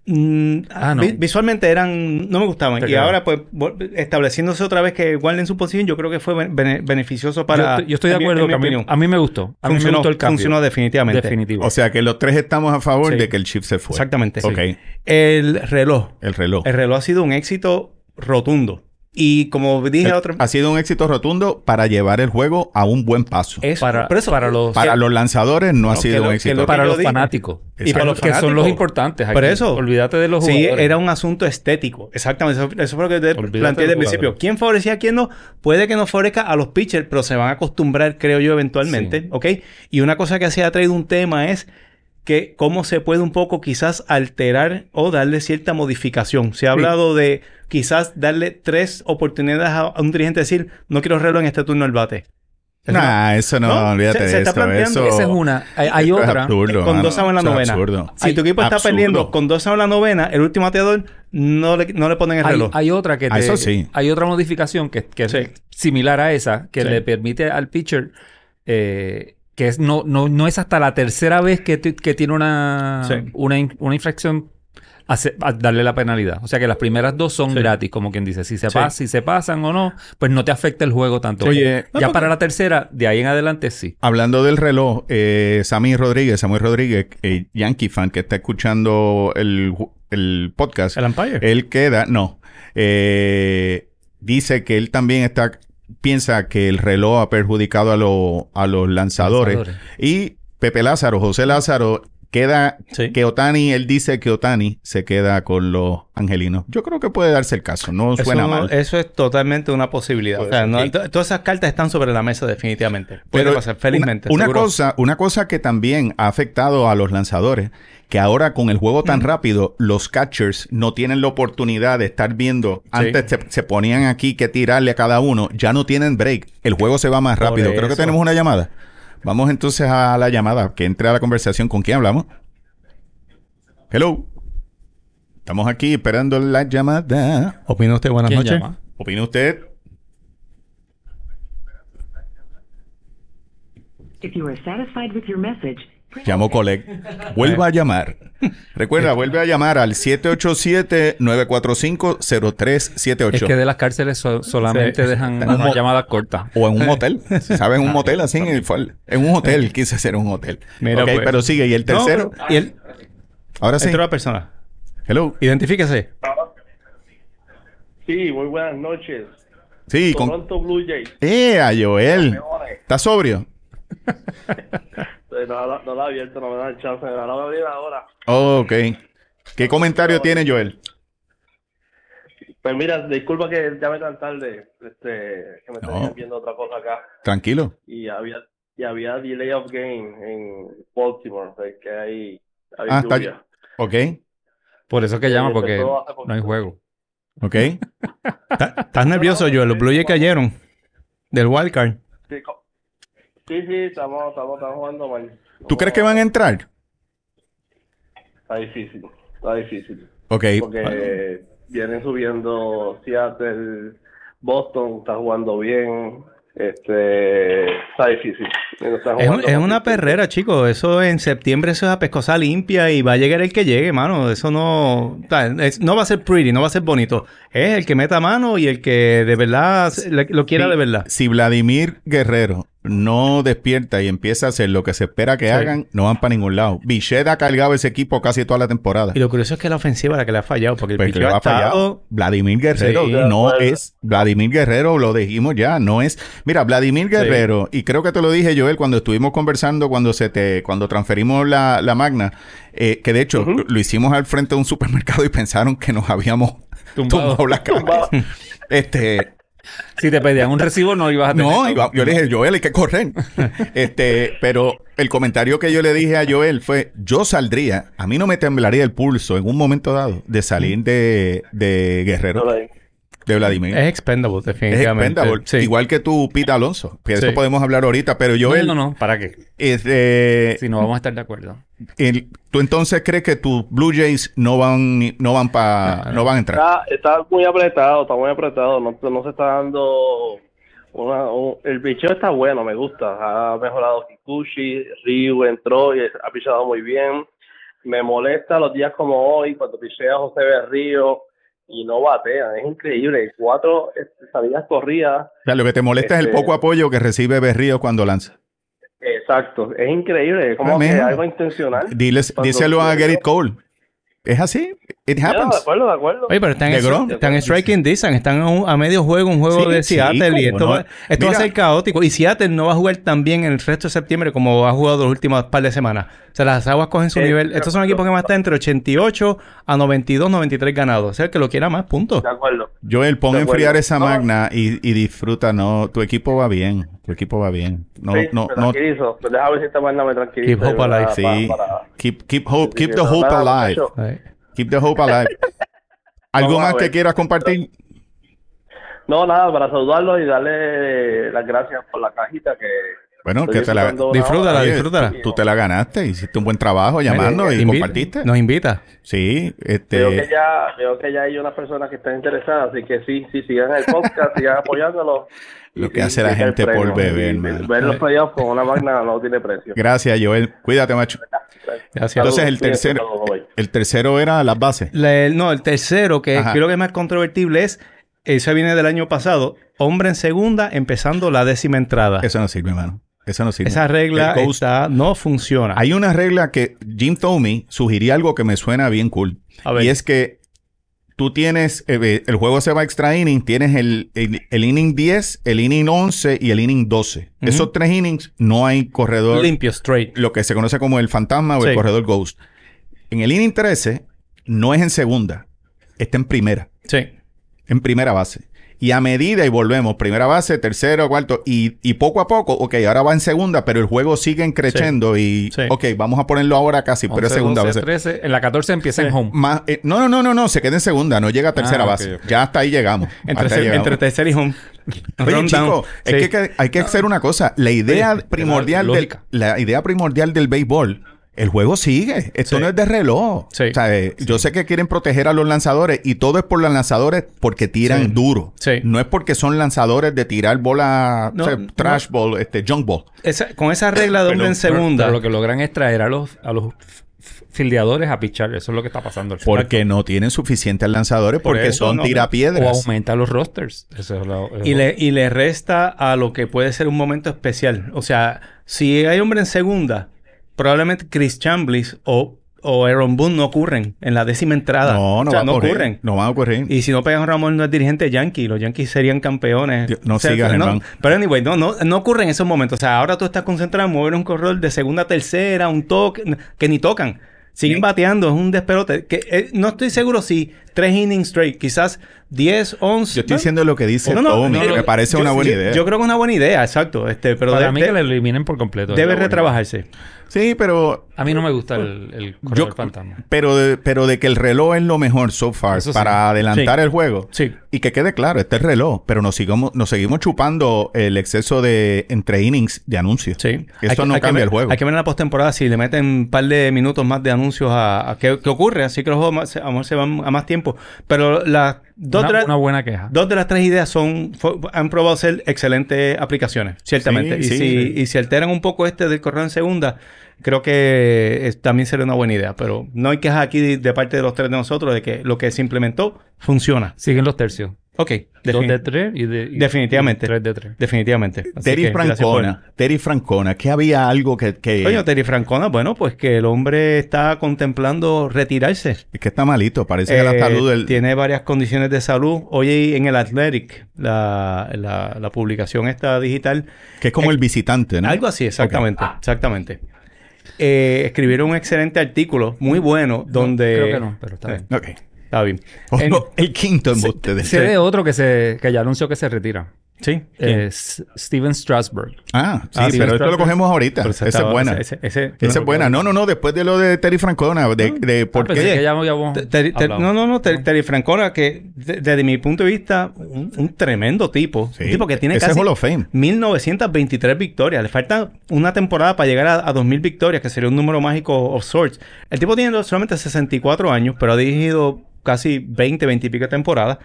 [SPEAKER 2] mm,
[SPEAKER 3] Ah, no.
[SPEAKER 2] vi- visualmente eran no me gustaban
[SPEAKER 3] Te
[SPEAKER 2] y
[SPEAKER 3] creo.
[SPEAKER 2] ahora pues vol- estableciéndose otra vez que igual en su posición yo creo que fue ben- bene- beneficioso para
[SPEAKER 3] yo, yo estoy de
[SPEAKER 2] en mi-
[SPEAKER 3] acuerdo
[SPEAKER 2] en mi
[SPEAKER 3] que a mí-
[SPEAKER 2] opinión.
[SPEAKER 3] a mí, me gustó. A mí me
[SPEAKER 2] funcionó,
[SPEAKER 3] gustó el cambio.
[SPEAKER 2] funcionó definitivamente
[SPEAKER 3] Definitivo.
[SPEAKER 1] O sea que los tres estamos a favor
[SPEAKER 2] Sí.
[SPEAKER 1] de que el chip se fue.
[SPEAKER 2] exactamente
[SPEAKER 1] Ok.
[SPEAKER 2] Sí. el reloj
[SPEAKER 1] El reloj.
[SPEAKER 2] el reloj ha sido un éxito rotundo y como dije
[SPEAKER 1] El-
[SPEAKER 2] otra
[SPEAKER 1] Ha sido un éxito rotundo para llevar el juego a un buen paso.
[SPEAKER 2] es
[SPEAKER 3] para,
[SPEAKER 2] pero eso-
[SPEAKER 3] para los,
[SPEAKER 1] para
[SPEAKER 2] que-
[SPEAKER 1] los lanzadores no ha
[SPEAKER 2] que
[SPEAKER 1] sido
[SPEAKER 2] lo-
[SPEAKER 1] un
[SPEAKER 2] que
[SPEAKER 1] éxito.
[SPEAKER 2] lo-
[SPEAKER 3] para
[SPEAKER 2] yo
[SPEAKER 3] los
[SPEAKER 2] digo.
[SPEAKER 3] fanáticos.
[SPEAKER 1] Y
[SPEAKER 2] para los
[SPEAKER 3] que son los
[SPEAKER 2] fanáticos.
[SPEAKER 3] importantes.
[SPEAKER 2] Por
[SPEAKER 3] aquí.
[SPEAKER 2] eso.
[SPEAKER 3] Olvídate de los
[SPEAKER 2] Sí,
[SPEAKER 3] jugadores.
[SPEAKER 2] era un asunto estético. Exactamente. Eso, eso fue lo que te
[SPEAKER 3] Olvídate
[SPEAKER 2] planteé
[SPEAKER 3] de
[SPEAKER 2] desde
[SPEAKER 3] los
[SPEAKER 2] principio.
[SPEAKER 3] jugadores.
[SPEAKER 2] ¿Quién favorecía a quién no? Puede que no favorezca a los pitchers, pero se van a acostumbrar, creo yo, eventualmente.
[SPEAKER 3] Sí.
[SPEAKER 2] ¿Ok? Y una cosa que se ha traído un tema es que cómo se puede un poco quizás alterar o darle cierta modificación. Se ha hablado de quizás darle tres oportunidades a, a un dirigente decir, no quiero reloj en este turno el bate. Es una-
[SPEAKER 1] Nah, eso no,
[SPEAKER 2] No,
[SPEAKER 1] olvídate
[SPEAKER 2] se-
[SPEAKER 1] de
[SPEAKER 2] se está
[SPEAKER 1] esto,
[SPEAKER 2] planteando-
[SPEAKER 1] eso-
[SPEAKER 3] Esa es una. Hay, hay
[SPEAKER 1] esto es
[SPEAKER 3] otra.
[SPEAKER 1] absurdo,
[SPEAKER 2] con
[SPEAKER 1] mano.
[SPEAKER 2] dos en la
[SPEAKER 1] Eso es
[SPEAKER 2] novena.
[SPEAKER 1] absurdo.
[SPEAKER 2] Si tu equipo está
[SPEAKER 1] Absurdo.
[SPEAKER 2] perdiendo con dos en la novena, el último bateador no le, no le ponen el
[SPEAKER 3] Hay,
[SPEAKER 2] reloj.
[SPEAKER 3] hay otra que
[SPEAKER 1] Ah,
[SPEAKER 3] te-
[SPEAKER 1] eso sí.
[SPEAKER 3] Hay otra modificación que, que
[SPEAKER 2] Sí.
[SPEAKER 3] es similar a esa, que
[SPEAKER 2] Sí.
[SPEAKER 3] le permite al pitcher eh, que es, no, no, no es hasta la tercera vez que, ti- que tiene una,
[SPEAKER 2] Sí.
[SPEAKER 3] una, in- una infracción hace- a darle la penalidad. O sea que las primeras dos son
[SPEAKER 2] Sí.
[SPEAKER 3] gratis, como quien dice. Si se,
[SPEAKER 2] Sí.
[SPEAKER 3] pas- si se pasan o no, pues no te afecta el juego tanto.
[SPEAKER 1] Oye,
[SPEAKER 3] ya para la tercera, de ahí en adelante sí.
[SPEAKER 1] Hablando del reloj, eh, Sammy Rodríguez, Samuel Rodríguez, eh, Yankee fan que está escuchando el, ju- el podcast,
[SPEAKER 2] El Empire.
[SPEAKER 1] él queda, no, eh, dice que él también está, piensa que el reloj ha perjudicado a, lo- a los lanzadores.
[SPEAKER 3] Lanzadores.
[SPEAKER 1] Y Pepe Lázaro, José Lázaro, queda
[SPEAKER 2] Sí.
[SPEAKER 1] que Otani, él dice que Otani se queda con los angelinos. Yo creo que puede darse el caso, no
[SPEAKER 2] Eso,
[SPEAKER 1] suena
[SPEAKER 2] no-
[SPEAKER 1] mal.
[SPEAKER 2] eso es totalmente una posibilidad.
[SPEAKER 1] Puede
[SPEAKER 2] O sea,
[SPEAKER 1] ser,
[SPEAKER 2] no-
[SPEAKER 1] sí.
[SPEAKER 2] to- Todas esas cartas están sobre la mesa definitivamente. Puede
[SPEAKER 1] Pero
[SPEAKER 2] pasar felizmente.
[SPEAKER 1] Una, una
[SPEAKER 2] seguro.
[SPEAKER 1] cosa, una cosa que también ha afectado a los lanzadores, que ahora con el juego
[SPEAKER 2] Mm.
[SPEAKER 1] tan rápido, los catchers no tienen la oportunidad de estar viendo. Antes se, se ponían aquí que tirarle a cada uno, ya no tienen break. El juego se va más
[SPEAKER 2] Por
[SPEAKER 1] rápido. Creo que
[SPEAKER 2] eso.
[SPEAKER 1] tenemos una llamada. Vamos entonces a la llamada, que entre a la conversación. ¿Con quién hablamos? Hello. Estamos aquí esperando la llamada.
[SPEAKER 5] ¿Opina usted buenas
[SPEAKER 3] ¿Quién
[SPEAKER 5] noches?
[SPEAKER 3] llama?
[SPEAKER 1] ¿Opina usted?
[SPEAKER 6] If you are satisfied with your message,
[SPEAKER 1] Llamó Colec. Vuelva a llamar. Recuerda, vuelve a llamar al 787-945-0378.
[SPEAKER 3] Es que de las cárceles so- solamente
[SPEAKER 2] Sí.
[SPEAKER 3] dejan una llamada corta.
[SPEAKER 1] O en
[SPEAKER 2] Eh.
[SPEAKER 1] un motel. ¿Sabes?
[SPEAKER 2] Ah.
[SPEAKER 1] En un motel así. En, el fal- en un hotel. Quise ser un hotel.
[SPEAKER 2] Mira,
[SPEAKER 1] Ok,
[SPEAKER 2] pues.
[SPEAKER 1] Pero sigue. ¿Y el
[SPEAKER 2] No,
[SPEAKER 1] tercero?
[SPEAKER 2] pero- y él,
[SPEAKER 1] Ahora sí.
[SPEAKER 2] entró la persona.
[SPEAKER 1] Hello.
[SPEAKER 2] Identifíquese.
[SPEAKER 7] Sí, muy buenas noches.
[SPEAKER 1] Sí, con...
[SPEAKER 7] Toronto Blue Jays.
[SPEAKER 1] ¡Eh, a Joel! ¿Estás sobrio?
[SPEAKER 7] Eh, No, no, no la he abierto, no me dan chance. No la voy a abrir ahora.
[SPEAKER 1] ok. ¿Qué comentario tiene Joel?
[SPEAKER 7] Pues mira, disculpa que llame tan tarde. Este, que me
[SPEAKER 1] No.
[SPEAKER 7] estaban viendo otra cosa acá.
[SPEAKER 1] Tranquilo.
[SPEAKER 7] Y había, y había delay of game en Baltimore. pues, que ahí había
[SPEAKER 1] Ah, está-
[SPEAKER 7] lluvia.
[SPEAKER 1] Ok.
[SPEAKER 3] Por eso que llama,
[SPEAKER 7] Eh,
[SPEAKER 3] porque
[SPEAKER 7] empezó hace poquito.
[SPEAKER 3] no hay juego.
[SPEAKER 1] Ok.
[SPEAKER 2] ¿Estás nervioso, Joel? Los Blue Jays cayeron del wildcard.
[SPEAKER 7] Sí, co- sí, sí, estamos, estamos, estamos jugando mal.
[SPEAKER 1] ¿Tú crees que van a entrar?
[SPEAKER 7] Está difícil, está difícil.
[SPEAKER 1] Ok.
[SPEAKER 7] Porque vienen subiendo Seattle, Boston está jugando bien, este está difícil. No está
[SPEAKER 2] Es, un-
[SPEAKER 7] jugando
[SPEAKER 2] es
[SPEAKER 7] con
[SPEAKER 2] una
[SPEAKER 7] Houston.
[SPEAKER 2] perrera, chicos. Eso en septiembre eso es a pescosa limpia y va a llegar el que llegue, mano. Eso no o sea, es- no va a ser pretty, no va a ser bonito. Es el que meta mano y el que de verdad se- le- lo quiera de verdad.
[SPEAKER 1] Si Vladimir Guerrero no despierta y empieza a hacer lo que se espera que hagan, no van para ningún lado. Bichette ha cargado ese equipo casi toda la temporada.
[SPEAKER 2] Y lo curioso es que la ofensiva es la que le ha fallado porque el
[SPEAKER 1] Pues que
[SPEAKER 2] picheo
[SPEAKER 1] le
[SPEAKER 2] ha
[SPEAKER 1] va a fallar.
[SPEAKER 2] estado-
[SPEAKER 1] Vladimir Guerrero
[SPEAKER 2] Sí.
[SPEAKER 1] no es Vladimir Guerrero, lo dijimos ya, no es. Mira, Vladimir Guerrero, y creo que te lo dije Joel cuando estuvimos conversando, cuando se te, cuando transferimos la, la magna, eh, que de hecho lo hicimos al frente de un supermercado y pensaron que nos habíamos
[SPEAKER 3] Tumbado.
[SPEAKER 1] tumbado la cabeza. Este,
[SPEAKER 3] Si te pedían un recibo, no ibas a tener.
[SPEAKER 1] no, iba- yo le dije, Joel, hay que correr. este, pero el comentario que yo le dije a Joel fue, yo saldría, a mí no me temblaría el pulso en un momento dado de salir de, de Guerrero, de Vladimir.
[SPEAKER 2] Es expendable,
[SPEAKER 1] Es
[SPEAKER 2] definitivamente.
[SPEAKER 1] expendable.
[SPEAKER 2] Sí.
[SPEAKER 1] Igual que tú, Pete Alonso, que de eso
[SPEAKER 2] Sí.
[SPEAKER 1] podemos hablar ahorita, pero
[SPEAKER 3] No,
[SPEAKER 1] Joel,
[SPEAKER 3] no, no, ¿para qué?
[SPEAKER 1] este,
[SPEAKER 3] Si no vamos a estar de acuerdo.
[SPEAKER 1] el- tú entonces crees que tus Blue Jays no van, ni- no van pa, no van a entrar.
[SPEAKER 7] Está, está muy apretado, está muy apretado, no, no se está dando... Una, un- el bicheo está bueno, me gusta. Ha mejorado Kikuchi, Ryu entró y ha pichado muy bien. Me molesta los días como hoy, cuando pichea José Berrío y no batea. Es increíble. Cuatro este, salidas corridas
[SPEAKER 1] O sea, lo que te molesta es el
[SPEAKER 7] Este-
[SPEAKER 1] poco apoyo que recibe Berrío cuando lanza.
[SPEAKER 7] Exacto, es increíble, como
[SPEAKER 1] Ah,
[SPEAKER 7] que
[SPEAKER 1] mira.
[SPEAKER 7] algo intencional.
[SPEAKER 1] Diles,
[SPEAKER 7] Cuando-
[SPEAKER 1] díselo a Gerrit Cole. Es así. It
[SPEAKER 7] Ya, de
[SPEAKER 1] happens.
[SPEAKER 7] acuerdo, de acuerdo.
[SPEAKER 2] Oye, pero están,
[SPEAKER 1] De
[SPEAKER 2] en,
[SPEAKER 1] Grom.
[SPEAKER 2] están en striking distance, están a, un- a medio juego, un juego
[SPEAKER 1] Sí,
[SPEAKER 2] de
[SPEAKER 1] sí,
[SPEAKER 2] Seattle y
[SPEAKER 1] cómo
[SPEAKER 2] esto, va,
[SPEAKER 1] no.
[SPEAKER 2] esto va a
[SPEAKER 1] Mira.
[SPEAKER 2] ser caótico. Y Seattle no va a jugar tan bien el resto de septiembre como ha jugado las últimas par de semanas. O sea, las aguas cogen su
[SPEAKER 7] Eh,
[SPEAKER 2] nivel. Estos son
[SPEAKER 7] exacto.
[SPEAKER 2] equipos que van a estar entre 88 a 92, 93 ganados. O sea, el que lo quiera más, punto.
[SPEAKER 7] De acuerdo.
[SPEAKER 1] Joel, pon a
[SPEAKER 7] De acuerdo.
[SPEAKER 1] enfriar esa
[SPEAKER 7] No.
[SPEAKER 1] magna y, y disfruta, no, tu equipo va bien, tu equipo va bien. No,
[SPEAKER 7] Sí,
[SPEAKER 1] no,
[SPEAKER 7] me
[SPEAKER 1] no,
[SPEAKER 7] tranquilizo. Pues Deja ver si esta vaina me tranquiliza.
[SPEAKER 2] Keep hope alive,
[SPEAKER 7] Para-
[SPEAKER 1] sí.
[SPEAKER 7] para-
[SPEAKER 1] Keep, keep hope, keep the
[SPEAKER 7] Nada,
[SPEAKER 1] hope alive.
[SPEAKER 7] muchacho,
[SPEAKER 2] Ahí.
[SPEAKER 1] Keep the hope alive. ¿Algo
[SPEAKER 7] Vamos a
[SPEAKER 1] más que
[SPEAKER 7] ver.
[SPEAKER 1] quieras compartir?
[SPEAKER 7] No, nada, para saludarlos y darle las gracias por la cajita que
[SPEAKER 1] Bueno, que te la
[SPEAKER 7] disfrutando una
[SPEAKER 2] Disfrútala,
[SPEAKER 7] hora.
[SPEAKER 2] disfrútala.
[SPEAKER 1] Tú te la ganaste, hiciste un buen trabajo llamando y
[SPEAKER 2] Invi-
[SPEAKER 1] compartiste.
[SPEAKER 2] Nos invita.
[SPEAKER 1] Sí,
[SPEAKER 7] Veo que
[SPEAKER 1] este,
[SPEAKER 7] ya, veo que ya hay unas personas que están interesadas, así que sí, sí, sigan el podcast, sigan apoyándolo.
[SPEAKER 1] Lo
[SPEAKER 7] Y
[SPEAKER 1] que
[SPEAKER 7] sí,
[SPEAKER 1] hace la
[SPEAKER 7] siga el
[SPEAKER 1] gente por
[SPEAKER 7] premio.
[SPEAKER 1] beber,
[SPEAKER 7] Y
[SPEAKER 1] hermano.
[SPEAKER 7] Ver los playoffs con una magna no tiene precio.
[SPEAKER 1] gracias Joel. Cuídate, macho. Entonces
[SPEAKER 2] Gracias.
[SPEAKER 7] Saludos,
[SPEAKER 1] el
[SPEAKER 7] cuídense,
[SPEAKER 1] tercero,
[SPEAKER 7] saludos, bye.
[SPEAKER 1] el tercero era las bases.
[SPEAKER 2] La- el- no, el tercero, que
[SPEAKER 1] Ajá.
[SPEAKER 2] creo que es más controvertible, es, esa viene del año pasado, hombre en segunda, empezando la décima entrada.
[SPEAKER 1] Eso no sirve, hermano. Eso no sirve.
[SPEAKER 2] Esa regla
[SPEAKER 1] El ghost.
[SPEAKER 2] está- no funciona.
[SPEAKER 1] Hay una regla que Jim Tomey sugería algo que me suena bien cool.
[SPEAKER 2] A ver.
[SPEAKER 1] Y es que tú tienes, eh, eh, el juego se va a extra inning, tienes el, el, el inning 10, el inning 11 y el inning 12.
[SPEAKER 2] Ujú.
[SPEAKER 1] Esos tres innings no hay corredor,
[SPEAKER 2] limpio, straight.
[SPEAKER 1] lo que se conoce como el fantasma o el
[SPEAKER 2] Sí.
[SPEAKER 1] corredor ghost. En el inning 13 no es en segunda, está en primera,
[SPEAKER 2] Sí.
[SPEAKER 1] en primera base. Y a medida, y volvemos, primera base, tercero, cuarto, y, y poco a poco, ok, ahora va en segunda, pero el juego sigue creciendo y,
[SPEAKER 2] Sí.
[SPEAKER 1] ok, vamos a ponerlo ahora casi, pero es segunda base.
[SPEAKER 3] 13, en la 14 empieza en home.
[SPEAKER 1] Más, eh, no, no, no, no, no, se queda en segunda, no llega a tercera
[SPEAKER 3] Ah, ok,
[SPEAKER 1] base.
[SPEAKER 3] ok.
[SPEAKER 1] Ya hasta ahí llegamos.
[SPEAKER 2] Entre,
[SPEAKER 1] Hasta
[SPEAKER 2] ter-
[SPEAKER 1] ahí llegamos.
[SPEAKER 2] entre tercer y home.
[SPEAKER 1] Oye,
[SPEAKER 2] Rundown.
[SPEAKER 1] chico, es
[SPEAKER 2] Sí.
[SPEAKER 1] que- que hay que hacer una cosa. La idea
[SPEAKER 3] Oye,
[SPEAKER 1] primordial
[SPEAKER 3] la
[SPEAKER 1] del,
[SPEAKER 3] lógica.
[SPEAKER 1] la idea primordial del béisbol, el juego sigue. Esto
[SPEAKER 2] Sí.
[SPEAKER 1] no es de reloj.
[SPEAKER 2] Sí.
[SPEAKER 1] O sea, eh, Yo sé que quieren proteger a los lanzadores y todo es por los lanzadores porque tiran
[SPEAKER 2] Sí.
[SPEAKER 1] duro.
[SPEAKER 2] Sí.
[SPEAKER 1] No es porque son lanzadores de tirar bola,
[SPEAKER 2] No,
[SPEAKER 1] o sea,
[SPEAKER 2] no.
[SPEAKER 1] trash ball, este, junk ball.
[SPEAKER 2] Esa- con esa regla de hombre en
[SPEAKER 3] Pero-
[SPEAKER 2] segunda.
[SPEAKER 3] Pero, lo que logran es traer a los, a los f- f- fildeadores a pichar. Eso es lo que está pasando. al final.
[SPEAKER 1] Porque no tienen suficientes lanzadores
[SPEAKER 2] Por
[SPEAKER 1] porque
[SPEAKER 2] eso,
[SPEAKER 1] son
[SPEAKER 2] no, no.
[SPEAKER 3] o
[SPEAKER 1] tirapiedras.
[SPEAKER 3] aumenta los rosters. Eso es lo,
[SPEAKER 2] Y le, y le resta a lo que puede ser un momento especial. O sea, si hay hombre en segunda, probablemente Chris Chamblis o, o Aaron Boone no ocurren en la décima entrada.
[SPEAKER 1] No, no,
[SPEAKER 2] o sea,
[SPEAKER 1] va
[SPEAKER 2] no
[SPEAKER 1] a ocurrir.
[SPEAKER 2] ocurren.
[SPEAKER 1] No va a ocurrir.
[SPEAKER 2] Y si no pegan Ramón no es dirigente yankee, los yankees serían campeones.
[SPEAKER 1] Dios, no
[SPEAKER 2] O sea,
[SPEAKER 1] sigas, Germán.
[SPEAKER 2] Pero anyway, no, no, no ocurren esos momentos. O sea, ahora tú estás concentrado en mover un corredor de segunda a tercera, un toque, que ni tocan. Siguen bateando, es un desperote. Que, eh, no estoy seguro si tres innings straight, quizás 10, 11.
[SPEAKER 1] Yo estoy
[SPEAKER 2] ¿no?
[SPEAKER 1] diciendo lo que dice
[SPEAKER 2] No, no,
[SPEAKER 1] Tommy.
[SPEAKER 2] no, no,
[SPEAKER 1] me parece
[SPEAKER 2] yo-
[SPEAKER 1] una buena
[SPEAKER 2] yo-
[SPEAKER 1] idea.
[SPEAKER 2] Yo creo que es una buena idea, exacto. Este, pero
[SPEAKER 3] Para
[SPEAKER 2] de-
[SPEAKER 3] mí
[SPEAKER 2] de-
[SPEAKER 3] que le eliminen por completo.
[SPEAKER 2] debe
[SPEAKER 3] Es la buena.
[SPEAKER 2] retrabajarse.
[SPEAKER 1] sí, pero
[SPEAKER 3] A mí no me gusta el, el corredor
[SPEAKER 1] yo,
[SPEAKER 3] fantasma.
[SPEAKER 1] pero de, pero de que el reloj es lo mejor so far
[SPEAKER 3] Eso sí.
[SPEAKER 1] para adelantar el juego.
[SPEAKER 2] Sí.
[SPEAKER 1] Y que quede claro, este es reloj, pero nos sigamos nos seguimos chupando el exceso de entre innings de anuncios.
[SPEAKER 2] Sí.
[SPEAKER 1] Que Eso
[SPEAKER 2] Hay que-
[SPEAKER 1] no
[SPEAKER 2] hay que
[SPEAKER 1] cambia
[SPEAKER 2] ver-
[SPEAKER 1] el juego.
[SPEAKER 2] Hay que ver en la postemporada si le meten un par de minutos más de anuncios a, a qué, qué ocurre. Así que los juegos más- a lo mejor se van a más tiempo. Pero las dos, de
[SPEAKER 3] Una,
[SPEAKER 2] las-
[SPEAKER 3] una buena queja.
[SPEAKER 2] dos de las tres ideas son fue- han probado ser excelentes aplicaciones,
[SPEAKER 1] Sí,
[SPEAKER 2] ciertamente. y,
[SPEAKER 1] sí,
[SPEAKER 2] si,
[SPEAKER 1] sí.
[SPEAKER 2] y si alteran un poco este del correo en segunda, creo que es- también sería una buena idea. Pero no hay quejas aquí de, de parte de los tres de nosotros de que lo que se implementó funciona.
[SPEAKER 3] Siguen los tercios.
[SPEAKER 2] Ok,
[SPEAKER 3] Dos
[SPEAKER 2] defini-
[SPEAKER 3] de tres y de. y-
[SPEAKER 2] Definitivamente.
[SPEAKER 3] y tres de tres.
[SPEAKER 2] definitivamente. Así
[SPEAKER 1] Terry
[SPEAKER 2] que gracias
[SPEAKER 1] Francona, Terry Francona, que había algo que, que,
[SPEAKER 2] por- Oye, Terry Francona, bueno, pues que el hombre está contemplando retirarse.
[SPEAKER 1] es que está malito, parece que la
[SPEAKER 2] Eh,
[SPEAKER 1] salud del
[SPEAKER 2] Tiene varias condiciones de salud. Oye, en el Athletic, la, la- la publicación esta digital,
[SPEAKER 1] que es como el visitante, ¿no?
[SPEAKER 2] eh, algo así, exactamente,
[SPEAKER 1] Ah.
[SPEAKER 2] exactamente. Eh, escribieron un excelente artículo, muy bueno, donde... Eh,
[SPEAKER 3] Creo que no, pero está bien.
[SPEAKER 1] Ok.
[SPEAKER 2] Está bien.
[SPEAKER 1] Oh,
[SPEAKER 2] En-
[SPEAKER 1] no, el quinto embuste de
[SPEAKER 3] Sé de otro que, se, que ya anunció que se retira.
[SPEAKER 2] Sí. ¿quién?
[SPEAKER 3] Eh, S- Steven Strasberg.
[SPEAKER 1] Ah, sí,
[SPEAKER 2] Ah, sí,
[SPEAKER 1] pero
[SPEAKER 2] Mr.
[SPEAKER 1] esto lo cogemos ahorita.
[SPEAKER 2] Pero
[SPEAKER 1] Esa
[SPEAKER 2] ese
[SPEAKER 1] es
[SPEAKER 2] estaba-
[SPEAKER 1] buena.
[SPEAKER 2] ese- ese-
[SPEAKER 1] Esa es buena. No, no, no. Después de lo de Terry Francona, de, de
[SPEAKER 3] Ah,
[SPEAKER 1] por
[SPEAKER 3] pensé
[SPEAKER 1] qué.
[SPEAKER 3] que ya habíamos
[SPEAKER 2] Te- te- te-
[SPEAKER 3] hablado.
[SPEAKER 2] no, no, no,
[SPEAKER 1] Ah.
[SPEAKER 2] te- Terry Francona, que de- desde mi punto de vista, un, un tremendo tipo.
[SPEAKER 1] Sí,
[SPEAKER 2] un tipo que tiene
[SPEAKER 1] ese es
[SPEAKER 2] casi
[SPEAKER 1] Hall of Fame.
[SPEAKER 2] 1923 victorias. Le falta una temporada para llegar a, a 2000 victorias, que sería un número mágico of sorts. El tipo tiene solamente 64 años, pero ha dirigido casi 20, 20 y pico temporadas.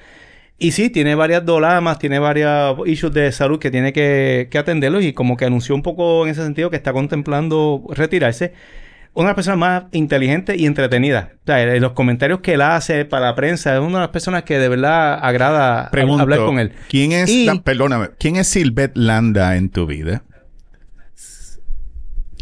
[SPEAKER 2] Y sí, tiene varias dolamas, tiene varios issues de salud que tiene que, que atenderlos y como que anunció un poco en ese sentido que está contemplando retirarse. Una persona más inteligente y entretenida. O sea, eh, los comentarios que él hace para la prensa es una de las personas que de verdad agrada hab-
[SPEAKER 1] Pregunto,
[SPEAKER 2] hablar con él.
[SPEAKER 1] ¿Quién es,
[SPEAKER 2] Y-
[SPEAKER 1] la- perdóname, quién es Silvet Landa en tu vida?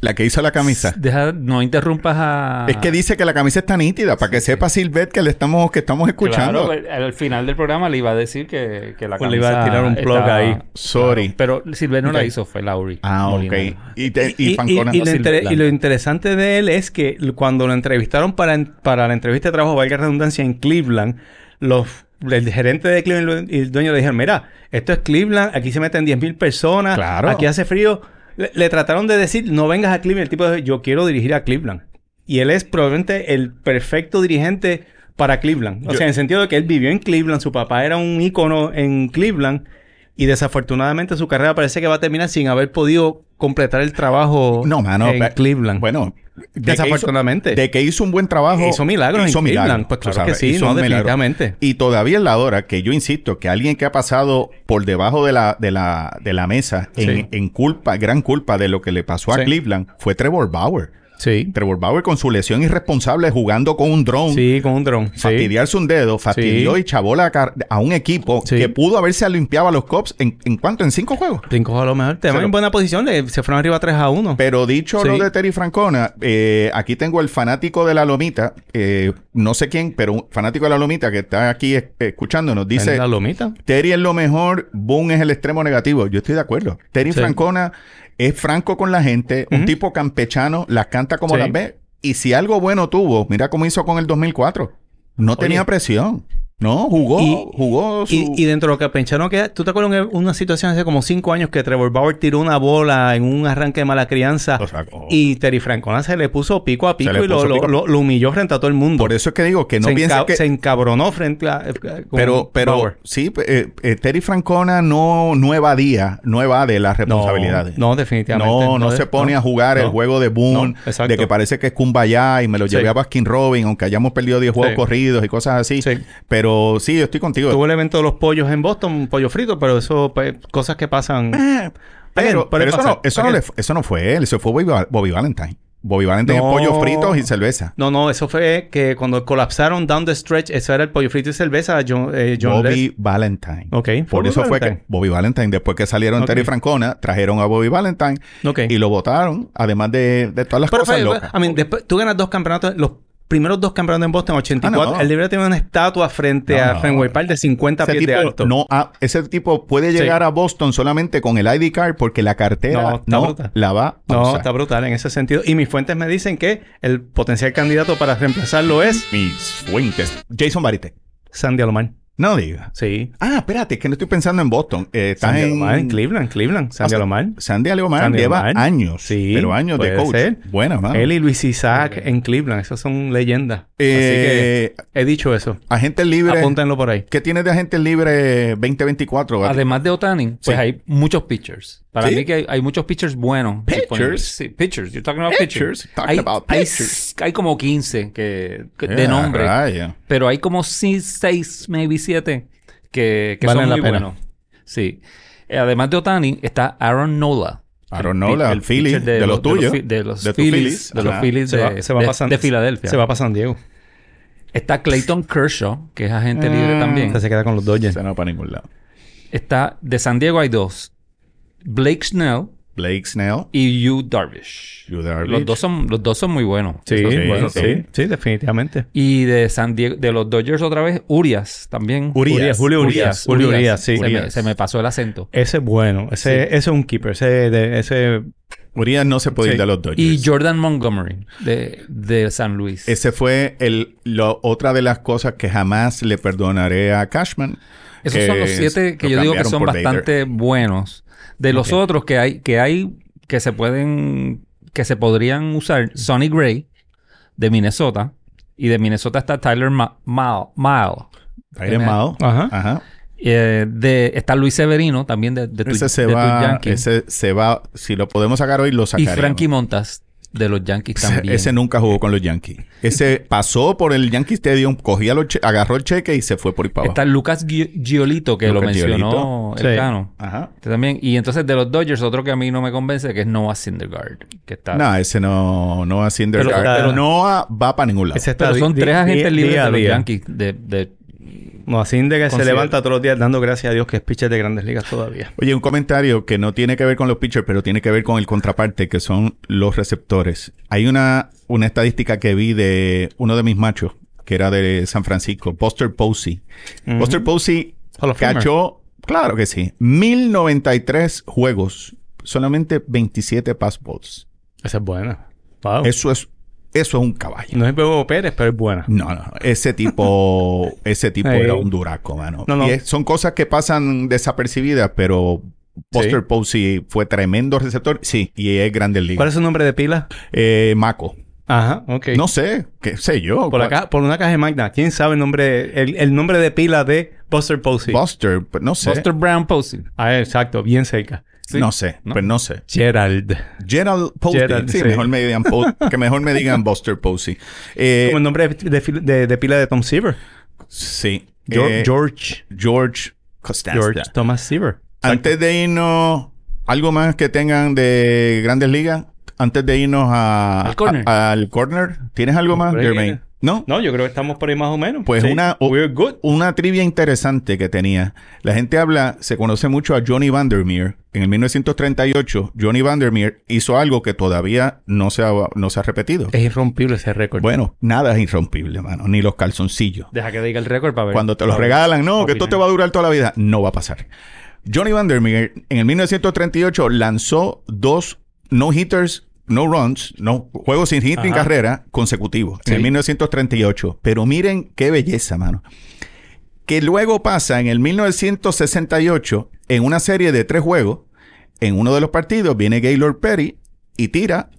[SPEAKER 1] La que hizo la camisa.
[SPEAKER 3] Deja- no interrumpas a.
[SPEAKER 1] Es
[SPEAKER 2] Ah.
[SPEAKER 1] que dice que la camisa está nítida, para que sepa Silvet que le estamos, que estamos escuchando.
[SPEAKER 3] Claro, pues. pero al final del programa le iba a decir que, que la
[SPEAKER 2] Pues le iba a
[SPEAKER 3] camisa
[SPEAKER 2] tirar un plug
[SPEAKER 3] estaba-
[SPEAKER 2] ahí.
[SPEAKER 1] Sorry.
[SPEAKER 3] Pero Silver no
[SPEAKER 2] Ok.
[SPEAKER 3] la hizo, fue Lauri.
[SPEAKER 1] ah, ok.
[SPEAKER 3] Molina.
[SPEAKER 1] Y, te- y
[SPEAKER 2] Y, y-
[SPEAKER 1] Francona.
[SPEAKER 2] y lo
[SPEAKER 3] no sirve
[SPEAKER 2] inter-
[SPEAKER 3] plan.
[SPEAKER 2] y lo interesante de él es que l- cuando lo entrevistaron para, en- para la entrevista de trabajo, valga la redundancia, en Cleveland, los, el gerente de Cleveland y el dueño le dijeron, mira, esto es Cleveland, aquí se meten 10.000 personas,
[SPEAKER 1] Claro.
[SPEAKER 2] aquí hace frío. Le, le trataron de decir, no vengas a Cleveland. El tipo dijo, yo quiero dirigir a Cleveland. Y él es probablemente el perfecto dirigente para Cleveland. O sea, en el sentido de que él vivió en Cleveland, su papá era un ícono en Cleveland. Y desafortunadamente su carrera parece que va a terminar sin haber podido completar el trabajo
[SPEAKER 1] No, mano,
[SPEAKER 2] en
[SPEAKER 1] pe-
[SPEAKER 2] Cleveland.
[SPEAKER 1] Bueno, de que hizo-
[SPEAKER 2] Desafortunadamente.
[SPEAKER 1] de que hizo un buen trabajo.
[SPEAKER 2] Hizo milagros en Cleveland. Pues
[SPEAKER 1] tú
[SPEAKER 2] claro que sí,
[SPEAKER 1] hizo
[SPEAKER 2] no,
[SPEAKER 1] un milagro.
[SPEAKER 2] definitivamente.
[SPEAKER 1] Y todavía en la hora, que yo insisto, que alguien que ha pasado por debajo de la, de la, de la mesa en,
[SPEAKER 2] Sí.
[SPEAKER 1] en culpa, gran culpa de lo que le pasó a
[SPEAKER 2] Sí.
[SPEAKER 1] Cleveland, fue Trevor Bauer.
[SPEAKER 2] sí.
[SPEAKER 1] Trevor Bauer con su lesión irresponsable jugando con un drone.
[SPEAKER 2] Sí, con un dron. Sí.
[SPEAKER 1] Fastidiarse un dedo, fastidió
[SPEAKER 2] Sí.
[SPEAKER 1] y chavó la car- a un equipo
[SPEAKER 2] Sí.
[SPEAKER 1] que pudo haberse limpiado a los Cops en, en cuánto, en cinco juegos.
[SPEAKER 2] Brincos a lo mejor. Te van
[SPEAKER 1] Pero-
[SPEAKER 2] en buena posición. le- se fueron arriba 3 a 1.
[SPEAKER 1] Pero dicho
[SPEAKER 2] Sí.
[SPEAKER 1] lo de Terry Francona, eh, aquí tengo el fanático de la Lomita, eh, no sé quién, pero un fanático de la Lomita que está aquí eh, escuchándonos,
[SPEAKER 2] Dice,
[SPEAKER 1] dice,
[SPEAKER 2] la lomita.
[SPEAKER 1] Terry es lo mejor, Boone es el extremo negativo. Yo estoy de acuerdo. Terry
[SPEAKER 2] Sí.
[SPEAKER 1] Francona es franco con la gente, un
[SPEAKER 2] Ujú.
[SPEAKER 1] tipo campechano, las canta como
[SPEAKER 2] Sí.
[SPEAKER 1] las ve. Y si algo bueno tuvo, mira cómo hizo con el 2004. No tenía presión. No, jugó,
[SPEAKER 2] Y-
[SPEAKER 1] jugó su...
[SPEAKER 2] Y, y dentro de lo que pensaron que... ¿Tú te acuerdas de una situación hace como 5 años que Trevor Bauer tiró una bola en un arranque de mala crianza?
[SPEAKER 1] O sea, oh.
[SPEAKER 2] Y Terry Francona se le puso pico a pico
[SPEAKER 1] le
[SPEAKER 2] y lo,
[SPEAKER 1] puso
[SPEAKER 2] lo-
[SPEAKER 1] pico a
[SPEAKER 2] lo- lo humilló frente a todo el mundo.
[SPEAKER 1] Por eso es que digo que no
[SPEAKER 2] se,
[SPEAKER 1] piensa
[SPEAKER 2] enca-
[SPEAKER 1] que...
[SPEAKER 2] se encabronó frente a... eh, con
[SPEAKER 1] Pero, pero
[SPEAKER 2] Bauer.
[SPEAKER 1] sí, eh, eh, Terry Francona no, no evadía, no evade las
[SPEAKER 2] No,
[SPEAKER 1] responsabilidades.
[SPEAKER 2] No, definitivamente.
[SPEAKER 1] No, no se pone a jugar el
[SPEAKER 2] no.
[SPEAKER 1] juego de Boone,
[SPEAKER 2] No, exacto.
[SPEAKER 1] de que parece que es Kumbaya y me lo
[SPEAKER 2] Sí.
[SPEAKER 1] llevé a Baskin Robin, aunque hayamos perdido 10 juegos
[SPEAKER 2] Sí.
[SPEAKER 1] corridos y cosas así.
[SPEAKER 2] Sí.
[SPEAKER 1] Pero sí, yo estoy contigo.
[SPEAKER 2] Tuvo el evento de los pollos en Boston, un pollo frito, pero eso, pues, cosas que pasan.
[SPEAKER 1] Eh, pero
[SPEAKER 2] Again,
[SPEAKER 1] pero
[SPEAKER 2] puede
[SPEAKER 1] eso,
[SPEAKER 2] pasar.
[SPEAKER 1] no, eso, no
[SPEAKER 2] Again.
[SPEAKER 1] le- eso no fue él, eso fue Bobby, Va- Bobby Valentine. Bobby Valentine
[SPEAKER 2] No.
[SPEAKER 1] en pollos fritos y cerveza.
[SPEAKER 2] No, no, eso fue que cuando colapsaron down the stretch, eso era el pollo frito y cerveza, John, eh, John
[SPEAKER 1] Bobby
[SPEAKER 2] Les.
[SPEAKER 1] Valentine.
[SPEAKER 2] Ok,
[SPEAKER 1] Por
[SPEAKER 2] Bobby
[SPEAKER 1] eso fue
[SPEAKER 2] Valentine.
[SPEAKER 1] que Bobby Valentine, después que salieron
[SPEAKER 2] Ok.
[SPEAKER 1] Terry Francona, trajeron a Bobby Valentine
[SPEAKER 2] Ok.
[SPEAKER 1] y lo votaron, además de, de todas las
[SPEAKER 2] Pero
[SPEAKER 1] cosas
[SPEAKER 2] fue-
[SPEAKER 1] locas.
[SPEAKER 2] I mean, después, tú ganas dos campeonatos, los primeros dos campeonatos en Boston, 84.
[SPEAKER 1] Ah, no.
[SPEAKER 2] El libro tiene una estatua frente
[SPEAKER 1] No,
[SPEAKER 2] a
[SPEAKER 1] no.
[SPEAKER 2] Fenway Park de 50
[SPEAKER 1] Ese
[SPEAKER 2] pies de
[SPEAKER 1] tipo,
[SPEAKER 2] alto.
[SPEAKER 1] no, ha- ese tipo puede
[SPEAKER 2] Sí.
[SPEAKER 1] llegar a Boston solamente con el ID card porque la
[SPEAKER 2] No,
[SPEAKER 1] cartera
[SPEAKER 2] está
[SPEAKER 1] no,
[SPEAKER 2] brutal.
[SPEAKER 1] la va a
[SPEAKER 2] No,
[SPEAKER 1] usar.
[SPEAKER 2] está brutal en ese sentido. Y mis fuentes me dicen que el potencial candidato para reemplazarlo es
[SPEAKER 1] Mis fuentes. Jason Barite.
[SPEAKER 2] Sandy Alomar.
[SPEAKER 1] No digas.
[SPEAKER 2] Sí.
[SPEAKER 1] Ah, espérate, es que no estoy pensando en Boston. Eh, estás
[SPEAKER 2] Sandy Alomar,
[SPEAKER 1] en
[SPEAKER 2] en Cleveland, Cleveland. Sandy
[SPEAKER 1] Ah,
[SPEAKER 2] Alomar.
[SPEAKER 1] Sandy Alomar
[SPEAKER 2] Sandy
[SPEAKER 1] lleva
[SPEAKER 2] Alomar.
[SPEAKER 1] años,
[SPEAKER 2] Sí,
[SPEAKER 1] pero años de
[SPEAKER 2] puede
[SPEAKER 1] coach.
[SPEAKER 2] ser.
[SPEAKER 1] Buena, mano.
[SPEAKER 2] Él y Luis Isaac en Cleveland. Esas son leyendas.
[SPEAKER 1] Eh,
[SPEAKER 2] Así que he dicho eso.
[SPEAKER 1] agentes libres.
[SPEAKER 2] Apúntenlo por ahí.
[SPEAKER 1] ¿Qué tienes de agentes libres 2024?
[SPEAKER 2] Ah,
[SPEAKER 1] Barry?
[SPEAKER 3] Además de Otani, pues
[SPEAKER 1] Sí.
[SPEAKER 3] hay muchos pitchers. Para
[SPEAKER 1] ¿Sí?
[SPEAKER 3] mí que hay, hay muchos pitchers buenos.
[SPEAKER 1] Pitchers?
[SPEAKER 3] disponibles. Sí, pitchers. You're talking about
[SPEAKER 1] Pitchers?
[SPEAKER 3] pitchers.
[SPEAKER 1] Talking
[SPEAKER 3] hay,
[SPEAKER 1] about
[SPEAKER 3] hay
[SPEAKER 1] pitchers. Ah,
[SPEAKER 3] s- hay como 15 que, que-
[SPEAKER 1] Yeah,
[SPEAKER 3] de nombre.
[SPEAKER 1] Eh, raya.
[SPEAKER 3] Pero hay como 6, maybe 7 que, que
[SPEAKER 2] Valen
[SPEAKER 3] son
[SPEAKER 2] la
[SPEAKER 3] muy
[SPEAKER 2] pena.
[SPEAKER 3] buenos. Sí. Eh, Además de Otani, está Aaron Nola.
[SPEAKER 1] Aaron
[SPEAKER 3] El
[SPEAKER 1] Nola,
[SPEAKER 3] pi-
[SPEAKER 1] el Philly,
[SPEAKER 3] pitcher
[SPEAKER 1] de los tuyos,
[SPEAKER 3] fi- De los
[SPEAKER 1] de tus Phillies.
[SPEAKER 3] Phillies. De los
[SPEAKER 1] Ajá.
[SPEAKER 3] Phillies
[SPEAKER 2] Se
[SPEAKER 3] de-
[SPEAKER 2] va, se va
[SPEAKER 3] de-
[SPEAKER 2] pa' San-
[SPEAKER 3] de Filadelfia.
[SPEAKER 2] Se va para San Diego.
[SPEAKER 3] Está Clayton Kershaw, que es agente
[SPEAKER 2] Ah.
[SPEAKER 3] libre también.
[SPEAKER 2] O sea, se queda con los Dodgers.
[SPEAKER 1] Ese no va para ningún lado.
[SPEAKER 3] Está de San Diego hay dos. Blake Snell
[SPEAKER 1] Blake Snell.
[SPEAKER 3] y Yu Darvish.
[SPEAKER 1] Yu Darvish.
[SPEAKER 3] Los dos son, los dos son muy buenos.
[SPEAKER 2] Sí,
[SPEAKER 3] Esos-
[SPEAKER 1] Sí,
[SPEAKER 2] bueno,
[SPEAKER 1] sí.
[SPEAKER 2] sí. sí. definitivamente.
[SPEAKER 3] Y de San Diego, de los Dodgers otra vez, Urias también.
[SPEAKER 1] Urias.
[SPEAKER 2] Julio Urias. Julio Urias, sí.
[SPEAKER 3] Se,
[SPEAKER 1] Urias.
[SPEAKER 3] Me, se me pasó el acento.
[SPEAKER 2] Ese es bueno. Ese, ese es un keeper. Ese, de, ese
[SPEAKER 1] Urias no se puede
[SPEAKER 2] Sí.
[SPEAKER 1] ir de los Dodgers.
[SPEAKER 3] Y Jordan Montgomery de, de San Luis.
[SPEAKER 1] Ese fue el, lo- otra de las cosas que jamás le perdonaré a Cashman.
[SPEAKER 3] Esos
[SPEAKER 1] que
[SPEAKER 3] son los siete que
[SPEAKER 1] lo
[SPEAKER 3] yo digo que
[SPEAKER 1] cambiaron
[SPEAKER 3] son
[SPEAKER 1] por Bader.
[SPEAKER 3] bastante buenos. De los
[SPEAKER 2] Ok.
[SPEAKER 3] otros que hay, que hay, que se pueden, que se podrían usar, Sonny Gray de Minnesota. Y de Minnesota está Tyler Ma- Mile. Mile.
[SPEAKER 1] Tyler Mao.
[SPEAKER 2] Ajá.
[SPEAKER 1] Ajá.
[SPEAKER 3] Eh, de, está Luis Severino también de, de, tu-
[SPEAKER 1] Ese se
[SPEAKER 3] de tus
[SPEAKER 1] va,
[SPEAKER 3] Yankees.
[SPEAKER 1] ese se va, si lo podemos sacar hoy, lo
[SPEAKER 3] y
[SPEAKER 1] sacaremos.
[SPEAKER 3] Frankie Montas de los Yankees
[SPEAKER 1] ese,
[SPEAKER 3] también.
[SPEAKER 1] ese nunca jugó con los Yankees. Ese pasó por el Yankee Stadium, cogía los che- agarró el cheque y se fue por ahí para
[SPEAKER 3] Está
[SPEAKER 1] abajo.
[SPEAKER 3] Lucas Gui- Giolito, que lo
[SPEAKER 1] Lucas
[SPEAKER 3] mencionó
[SPEAKER 2] Giolito.
[SPEAKER 3] el
[SPEAKER 2] Sí.
[SPEAKER 3] Cano.
[SPEAKER 1] Ajá.
[SPEAKER 3] Este También. Y entonces de los Dodgers, otro que a mí no me convence, que es Noah Syndergaard. Que está...
[SPEAKER 1] No, ese no, no va siendo
[SPEAKER 3] Pero-
[SPEAKER 1] Pero
[SPEAKER 2] pero-
[SPEAKER 1] Noah va para ningún lado.
[SPEAKER 2] ese está
[SPEAKER 3] Pero son
[SPEAKER 2] di-
[SPEAKER 3] tres
[SPEAKER 2] di-
[SPEAKER 3] agentes
[SPEAKER 2] día
[SPEAKER 3] libres
[SPEAKER 2] a
[SPEAKER 3] de los
[SPEAKER 2] día.
[SPEAKER 3] Yankees. De, de-
[SPEAKER 2] No, así de que se
[SPEAKER 3] Considero.
[SPEAKER 2] levanta todos los días dando gracias a Dios que es pitcher de grandes ligas todavía.
[SPEAKER 1] Oye, un comentario que no tiene que ver con los pitchers, pero tiene que ver con el contraparte, que son los receptores. Hay una, una estadística que vi de uno de mis machos, que era de San Francisco, Buster Posey. Buster Posey
[SPEAKER 2] Hall of Famer.
[SPEAKER 1] cachó, claro que sí, 1093 juegos, solamente 27 passballs.
[SPEAKER 2] Esa es buena. Wow.
[SPEAKER 1] Eso es, eso es un caballo.
[SPEAKER 2] No es Bebo Pérez, pero es buena.
[SPEAKER 1] No, no, ese tipo, ese tipo
[SPEAKER 2] Ey.
[SPEAKER 1] era un duraco, mano.
[SPEAKER 2] No, no.
[SPEAKER 1] Y es- son cosas que pasan desapercibidas, pero Buster Posey fue tremendo receptor, sí, y es grande liga.
[SPEAKER 2] ¿Cuál es su nombre de pila?
[SPEAKER 1] Eh, Maco.
[SPEAKER 2] Ajá, ok.
[SPEAKER 1] No sé, qué sé yo.
[SPEAKER 2] por, la
[SPEAKER 1] ¿Cuál-
[SPEAKER 2] ca- por una caja de magna. ¿Quién sabe el nombre, el, el nombre de pila de Buster Posey?
[SPEAKER 1] Buster, pues, no sé.
[SPEAKER 3] Buster Brown Posey.
[SPEAKER 2] Ah, exacto, bien cerca.
[SPEAKER 3] Sí.
[SPEAKER 1] No sé,
[SPEAKER 3] ¿No?
[SPEAKER 1] pues no sé.
[SPEAKER 2] Gerald.
[SPEAKER 1] Eh, Gerald Posey.
[SPEAKER 2] Gerald,
[SPEAKER 1] sí,
[SPEAKER 2] sí.
[SPEAKER 1] Mejor me digan Po- que mejor me digan Buster Posey. Eh,
[SPEAKER 2] Como el nombre de, de fil- de- de pila de Tom Seaver.
[SPEAKER 1] sí.
[SPEAKER 2] Jo-
[SPEAKER 1] Eh,
[SPEAKER 2] George.
[SPEAKER 1] George Costanza.
[SPEAKER 2] George Thomas Seaver.
[SPEAKER 1] Antes de irnos, algo más que tengan de Grandes Ligas. Antes de irnos a,
[SPEAKER 3] Al corner.
[SPEAKER 1] a- al corner, ¿tienes algo más,
[SPEAKER 2] Por ahí
[SPEAKER 1] Jermaine?
[SPEAKER 2] era.
[SPEAKER 1] No,
[SPEAKER 2] No, yo creo que estamos por ahí más o menos.
[SPEAKER 1] Pues una- o-
[SPEAKER 2] We're good.
[SPEAKER 1] una trivia interesante que tenía. La gente habla, se conoce mucho a Johnny Vandermeer. En el 1938, Johnny Vandermeer hizo algo que todavía no se ha, no se ha repetido.
[SPEAKER 2] Es irrompible ese récord.
[SPEAKER 1] Bueno, nada es irrompible, mano, ni los calzoncillos.
[SPEAKER 3] Deja que diga el récord para ver.
[SPEAKER 1] Cuando te los
[SPEAKER 3] Para ver.
[SPEAKER 1] regalan, no, que esto
[SPEAKER 3] Opinan.
[SPEAKER 1] te va a durar toda la vida, no va a pasar. Johnny Vandermeer en el 1938 lanzó dos no hitters, no runs, no juegos sin hit en
[SPEAKER 2] Ajá.
[SPEAKER 1] carrera consecutivos en el
[SPEAKER 2] Sí.
[SPEAKER 1] 1938. Pero miren qué belleza, mano. Que luego pasa en el 1968 en una serie de tres juegos. En uno de los partidos viene Gaylord Perry y tira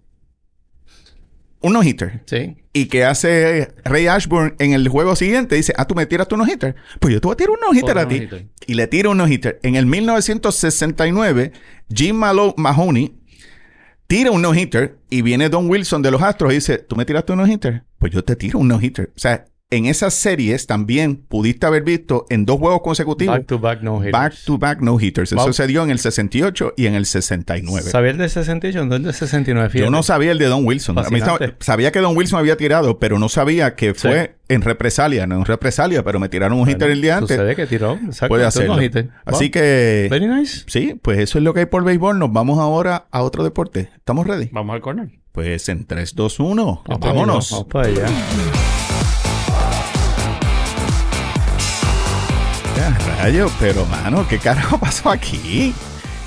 [SPEAKER 1] un no hitter.
[SPEAKER 2] Sí.
[SPEAKER 1] Y que hace Ray Ashburn en el juego siguiente, dice, ah, tú me tiras tu no-hitter. Pues yo te voy a tirar un no-hitter
[SPEAKER 3] Otro
[SPEAKER 1] a ti.
[SPEAKER 3] no-hitter.
[SPEAKER 1] Y le tiro un no-hitter. En el 1969, Jim Malo Mahoney tira un no-hitter y viene Don Wilson de los Astros y dice, tú me tiraste un no-hitter. Pues yo te tiro un no-hitter. O sea, en esas series también pudiste haber visto en dos juegos consecutivos
[SPEAKER 2] Back to back no hitters.
[SPEAKER 1] back to back no-hitters. Eso
[SPEAKER 2] Wow.
[SPEAKER 1] se dio en el 68 y en el 69.
[SPEAKER 2] Sabía el de 68, no el de 69. Fíjate.
[SPEAKER 1] Yo no sabía el de Don Wilson. A mí
[SPEAKER 2] Fascinante.
[SPEAKER 1] estaba- sabía que Don Wilson había tirado, pero no sabía que fue en represalia. No en represalia, pero me tiraron un hitter el día antes.
[SPEAKER 2] Sucede que tiró. Exacto,
[SPEAKER 1] Puede
[SPEAKER 2] entonces
[SPEAKER 1] hacerlo.
[SPEAKER 2] no hitter.
[SPEAKER 1] Así
[SPEAKER 2] Wow.
[SPEAKER 1] que, eh,
[SPEAKER 2] Very nice.
[SPEAKER 1] sí, pues eso es lo que hay por béisbol. Nos vamos ahora a otro deporte. ¿Estamos ready?
[SPEAKER 3] Vamos al corner.
[SPEAKER 1] Pues en 3, 2, 1.
[SPEAKER 2] Vamos para allá,
[SPEAKER 1] Vámonos.
[SPEAKER 2] Vamos para allá.
[SPEAKER 1] Ya, Rayos, pero mano, ¿qué carajo pasó aquí?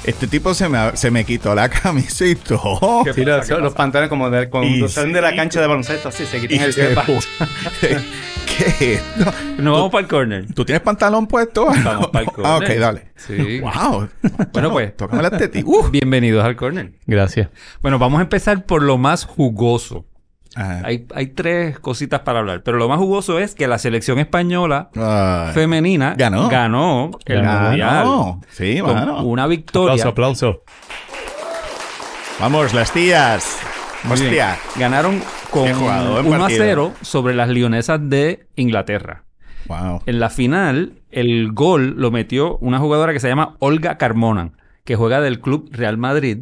[SPEAKER 1] Este tipo se me, se me quitó la camisa y todo.
[SPEAKER 2] Sí, los, los pantalones como de,
[SPEAKER 1] Y
[SPEAKER 2] cuando salen de la cancha de baloncesto, así se
[SPEAKER 1] Y
[SPEAKER 2] quitan el
[SPEAKER 1] se
[SPEAKER 2] cepa.
[SPEAKER 1] pu- ¿Qué? No,
[SPEAKER 3] Nos vamos para el corner.
[SPEAKER 1] ¿Tú tienes pantalón puesto?
[SPEAKER 3] Vamos pa'l
[SPEAKER 1] Ah, ok,
[SPEAKER 3] corner.
[SPEAKER 1] dale.
[SPEAKER 3] Sí.
[SPEAKER 1] Wow.
[SPEAKER 3] Bueno, pues.
[SPEAKER 1] Tócame la teti. Uh.
[SPEAKER 3] Bienvenidos al corner.
[SPEAKER 2] Gracias.
[SPEAKER 3] Bueno, vamos a empezar por lo más jugoso.
[SPEAKER 1] Ah,
[SPEAKER 3] Hay, hay tres cositas para hablar, pero lo más jugoso es que la selección española
[SPEAKER 1] ah,
[SPEAKER 3] femenina
[SPEAKER 1] Ganó.
[SPEAKER 3] ganó el
[SPEAKER 1] ah,
[SPEAKER 3] mundial.
[SPEAKER 1] no. Sí,
[SPEAKER 3] Con
[SPEAKER 1] mano.
[SPEAKER 3] una victoria.
[SPEAKER 2] Aplauso, aplauso.
[SPEAKER 1] Vamos, las tías.
[SPEAKER 3] Muy bien.
[SPEAKER 1] Hostia.
[SPEAKER 3] Ganaron con
[SPEAKER 1] Qué jugado, buen
[SPEAKER 3] 1 a
[SPEAKER 1] partido.
[SPEAKER 3] 0 sobre las leonesas de Inglaterra.
[SPEAKER 1] Wow.
[SPEAKER 3] En la final, el gol lo metió una jugadora que se llama Olga Carmona, que juega del club Real Madrid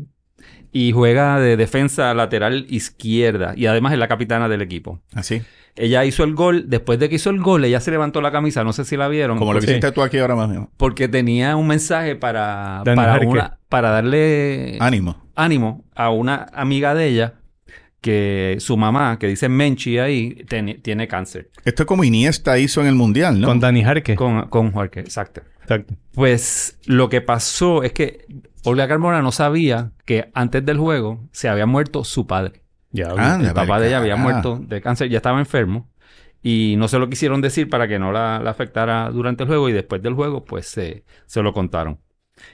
[SPEAKER 3] y juega de defensa lateral izquierda y además es la capitana del equipo.
[SPEAKER 1] Así.
[SPEAKER 3] Ella hizo el gol, después de que hizo el gol, ella se levantó la camisa, no sé si la vieron,
[SPEAKER 1] Como lo que
[SPEAKER 2] Sí.
[SPEAKER 1] hiciste tú aquí ahora más mismo.
[SPEAKER 3] porque tenía un mensaje para,
[SPEAKER 2] Dani
[SPEAKER 3] para,
[SPEAKER 2] Jarque.
[SPEAKER 3] una- para darle
[SPEAKER 1] Ánimo.
[SPEAKER 3] ánimo a una amiga de ella que su mamá, que dice Menchi ahí, tiene- tiene cáncer.
[SPEAKER 1] Esto es como Iniesta hizo en el mundial, ¿no?
[SPEAKER 2] Con Dani Jarque.
[SPEAKER 3] Con, con Jorge, exacto.
[SPEAKER 2] Exacto.
[SPEAKER 3] Pues lo que pasó es que Olga Carmona no sabía que antes del juego se había muerto su padre.
[SPEAKER 2] Ya,
[SPEAKER 1] Anda,
[SPEAKER 3] El papá
[SPEAKER 1] pa'l
[SPEAKER 3] de ella había
[SPEAKER 1] carajo.
[SPEAKER 3] muerto de cáncer, ya estaba enfermo. Y no se lo quisieron decir para que no la, la afectara durante el juego. Y después del juego, pues se, se lo contaron.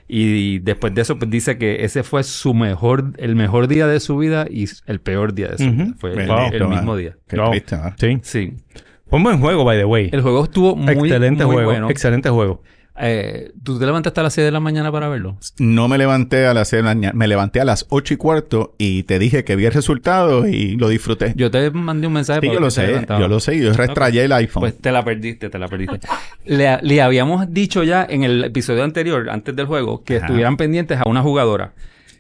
[SPEAKER 3] Y después de eso, pues dice que ese fue su mejor, el mejor día de su vida y el peor día de su
[SPEAKER 2] Ujú.
[SPEAKER 3] vida. Fue el,
[SPEAKER 1] Bendito,
[SPEAKER 3] el
[SPEAKER 1] mano.
[SPEAKER 3] mismo día.
[SPEAKER 1] Qué
[SPEAKER 2] Wow.
[SPEAKER 1] triste, ¿no?
[SPEAKER 2] Sí.
[SPEAKER 3] Sí.
[SPEAKER 2] Fue un buen juego, by the way.
[SPEAKER 3] El juego estuvo muy,
[SPEAKER 2] excelente
[SPEAKER 3] muy
[SPEAKER 2] juego.
[SPEAKER 3] bueno.
[SPEAKER 2] Excelente juego.
[SPEAKER 3] Eh, ¿Tú te levantaste a las 6 de la mañana para verlo?
[SPEAKER 1] No me levanté a las seis de la mañana. Me levanté a las ocho y cuarto y te dije que vi el resultado y lo disfruté.
[SPEAKER 3] Yo te mandé un mensaje
[SPEAKER 1] sí,
[SPEAKER 3] para
[SPEAKER 1] yo
[SPEAKER 3] ver
[SPEAKER 1] lo
[SPEAKER 3] que te
[SPEAKER 1] sé.
[SPEAKER 3] levantaba.
[SPEAKER 1] Yo lo sé. Yo restrayé el iPhone.
[SPEAKER 3] Pues te la perdiste, te la perdiste. le, le habíamos dicho ya en el episodio anterior, antes del juego, que
[SPEAKER 1] Ajá.
[SPEAKER 3] estuvieran pendientes a una jugadora.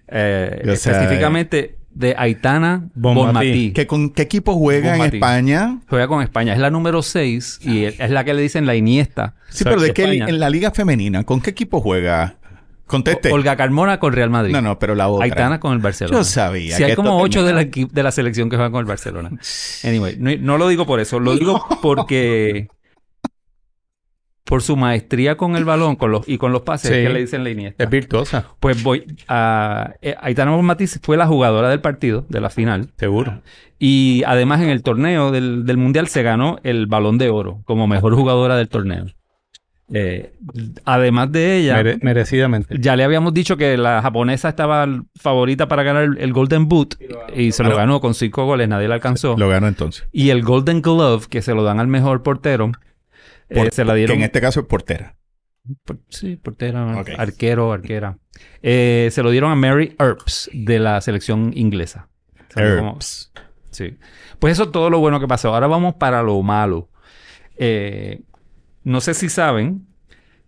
[SPEAKER 3] Eh,
[SPEAKER 1] O sea,
[SPEAKER 3] específicamente de Aitana
[SPEAKER 2] Bonmatí.
[SPEAKER 3] Bonmatí.
[SPEAKER 1] ¿Qué, ¿Con qué equipo juega en
[SPEAKER 3] Bonmatí.
[SPEAKER 1] España?
[SPEAKER 3] Juega con España. Es la número 6 y es es la que le dicen la Iniesta.
[SPEAKER 1] Sí, pero ¿de qué? li-
[SPEAKER 3] España.
[SPEAKER 1] En la liga femenina, ¿con qué equipo juega? Conteste.
[SPEAKER 3] O- Olga Carmona con Real Madrid.
[SPEAKER 1] No, no, pero la otra.
[SPEAKER 3] Aitana con el Barcelona.
[SPEAKER 1] Yo sabía
[SPEAKER 3] Si hay
[SPEAKER 1] que
[SPEAKER 3] como
[SPEAKER 1] esto
[SPEAKER 3] ocho de la, equi- de la selección que juegan con el Barcelona. Anyway, no, no lo digo por eso. Lo digo porque... Por su maestría con el balón con los, y con los pases
[SPEAKER 2] Sí.
[SPEAKER 3] que le dicen la Iniesta.
[SPEAKER 2] Es virtuosa,
[SPEAKER 3] Pues voy a... eh, Aitana Matiz fue la jugadora del partido, de la final.
[SPEAKER 2] seguro.
[SPEAKER 3] Y además en el torneo del, del Mundial se ganó el Balón de Oro como mejor jugadora del torneo. Eh, además de ella...
[SPEAKER 2] Mere- merecidamente.
[SPEAKER 3] Ya le habíamos dicho que la japonesa estaba l- favorita para ganar el, el Golden Boot y se lo
[SPEAKER 1] Claro.
[SPEAKER 3] ganó con cinco goles, nadie la alcanzó.
[SPEAKER 1] Lo ganó entonces.
[SPEAKER 3] Y el Golden Glove, que se lo dan al mejor portero, eh,
[SPEAKER 1] Por-
[SPEAKER 3] se la
[SPEAKER 1] Que
[SPEAKER 3] dieron
[SPEAKER 1] en este caso es portera.
[SPEAKER 3] Por- sí, portera,
[SPEAKER 1] Ok.
[SPEAKER 3] arquero, arquera. Eh, se lo dieron a Mary Earps de la selección inglesa. ¿Sabes cómo?
[SPEAKER 1] Herbs.
[SPEAKER 3] Sí. Pues eso es todo lo bueno que pasó. Ahora vamos para lo malo. Eh, no sé si saben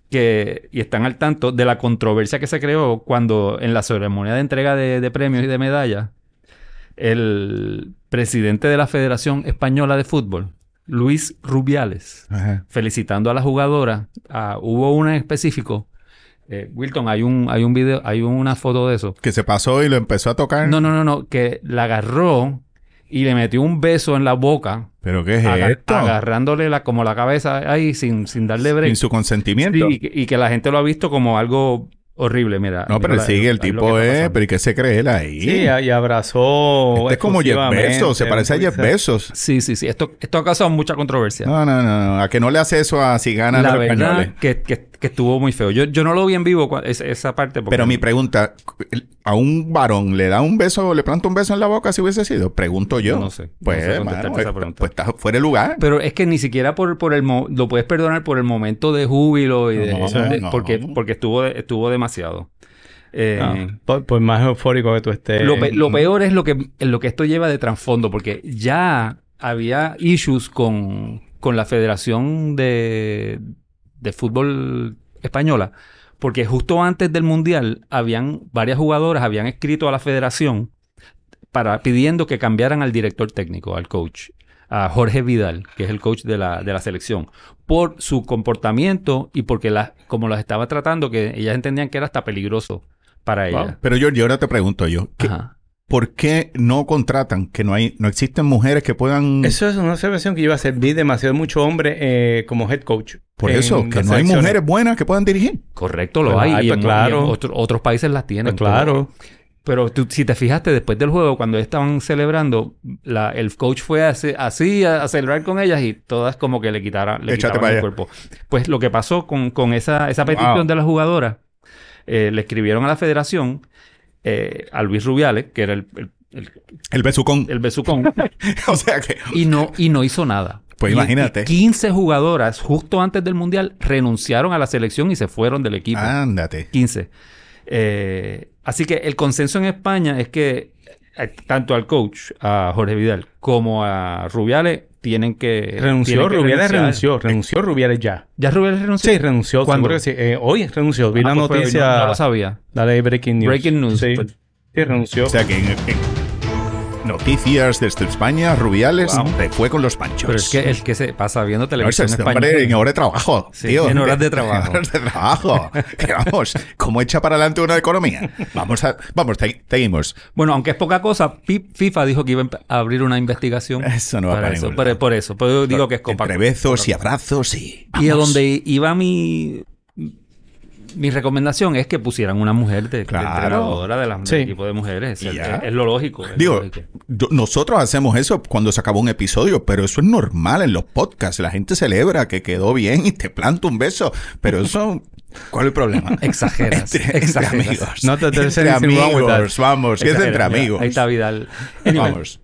[SPEAKER 3] que, y están al tanto, de la controversia que se creó cuando en la ceremonia de entrega de, de premios y de medallas, el presidente de la Federación Española de Fútbol, Luis Rubiales,
[SPEAKER 1] Ajá.
[SPEAKER 3] felicitando a la jugadora. ah, hubo una en específico. Eh, Wilton, hay un, hay un video, hay una foto de eso.
[SPEAKER 1] Que se pasó y lo empezó a tocar.
[SPEAKER 3] No, no, no, no, que la agarró y le metió un beso en la boca,
[SPEAKER 1] ¿Pero qué es
[SPEAKER 3] aga-
[SPEAKER 1] esto?
[SPEAKER 3] agarrándole la, como la cabeza ahí sin, sin darle break.
[SPEAKER 1] Sin su
[SPEAKER 3] Sí,
[SPEAKER 1] consentimiento.
[SPEAKER 3] y, que- y que la gente lo ha visto como algo horrible, mira.
[SPEAKER 1] no, pero
[SPEAKER 3] mira
[SPEAKER 1] él
[SPEAKER 3] la-
[SPEAKER 1] sigue, el
[SPEAKER 3] ahí
[SPEAKER 1] tipo
[SPEAKER 3] lo que está
[SPEAKER 1] es...
[SPEAKER 3] pasando.
[SPEAKER 1] ¿Pero y qué se cree él ahí?
[SPEAKER 2] Sí, a- y abrazó.
[SPEAKER 1] Este es como Jeff
[SPEAKER 2] exclusivamente
[SPEAKER 1] Bezos. Se parece a
[SPEAKER 2] un
[SPEAKER 1] Jeff
[SPEAKER 2] Twitter.
[SPEAKER 1] Bezos.
[SPEAKER 3] pues, Sí, sí, sí. Esto, esto ha causado mucha controversia.
[SPEAKER 1] No, no, no, no. A que no le hace eso a si ganan
[SPEAKER 3] la
[SPEAKER 1] los españoles.
[SPEAKER 3] verdad que, que- que estuvo muy feo. Yo, yo no lo vi en vivo cua- es- esa parte. porque-
[SPEAKER 1] Pero mi pregunta, ¿a un varón le da un beso, le planta un beso en la boca si hubiese sido? Pregunto yo.
[SPEAKER 3] No sé.
[SPEAKER 1] Pues,
[SPEAKER 3] No sé contestarte
[SPEAKER 1] mano,
[SPEAKER 3] esa pregunta.
[SPEAKER 1] pues estás fuera de lugar.
[SPEAKER 3] Pero es que ni siquiera por, por el mo- lo puedes perdonar por el momento de júbilo y de,
[SPEAKER 1] No,
[SPEAKER 3] de-
[SPEAKER 1] no.
[SPEAKER 3] porque porque estuvo de- estuvo demasiado. Eh,
[SPEAKER 2] Ah, por, por más eufórico que tú estés.
[SPEAKER 3] lo, pe- lo peor es lo que lo que esto lleva de trasfondo porque ya había issues con, con la Federación de de fútbol española porque justo antes del mundial habían varias jugadoras habían escrito a la Federación para pidiendo que cambiaran al director técnico, al coach, a Jorge Vidal, que es el coach de la, de la selección, por su comportamiento y porque las, como las estaba tratando, que ellas entendían que era hasta peligroso para ellas.
[SPEAKER 1] Pero George, ahora te pregunto yo, ¿qué-
[SPEAKER 3] Ajá.
[SPEAKER 1] ¿por qué no contratan? Que no hay, no existen mujeres que puedan.
[SPEAKER 2] Eso es una observación que yo iba a hacer. Vi demasiado mucho hombre eh, como head coach.
[SPEAKER 1] por
[SPEAKER 2] en
[SPEAKER 1] eso, que
[SPEAKER 2] las
[SPEAKER 1] no hay
[SPEAKER 2] selecciones.
[SPEAKER 1] mujeres buenas que puedan dirigir.
[SPEAKER 3] Correcto, lo
[SPEAKER 2] Pues
[SPEAKER 3] hay.
[SPEAKER 2] hay,
[SPEAKER 3] y
[SPEAKER 2] pues
[SPEAKER 3] en-
[SPEAKER 2] claro.
[SPEAKER 3] y en otro- otros países las tienen.
[SPEAKER 2] Pues claro.
[SPEAKER 3] Pero tú- si te fijaste, después del juego, cuando estaban celebrando, la- el coach fue así, así a, a celebrar con ellas y todas como que le quitaran le
[SPEAKER 1] Échate
[SPEAKER 3] quitaban
[SPEAKER 1] para
[SPEAKER 3] el
[SPEAKER 1] allá.
[SPEAKER 3] cuerpo. Pues lo que pasó con, con esa, esa petición
[SPEAKER 1] Wow.
[SPEAKER 3] de las jugadoras, eh, le escribieron a la federación, eh, a Luis Rubiales, que era el, el, el-
[SPEAKER 1] El besucón.
[SPEAKER 3] el besucón,
[SPEAKER 1] o sea que.
[SPEAKER 3] y no, y no hizo nada.
[SPEAKER 1] Pues
[SPEAKER 3] Y-
[SPEAKER 1] imagínate.
[SPEAKER 3] y 15 jugadoras justo antes del Mundial renunciaron a la selección y pues. se fueron del equipo.
[SPEAKER 1] Ándate.
[SPEAKER 3] 15. Eh, así que el consenso en España es que eh, tanto al coach, a Jorge Vidal, como a Rubiales, tienen que.
[SPEAKER 2] Renunció,
[SPEAKER 3] tienen que
[SPEAKER 2] Rubiales
[SPEAKER 3] renunciar.
[SPEAKER 2] renunció. Renunció Rubiales ya.
[SPEAKER 3] ¿Ya Rubiales renunció?
[SPEAKER 2] Sí, renunció.
[SPEAKER 3] ¿Cuándo?
[SPEAKER 2] seguro que sí. Eh, hoy renunció. Vi
[SPEAKER 3] Ah,
[SPEAKER 2] la
[SPEAKER 3] pues fue hoy,
[SPEAKER 2] noticia.
[SPEAKER 3] No, no lo sabía.
[SPEAKER 2] Dale breaking news.
[SPEAKER 3] Breaking news.
[SPEAKER 2] Sí,
[SPEAKER 3] Pues-
[SPEAKER 2] Sí, renunció.
[SPEAKER 1] O sea que. en- en- Noticias desde España, Rubiales se fue con los panchos.
[SPEAKER 3] Pero es que el que se pasa viendo
[SPEAKER 1] No, ese
[SPEAKER 3] televisión
[SPEAKER 1] es
[SPEAKER 3] española.
[SPEAKER 1] este hombre en hora de trabajo,
[SPEAKER 3] Sí,
[SPEAKER 1] tío.
[SPEAKER 3] en horas de trabajo.
[SPEAKER 1] En horas de trabajo. Que vamos, ¿cómo echa para adelante una economía? Vamos, a, vamos, te- seguimos.
[SPEAKER 3] Bueno, aunque es poca cosa, Pi- FIFA dijo que iba a empe- a abrir una investigación.
[SPEAKER 1] Eso no va
[SPEAKER 3] para
[SPEAKER 1] para
[SPEAKER 3] eso.
[SPEAKER 1] ningún
[SPEAKER 3] Por,
[SPEAKER 1] lado.
[SPEAKER 3] por eso. Pero yo digo que es copa.
[SPEAKER 1] Entre besos y abrazos y...
[SPEAKER 3] Y a
[SPEAKER 1] vamos.
[SPEAKER 3] donde iba mi mi recomendación es que pusieran una mujer de, de
[SPEAKER 1] Claro.
[SPEAKER 3] entrenadora de las, del
[SPEAKER 2] Sí.
[SPEAKER 3] equipo de mujeres.
[SPEAKER 1] Y
[SPEAKER 3] Es,
[SPEAKER 1] ya.
[SPEAKER 3] es- es lo lógico. es lo
[SPEAKER 1] Digo,
[SPEAKER 3] lógico.
[SPEAKER 1] yo- nosotros hacemos eso cuando se acabó un episodio, pero eso es normal en los podcasts. La gente celebra que quedó bien y te planta un beso, pero eso... ¿Cuál es el problema?
[SPEAKER 3] Exageras.
[SPEAKER 1] Entre, entre
[SPEAKER 3] exageras.
[SPEAKER 1] amigos.
[SPEAKER 2] No, te- te-
[SPEAKER 1] entre
[SPEAKER 2] anything wrong with that.
[SPEAKER 1] amigos, vamos. que es
[SPEAKER 3] Exageras,
[SPEAKER 1] entre
[SPEAKER 3] mira,
[SPEAKER 1] amigos.
[SPEAKER 3] Ahí está Vidal. Anyway,
[SPEAKER 1] Vamos.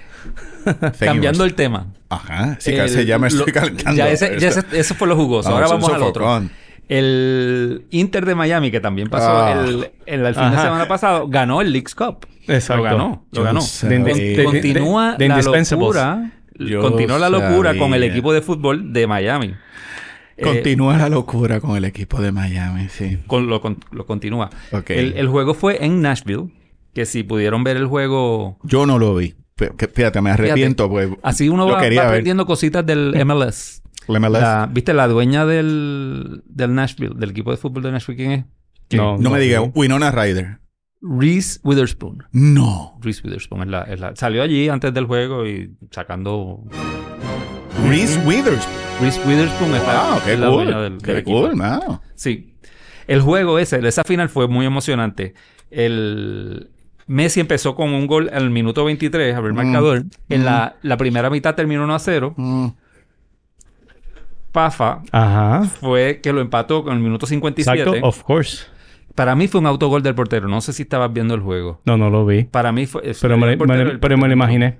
[SPEAKER 3] cambiando
[SPEAKER 1] Seguimos.
[SPEAKER 3] el tema.
[SPEAKER 1] Ajá, sí,
[SPEAKER 3] El-
[SPEAKER 1] casi ya me
[SPEAKER 3] lo-
[SPEAKER 1] estoy calentando.
[SPEAKER 3] Ya, ese, ya
[SPEAKER 1] Esto-
[SPEAKER 3] ese- eso fue lo jugoso.
[SPEAKER 1] Vamos,
[SPEAKER 3] Ahora
[SPEAKER 1] un
[SPEAKER 3] vamos al otro.
[SPEAKER 1] sofocón.
[SPEAKER 3] El Inter de Miami, que también pasó
[SPEAKER 1] Ah.
[SPEAKER 3] el, el- el fin de
[SPEAKER 2] Ajá.
[SPEAKER 3] semana pasado, ganó el Leagues Cup.
[SPEAKER 2] Exacto.
[SPEAKER 3] Lo ganó. Lo
[SPEAKER 1] Yo
[SPEAKER 3] ganó.
[SPEAKER 1] sabía.
[SPEAKER 3] Con-
[SPEAKER 1] De-
[SPEAKER 2] de-
[SPEAKER 3] continúa
[SPEAKER 2] de- de
[SPEAKER 3] la
[SPEAKER 2] Indispensables.
[SPEAKER 3] locura.
[SPEAKER 1] Yo
[SPEAKER 3] continúa la locura con el
[SPEAKER 1] sabía.
[SPEAKER 3] equipo de fútbol de Miami. Eh,
[SPEAKER 1] Continúa la locura con el equipo de Miami, sí.
[SPEAKER 3] con- lo, con- lo continúa.
[SPEAKER 1] Ok.
[SPEAKER 3] El, el juego fue en Nashville. Que si pudieron ver el juego.
[SPEAKER 1] Yo no lo vi. F- que- Fíjate, me arrepiento. pues,
[SPEAKER 3] Así uno
[SPEAKER 1] yo
[SPEAKER 3] va,
[SPEAKER 1] quería
[SPEAKER 3] va
[SPEAKER 1] ver
[SPEAKER 3] aprendiendo cositas del MLS.
[SPEAKER 1] la MLS.
[SPEAKER 3] La- ¿Viste? La dueña del, del Nashville, del equipo de fútbol de Nashville, ¿quién es?
[SPEAKER 1] no, me digas, Winona Ryder.
[SPEAKER 3] Reese Witherspoon.
[SPEAKER 1] No.
[SPEAKER 3] Reese Witherspoon es la, es la- salió allí antes del juego y sacando.
[SPEAKER 1] Reese Withers.
[SPEAKER 3] Reese Witherspoon es la,
[SPEAKER 1] Wow, qué
[SPEAKER 3] es la
[SPEAKER 1] cool.
[SPEAKER 3] dueña del, del
[SPEAKER 1] qué
[SPEAKER 3] equipo.
[SPEAKER 1] cool, mano.
[SPEAKER 3] Sí. El juego ese, esa final fue muy emocionante. El Messi empezó con un gol al minuto 23, abrió el
[SPEAKER 1] Mm.
[SPEAKER 3] marcador. En
[SPEAKER 1] Mm.
[SPEAKER 3] la, la primera mitad terminó 1 a 0.
[SPEAKER 1] Mm.
[SPEAKER 3] Pafa
[SPEAKER 2] Ajá.
[SPEAKER 3] fue que lo empató con el minuto 57.
[SPEAKER 2] Exacto. Of course.
[SPEAKER 3] Para mí fue un autogol del portero. No sé si estabas viendo el juego.
[SPEAKER 2] No, no lo vi.
[SPEAKER 3] Para mí fue.
[SPEAKER 2] Pero me,
[SPEAKER 3] el portero,
[SPEAKER 2] me-
[SPEAKER 3] el-
[SPEAKER 2] pero me lo imaginé.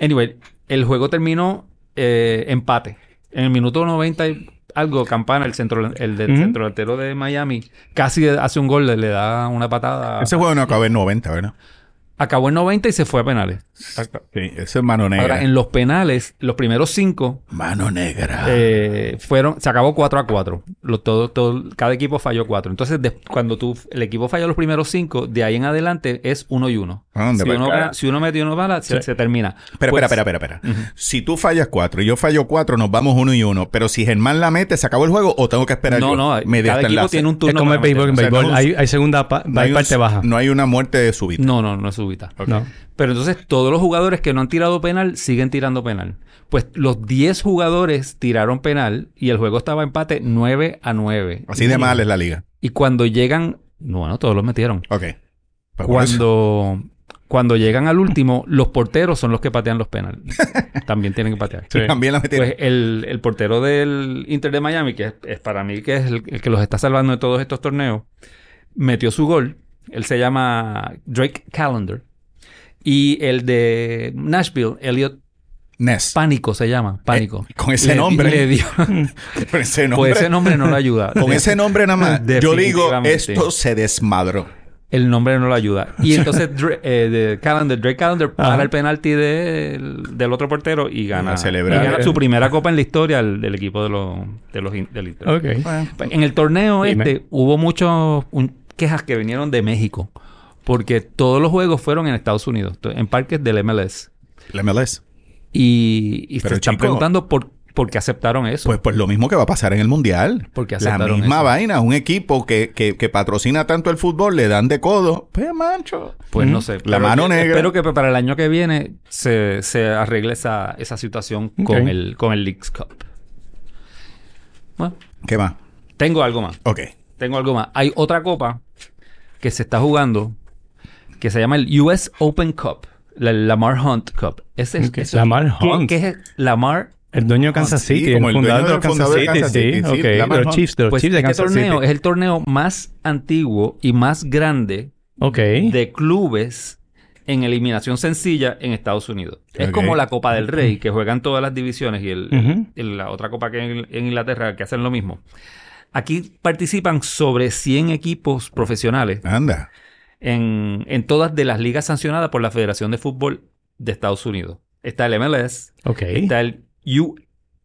[SPEAKER 3] Anyway, el juego terminó eh, empate. En el minuto 90 y- algo, Campana, el centro, el del
[SPEAKER 2] Ujú.
[SPEAKER 3] centro delantero de Miami, casi hace un gol, le, le da una patada.
[SPEAKER 1] Ese juego no acabó en 90, ¿verdad?
[SPEAKER 3] Acabó en 90 y se fue a penales.
[SPEAKER 1] Sí, ese es mano negra.
[SPEAKER 3] Ahora, en los penales, los primeros cinco
[SPEAKER 1] Mano negra.
[SPEAKER 3] eh, fueron, se acabó 4 a 4. Lo- todo, todo, cada equipo falló 4. Entonces, des- cuando tú, el equipo falló los primeros cinco, de ahí en adelante es uno y uno.
[SPEAKER 1] Anda,
[SPEAKER 3] Si
[SPEAKER 1] pues,
[SPEAKER 3] uno,
[SPEAKER 1] claro.
[SPEAKER 3] gana- si uno mete y uno bala, se, se termina.
[SPEAKER 1] Espera,
[SPEAKER 3] Pues,
[SPEAKER 1] espera, espera, espera. Si tú fallas cuatro y yo fallo cuatro, nos vamos uno y uno. Pero si Germán la mete, ¿se acabó el juego o tengo que esperar
[SPEAKER 3] No,
[SPEAKER 1] yo?
[SPEAKER 3] no,
[SPEAKER 1] Mediante
[SPEAKER 3] cada equipo
[SPEAKER 1] enlace.
[SPEAKER 3] tiene un
[SPEAKER 2] Es
[SPEAKER 3] turno.
[SPEAKER 2] como el
[SPEAKER 3] para meter.
[SPEAKER 2] béisbol. en
[SPEAKER 1] o sea,
[SPEAKER 2] béisbol.
[SPEAKER 1] no-
[SPEAKER 2] hay, hay segunda pa-
[SPEAKER 1] No
[SPEAKER 2] hay
[SPEAKER 1] un-
[SPEAKER 2] parte baja.
[SPEAKER 1] No hay una muerte de súbita.
[SPEAKER 3] No, no, no es súbita.
[SPEAKER 1] Ok.
[SPEAKER 2] No.
[SPEAKER 3] Pero entonces todos los jugadores que no han tirado penal siguen tirando penal. Pues los 10 jugadores tiraron penal y el juego estaba empate 9 a 9.
[SPEAKER 1] Así de mal es la liga.
[SPEAKER 3] Y cuando llegan, bueno, todos los metieron.
[SPEAKER 1] Ok. Pues por eso.
[SPEAKER 3] Cuando, cuando llegan al último, los porteros son los que patean los penales. También tienen que patear.
[SPEAKER 1] También la metieron.
[SPEAKER 3] Pues el, el portero del Inter de Miami, que es, es para mí que es el, el que los está salvando de todos estos torneos, metió su gol. Él se llama Drake Calendar. Y el de Nashville, Elliot
[SPEAKER 1] Ness.
[SPEAKER 3] Pánico se llama. Pánico.
[SPEAKER 1] Eh, con ese
[SPEAKER 3] Le di-
[SPEAKER 1] nombre.
[SPEAKER 3] le dio-
[SPEAKER 1] Con ese nombre.
[SPEAKER 3] pues ese nombre no le ayuda.
[SPEAKER 1] Con ese nombre nada más. Yo digo,
[SPEAKER 3] Definitivamente.
[SPEAKER 1] esto se desmadró.
[SPEAKER 3] El nombre no lo ayuda. Y entonces Dra- eh, de Calendar, Drake Calendar para
[SPEAKER 2] Ajá.
[SPEAKER 3] el penalti del, del otro portero y gana,
[SPEAKER 1] La celebra-
[SPEAKER 3] y gana su primera copa en la historia el- del equipo de los, de los in- del Inter.
[SPEAKER 2] Ok.
[SPEAKER 3] Pues, En el torneo
[SPEAKER 2] Dime.
[SPEAKER 3] este hubo muchas quejas que vinieron de México. Porque todos los juegos fueron en Estados Unidos, to- en parques del MLS.
[SPEAKER 1] La MLS.
[SPEAKER 3] Y, y
[SPEAKER 1] Pero,
[SPEAKER 3] se están
[SPEAKER 1] chico,
[SPEAKER 3] preguntando por, por qué aceptaron eso.
[SPEAKER 1] Pues, pues lo mismo que va a pasar en el Mundial.
[SPEAKER 3] Porque
[SPEAKER 1] La
[SPEAKER 3] aceptaron
[SPEAKER 1] misma
[SPEAKER 3] eso.
[SPEAKER 1] vaina. Un equipo que, que, que patrocina tanto el fútbol, le dan de codo. Pues mancho.
[SPEAKER 3] Pues
[SPEAKER 2] Ujú.
[SPEAKER 3] no sé.
[SPEAKER 1] La
[SPEAKER 3] Pero
[SPEAKER 1] mano
[SPEAKER 3] yo
[SPEAKER 1] negra.
[SPEAKER 3] Espero que para el año que viene se, se arregle esa, esa situación
[SPEAKER 2] Ok.
[SPEAKER 3] con el con el Leagues Cup. Bueno,
[SPEAKER 1] ¿Qué más?
[SPEAKER 3] tengo algo más.
[SPEAKER 1] Ok.
[SPEAKER 3] Tengo algo más. Hay otra copa que se está jugando que se llama el US Open Cup. La Lamar Hunt Cup. Ese es,
[SPEAKER 2] Ok,
[SPEAKER 3] eso-
[SPEAKER 2] Lamar
[SPEAKER 3] ¿qué-
[SPEAKER 2] Hunt.
[SPEAKER 3] ¿Qué, es Lamar
[SPEAKER 2] El dueño de Kansas
[SPEAKER 1] Sí,
[SPEAKER 2] City,
[SPEAKER 1] como
[SPEAKER 2] el
[SPEAKER 1] el dueño
[SPEAKER 2] fundador de
[SPEAKER 1] del
[SPEAKER 2] Kansas
[SPEAKER 1] fundador de
[SPEAKER 2] City,
[SPEAKER 1] Kansas
[SPEAKER 2] sí,
[SPEAKER 1] City, sí,
[SPEAKER 2] ok.
[SPEAKER 1] la
[SPEAKER 2] los
[SPEAKER 1] mano.
[SPEAKER 2] Chiefs, de los
[SPEAKER 3] Pues
[SPEAKER 2] Chiefs de
[SPEAKER 3] este
[SPEAKER 2] Kansas
[SPEAKER 3] torneo
[SPEAKER 2] City.
[SPEAKER 3] es el torneo más antiguo y más grande
[SPEAKER 2] Ok.
[SPEAKER 3] de clubes en eliminación sencilla en Estados Unidos. Es
[SPEAKER 1] Ok.
[SPEAKER 3] como la Copa del Rey, que juegan todas las divisiones y el,
[SPEAKER 2] Ujú.
[SPEAKER 3] el- la otra copa que en, en Inglaterra que hacen lo mismo. Aquí participan sobre 100 equipos profesionales
[SPEAKER 1] Anda.
[SPEAKER 3] en, en todas de las ligas sancionadas por la Federación de Fútbol de Estados Unidos. Está el MLS,
[SPEAKER 2] Ok.
[SPEAKER 3] está el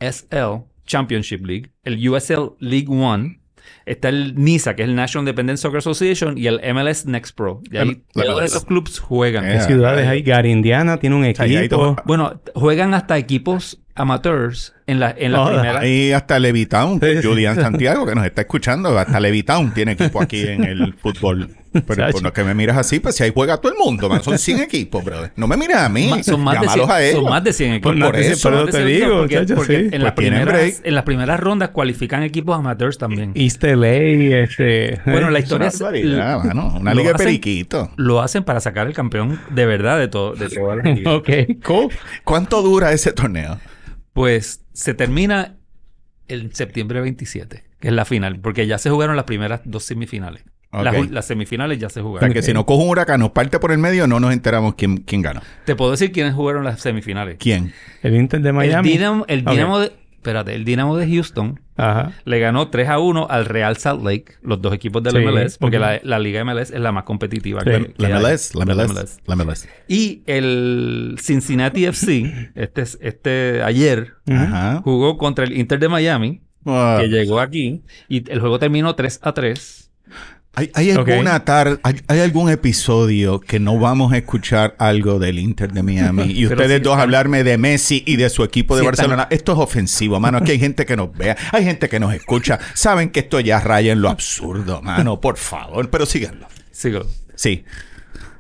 [SPEAKER 3] USL Championship League, el USL League One, está el NISA, que es el National Independent Soccer Association, y el MLS Next Pro. Y ahí
[SPEAKER 1] El- la
[SPEAKER 3] todos
[SPEAKER 1] MLS.
[SPEAKER 3] esos clubes juegan.
[SPEAKER 1] Eh,
[SPEAKER 2] Ciudades ahí. Gary Indiana tiene un
[SPEAKER 1] sea, ahí hay
[SPEAKER 2] equipo.
[SPEAKER 1] todo-
[SPEAKER 3] Bueno, juegan hasta equipos amateurs en la, en la
[SPEAKER 2] Ahora,
[SPEAKER 3] primera.
[SPEAKER 1] Oh, Ahí hasta Levitown.
[SPEAKER 2] Sí, sí.
[SPEAKER 1] Julián Santiago, que nos está escuchando. Hasta Levitown tiene equipo aquí en el fútbol. Pero por lo que me miras así, pues si ahí juega todo el mundo. man. Son 100 equipos, brother. No me miras a mí.
[SPEAKER 3] Ma- son, más de
[SPEAKER 1] Llámalos
[SPEAKER 3] 100,
[SPEAKER 1] a ellos.
[SPEAKER 3] son más de 100 equipos.
[SPEAKER 1] Pues por
[SPEAKER 2] no, sí,
[SPEAKER 1] eso,
[SPEAKER 2] pero
[SPEAKER 3] Son más de
[SPEAKER 2] te
[SPEAKER 3] 100 equipos
[SPEAKER 2] digo,
[SPEAKER 3] porque,
[SPEAKER 2] muchachos,
[SPEAKER 3] porque
[SPEAKER 2] sí.
[SPEAKER 3] en, las
[SPEAKER 1] Pues tienen
[SPEAKER 3] primeras,
[SPEAKER 1] break.
[SPEAKER 3] en las primeras rondas cualifican equipos amateurs también.
[SPEAKER 2] East LA, este...
[SPEAKER 3] bueno, la
[SPEAKER 1] Es una
[SPEAKER 3] historia es...
[SPEAKER 1] barbaridad, mano. Una
[SPEAKER 3] lo
[SPEAKER 1] liga de
[SPEAKER 3] hacen-
[SPEAKER 1] periquito.
[SPEAKER 3] Lo hacen para sacar el campeón de verdad de todo. De todas las ligas.
[SPEAKER 2] Ok, cool.
[SPEAKER 1] ¿Cuánto dura ese torneo?
[SPEAKER 3] Pues se termina el septiembre 27, que es la final, porque ya se jugaron las primeras dos semifinales.
[SPEAKER 1] Ok.
[SPEAKER 3] Las, ul- las semifinales ya se
[SPEAKER 1] O sea,
[SPEAKER 3] jugaron.
[SPEAKER 1] que si no coge un huracán, nos parte por el medio, no nos enteramos quién, quién ganó.
[SPEAKER 3] Te puedo decir quiénes jugaron las semifinales.
[SPEAKER 1] ¿Quién?
[SPEAKER 2] El Inter de Miami.
[SPEAKER 3] El Dinamo, el
[SPEAKER 2] Ok.
[SPEAKER 3] Dinamo de... Espérate, el Dinamo de Houston
[SPEAKER 2] Ajá.
[SPEAKER 3] le ganó 3 a 1 al Real Salt Lake, los dos equipos del
[SPEAKER 2] Sí,
[SPEAKER 3] MLS, porque
[SPEAKER 2] ok.
[SPEAKER 3] la, la liga MLS es la más competitiva.
[SPEAKER 2] Sí.
[SPEAKER 3] que- que
[SPEAKER 1] La
[SPEAKER 3] hay.
[SPEAKER 1] MLS, la
[SPEAKER 3] La
[SPEAKER 1] MLS, la MLS.
[SPEAKER 3] Y el Cincinnati FC, este, es- este ayer,
[SPEAKER 1] Ajá.
[SPEAKER 3] jugó contra el Inter de Miami,
[SPEAKER 1] Ah.
[SPEAKER 3] que llegó aquí, y el juego terminó 3 a 3.
[SPEAKER 1] ¿Hay, hay
[SPEAKER 2] Ok.
[SPEAKER 1] alguna tar- hay, hay algún episodio que no vamos a escuchar algo del Inter de Miami? Y
[SPEAKER 3] Pero
[SPEAKER 1] ustedes
[SPEAKER 3] si
[SPEAKER 1] dos
[SPEAKER 3] están-
[SPEAKER 1] hablarme de Messi y de su equipo de
[SPEAKER 3] Si están-
[SPEAKER 1] Barcelona. Esto es ofensivo, mano. Aquí hay gente que nos vea, hay gente que nos escucha. Saben que esto ya raya en lo absurdo, mano. Por favor, pero síganlo.
[SPEAKER 3] Sigo.
[SPEAKER 1] Sí.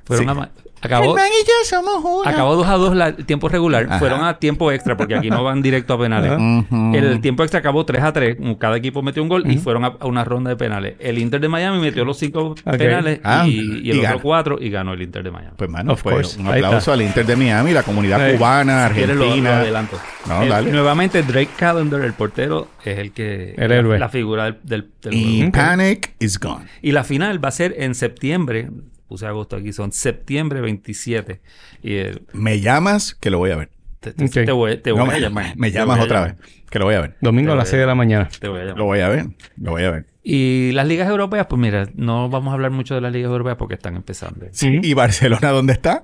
[SPEAKER 3] Fueron
[SPEAKER 1] Sí.
[SPEAKER 3] a ma- acabó,
[SPEAKER 1] y yo somos uno.
[SPEAKER 3] acabó 2 a 2 la- el tiempo regular,
[SPEAKER 1] Ajá.
[SPEAKER 3] fueron a tiempo extra, porque aquí no van directo a penales.
[SPEAKER 1] Ujú.
[SPEAKER 3] El tiempo extra acabó 3 a 3. Cada equipo metió un gol y fueron a, a una ronda de penales. El Inter de Miami metió los 5 penales
[SPEAKER 1] Ah,
[SPEAKER 3] y, y el
[SPEAKER 1] y ganó.
[SPEAKER 3] otro 4 y ganó el Inter de Miami.
[SPEAKER 1] Pues, mano,
[SPEAKER 2] Of
[SPEAKER 1] pues,
[SPEAKER 2] course.
[SPEAKER 1] un
[SPEAKER 2] Ahí
[SPEAKER 1] aplauso
[SPEAKER 2] está.
[SPEAKER 1] al Inter de Miami, la comunidad
[SPEAKER 2] Sí.
[SPEAKER 1] cubana,
[SPEAKER 3] Si quieres,
[SPEAKER 1] argentina.
[SPEAKER 3] lo- lo adelanto.
[SPEAKER 1] No,
[SPEAKER 3] El-
[SPEAKER 1] dale.
[SPEAKER 3] Nuevamente, Drake Callender, el portero, es el que.
[SPEAKER 2] El
[SPEAKER 3] la-
[SPEAKER 2] héroe.
[SPEAKER 3] La figura del, del, del
[SPEAKER 1] Y
[SPEAKER 3] juego.
[SPEAKER 1] Panic is gone.
[SPEAKER 3] Y la final va a ser en septiembre. Puse agosto aquí, son septiembre 27. Y eh,
[SPEAKER 1] Me llamas que lo voy a ver.
[SPEAKER 3] Te, te-
[SPEAKER 2] Ok.
[SPEAKER 3] te voy, te voy
[SPEAKER 1] No,
[SPEAKER 3] a
[SPEAKER 1] me,
[SPEAKER 3] llamar.
[SPEAKER 1] me
[SPEAKER 3] Te
[SPEAKER 1] llamas
[SPEAKER 3] voy a
[SPEAKER 1] otra
[SPEAKER 3] llamar.
[SPEAKER 1] vez. Que lo voy a ver.
[SPEAKER 2] Domingo a
[SPEAKER 3] Pero,
[SPEAKER 2] las
[SPEAKER 3] eh,
[SPEAKER 2] 6 de la mañana.
[SPEAKER 3] Te voy a llamar.
[SPEAKER 1] Lo voy a ver. Lo voy a ver.
[SPEAKER 3] Y las ligas europeas, pues mira, no vamos a hablar mucho de las ligas europeas porque están empezando.
[SPEAKER 2] Sí.
[SPEAKER 1] ¿Y Barcelona dónde está?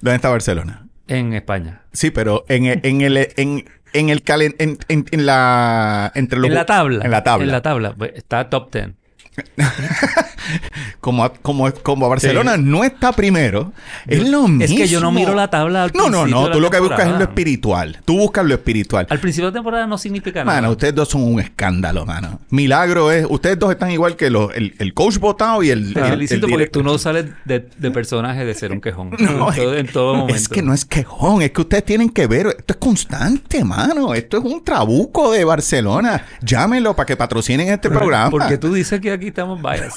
[SPEAKER 1] ¿Dónde está Barcelona?
[SPEAKER 3] En España.
[SPEAKER 1] Sí, pero en, el- en el en, en el calen- en, en- en la entre los
[SPEAKER 3] en la tabla.
[SPEAKER 1] en la tabla
[SPEAKER 3] En la tabla. pues, está top 10.
[SPEAKER 1] como a- como como Barcelona no está primero es lo mismo
[SPEAKER 3] Es que yo no miro la tabla al
[SPEAKER 1] no no
[SPEAKER 3] principio de
[SPEAKER 1] no
[SPEAKER 3] la
[SPEAKER 1] tú lo que buscas es
[SPEAKER 3] temporada.
[SPEAKER 1] lo espiritual tú buscas lo espiritual
[SPEAKER 3] Al principio de temporada no significa nada.
[SPEAKER 1] Mano, ustedes dos son un escándalo, mano. Milagro es, ustedes dos están igual que los, el, el coach votado y el,
[SPEAKER 3] Te
[SPEAKER 1] el- el
[SPEAKER 3] felicito porque
[SPEAKER 1] director.
[SPEAKER 3] tú no sales de, de personaje de ser un quejón.
[SPEAKER 1] No,
[SPEAKER 3] en, todo, en todo momento.
[SPEAKER 1] Es que no es quejón, es que ustedes tienen que ver, esto es constante, mano. Esto es un trabuco de Barcelona. Llámenlo para que patrocinen este programa.
[SPEAKER 3] Porque tú dices que aquí estamos bias.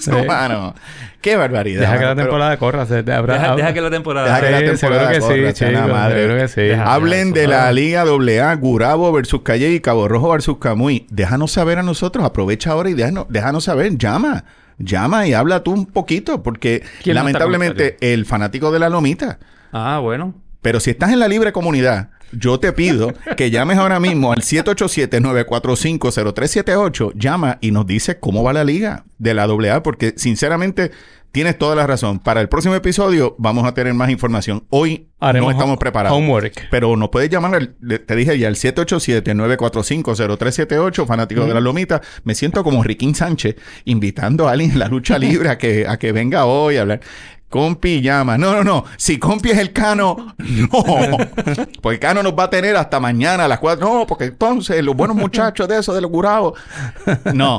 [SPEAKER 1] Eso, mano. Qué barbaridad.
[SPEAKER 2] Deja que
[SPEAKER 1] mano,
[SPEAKER 2] la
[SPEAKER 1] pero-
[SPEAKER 2] temporada corra. se- te habrá-
[SPEAKER 3] Deja, deja que la
[SPEAKER 1] ah, Deja
[SPEAKER 3] temporada...
[SPEAKER 1] que la
[SPEAKER 2] Sí,
[SPEAKER 1] temporada
[SPEAKER 2] seguro que
[SPEAKER 1] corra,
[SPEAKER 2] sí,
[SPEAKER 1] sea una
[SPEAKER 2] chicos,
[SPEAKER 1] madre.
[SPEAKER 2] seguro que sí.
[SPEAKER 3] Deja-
[SPEAKER 1] Hablen
[SPEAKER 3] eso,
[SPEAKER 1] de la
[SPEAKER 3] mano.
[SPEAKER 1] Liga AA, Gurabo versus Calle y Cabo Rojo versus Camuy. Déjanos saber a nosotros, aprovecha ahora y déjanos, déjanos saber, llama, llama y habla tú un poquito, porque
[SPEAKER 3] ¿Quién no está
[SPEAKER 1] lamentablemente el fanático de la lomita.
[SPEAKER 3] Ah, bueno.
[SPEAKER 1] Pero si estás en la libre comunidad, yo te pido que llames ahora mismo al 787-945-0378. Llama y nos dices cómo va la liga de la AA, porque sinceramente tienes toda la razón. Para el próximo episodio vamos a tener más información. Hoy no
[SPEAKER 2] Haremos
[SPEAKER 1] estamos
[SPEAKER 2] ho-
[SPEAKER 1] preparados.
[SPEAKER 2] Homework.
[SPEAKER 1] Pero nos puedes llamar, al- le- te dije ya, al 787-945-0378, fanático de la Lomita. Me siento como Riquín Sánchez invitando a alguien en la lucha libre a que, a que venga hoy a hablar. Compi llama. No, no, no. Si Compi es el Cano, no. Porque Cano nos va a tener hasta mañana a las 4. No, porque entonces los buenos muchachos de eso, de los curados. No.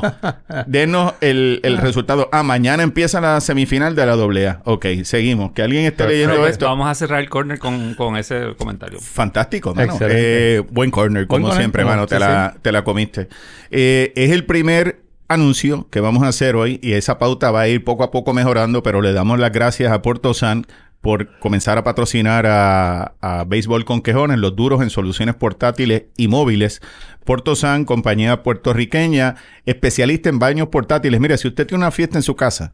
[SPEAKER 1] Denos el, el resultado. Ah, mañana empieza la semifinal de la AA. Ok, seguimos. Que alguien esté leyendo
[SPEAKER 3] Pero
[SPEAKER 1] esto.
[SPEAKER 3] Vamos a cerrar el corner con, con ese comentario.
[SPEAKER 1] Fantástico, mano.
[SPEAKER 2] Excelente.
[SPEAKER 1] Eh, buen corner, como
[SPEAKER 2] Buen corner,
[SPEAKER 1] siempre,
[SPEAKER 2] como-
[SPEAKER 1] mano. Te,
[SPEAKER 2] sí,
[SPEAKER 1] la, te la comiste. Eh, es el primer anuncio que vamos a hacer hoy y esa pauta va a ir poco a poco mejorando, pero le damos las gracias a Puerto San por comenzar a patrocinar a, a Béisbol con Quejones, los duros en soluciones portátiles y móviles. Puerto San, compañía puertorriqueña, especialista en baños portátiles. Mira, si usted tiene una fiesta en su casa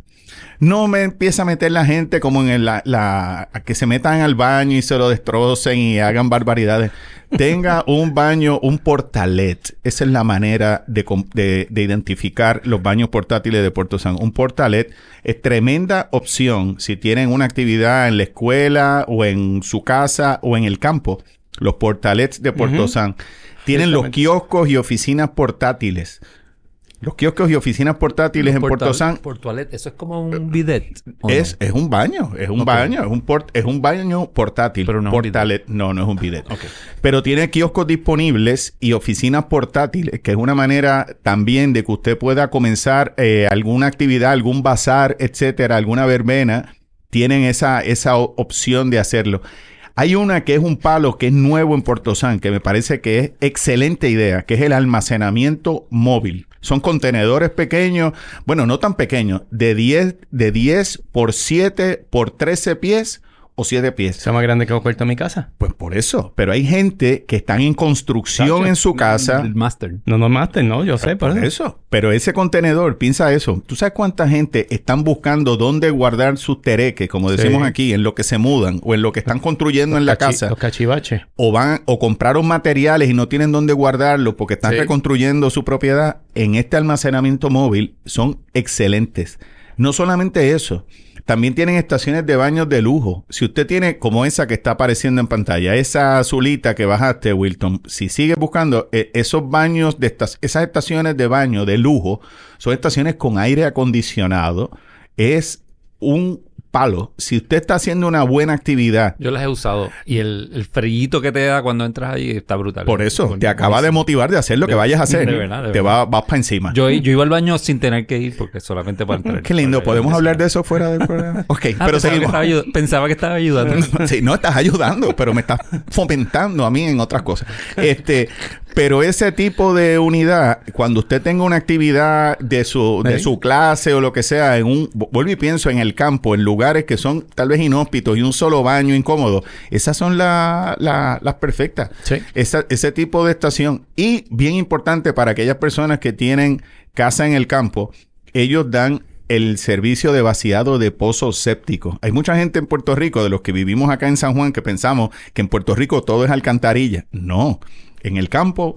[SPEAKER 1] no me empieza a meter la gente como en el- la, la- a que se metan al baño y se lo destrocen y hagan barbaridades. Tenga un baño, un portalet. Esa es la manera de, com- de- de identificar los baños portátiles de Puerto San. Un portalet es tremenda opción si tienen una actividad en la escuela o en su casa o en el campo. Los portalets de Puerto San. Tienen los kioscos y oficinas portátiles. Los kioscos y oficinas portátiles en Puerto San
[SPEAKER 3] Portualet, eso es como un bidet. ¿o no?
[SPEAKER 1] es, es un baño, es un
[SPEAKER 3] Ok.
[SPEAKER 1] baño, es un port- es un baño portátil.
[SPEAKER 3] Pero no es un bidet.
[SPEAKER 1] portalet. No, no es un bidet. Pero tiene kioscos disponibles y oficinas portátiles, que es una manera también de que usted pueda comenzar eh, alguna actividad, algún bazar, etcétera, alguna verbena. Tienen esa, esa o- opción de hacerlo. Hay una que es un palo que es nuevo en Puerto San, que me parece que es excelente idea, que es el almacenamiento móvil. Son contenedores pequeños, bueno, no tan pequeños, de 10, de 10 por 7 por 13 pies o 7 pies.
[SPEAKER 2] Sea más grande que el cuarto de mi casa.
[SPEAKER 1] Pues por eso. Pero hay gente que están en construcción en su casa.
[SPEAKER 3] El master.
[SPEAKER 2] No, no master, no, yo sé, pues. por
[SPEAKER 1] Por
[SPEAKER 2] eso.
[SPEAKER 1] eso. Pero ese contenedor, piensa eso. ¿Tú sabes cuánta gente están buscando dónde guardar sus tereques, como decimos
[SPEAKER 2] Sí.
[SPEAKER 1] aquí, en lo que se mudan o en lo que están construyendo en la
[SPEAKER 2] Cachi-
[SPEAKER 1] casa?
[SPEAKER 2] Los cachivaches.
[SPEAKER 1] o van o compraron materiales y no tienen dónde guardarlos porque están
[SPEAKER 3] Sí.
[SPEAKER 1] reconstruyendo su propiedad en este almacenamiento móvil son excelentes. No solamente eso, también tienen estaciones de baños de lujo. Si usted tiene como esa que está apareciendo en pantalla, esa azulita que bajaste, Wilton, si sigue buscando eh, esos baños de estas esas estaciones de baño de lujo, son estaciones con aire acondicionado, es un palo. Si usted está haciendo una buena actividad
[SPEAKER 3] Yo las he usado. Y el, el frillito que te da cuando entras ahí está brutal.
[SPEAKER 1] Por eso,
[SPEAKER 3] Bueno,
[SPEAKER 1] te acaba de
[SPEAKER 3] buenísimo.
[SPEAKER 1] motivar de hacer lo que
[SPEAKER 3] De-
[SPEAKER 1] vayas a hacer.
[SPEAKER 3] de verdad, de
[SPEAKER 1] te va, vas para encima.
[SPEAKER 3] Yo, yo iba al baño sin tener que ir porque solamente para entrar.
[SPEAKER 1] Qué lindo, podemos hablar de eso fuera del programa. ok,
[SPEAKER 3] Ah,
[SPEAKER 1] pero
[SPEAKER 3] pensaba, que
[SPEAKER 1] seguimos.
[SPEAKER 3] estaba ayud- pensaba que estaba ayudando.
[SPEAKER 1] Sí, no estás ayudando, pero me estás fomentando a mí en otras cosas. Este, pero ese tipo de unidad, cuando usted tenga una actividad de su, de
[SPEAKER 2] Sí.
[SPEAKER 1] su clase o lo que sea, en un, vuelvo y pienso en el campo, en lugares que son tal vez inhóspitos y un solo baño incómodo, esas son la- la- las perfectas.
[SPEAKER 2] Sí.
[SPEAKER 1] Esa- ese tipo de estación. Y bien importante para aquellas personas que tienen casa en el campo, ellos dan el servicio de vaciado de pozos sépticos. Hay mucha gente en Puerto Rico, de los que vivimos acá en San Juan, que pensamos que en Puerto Rico todo es alcantarilla. No, en el campo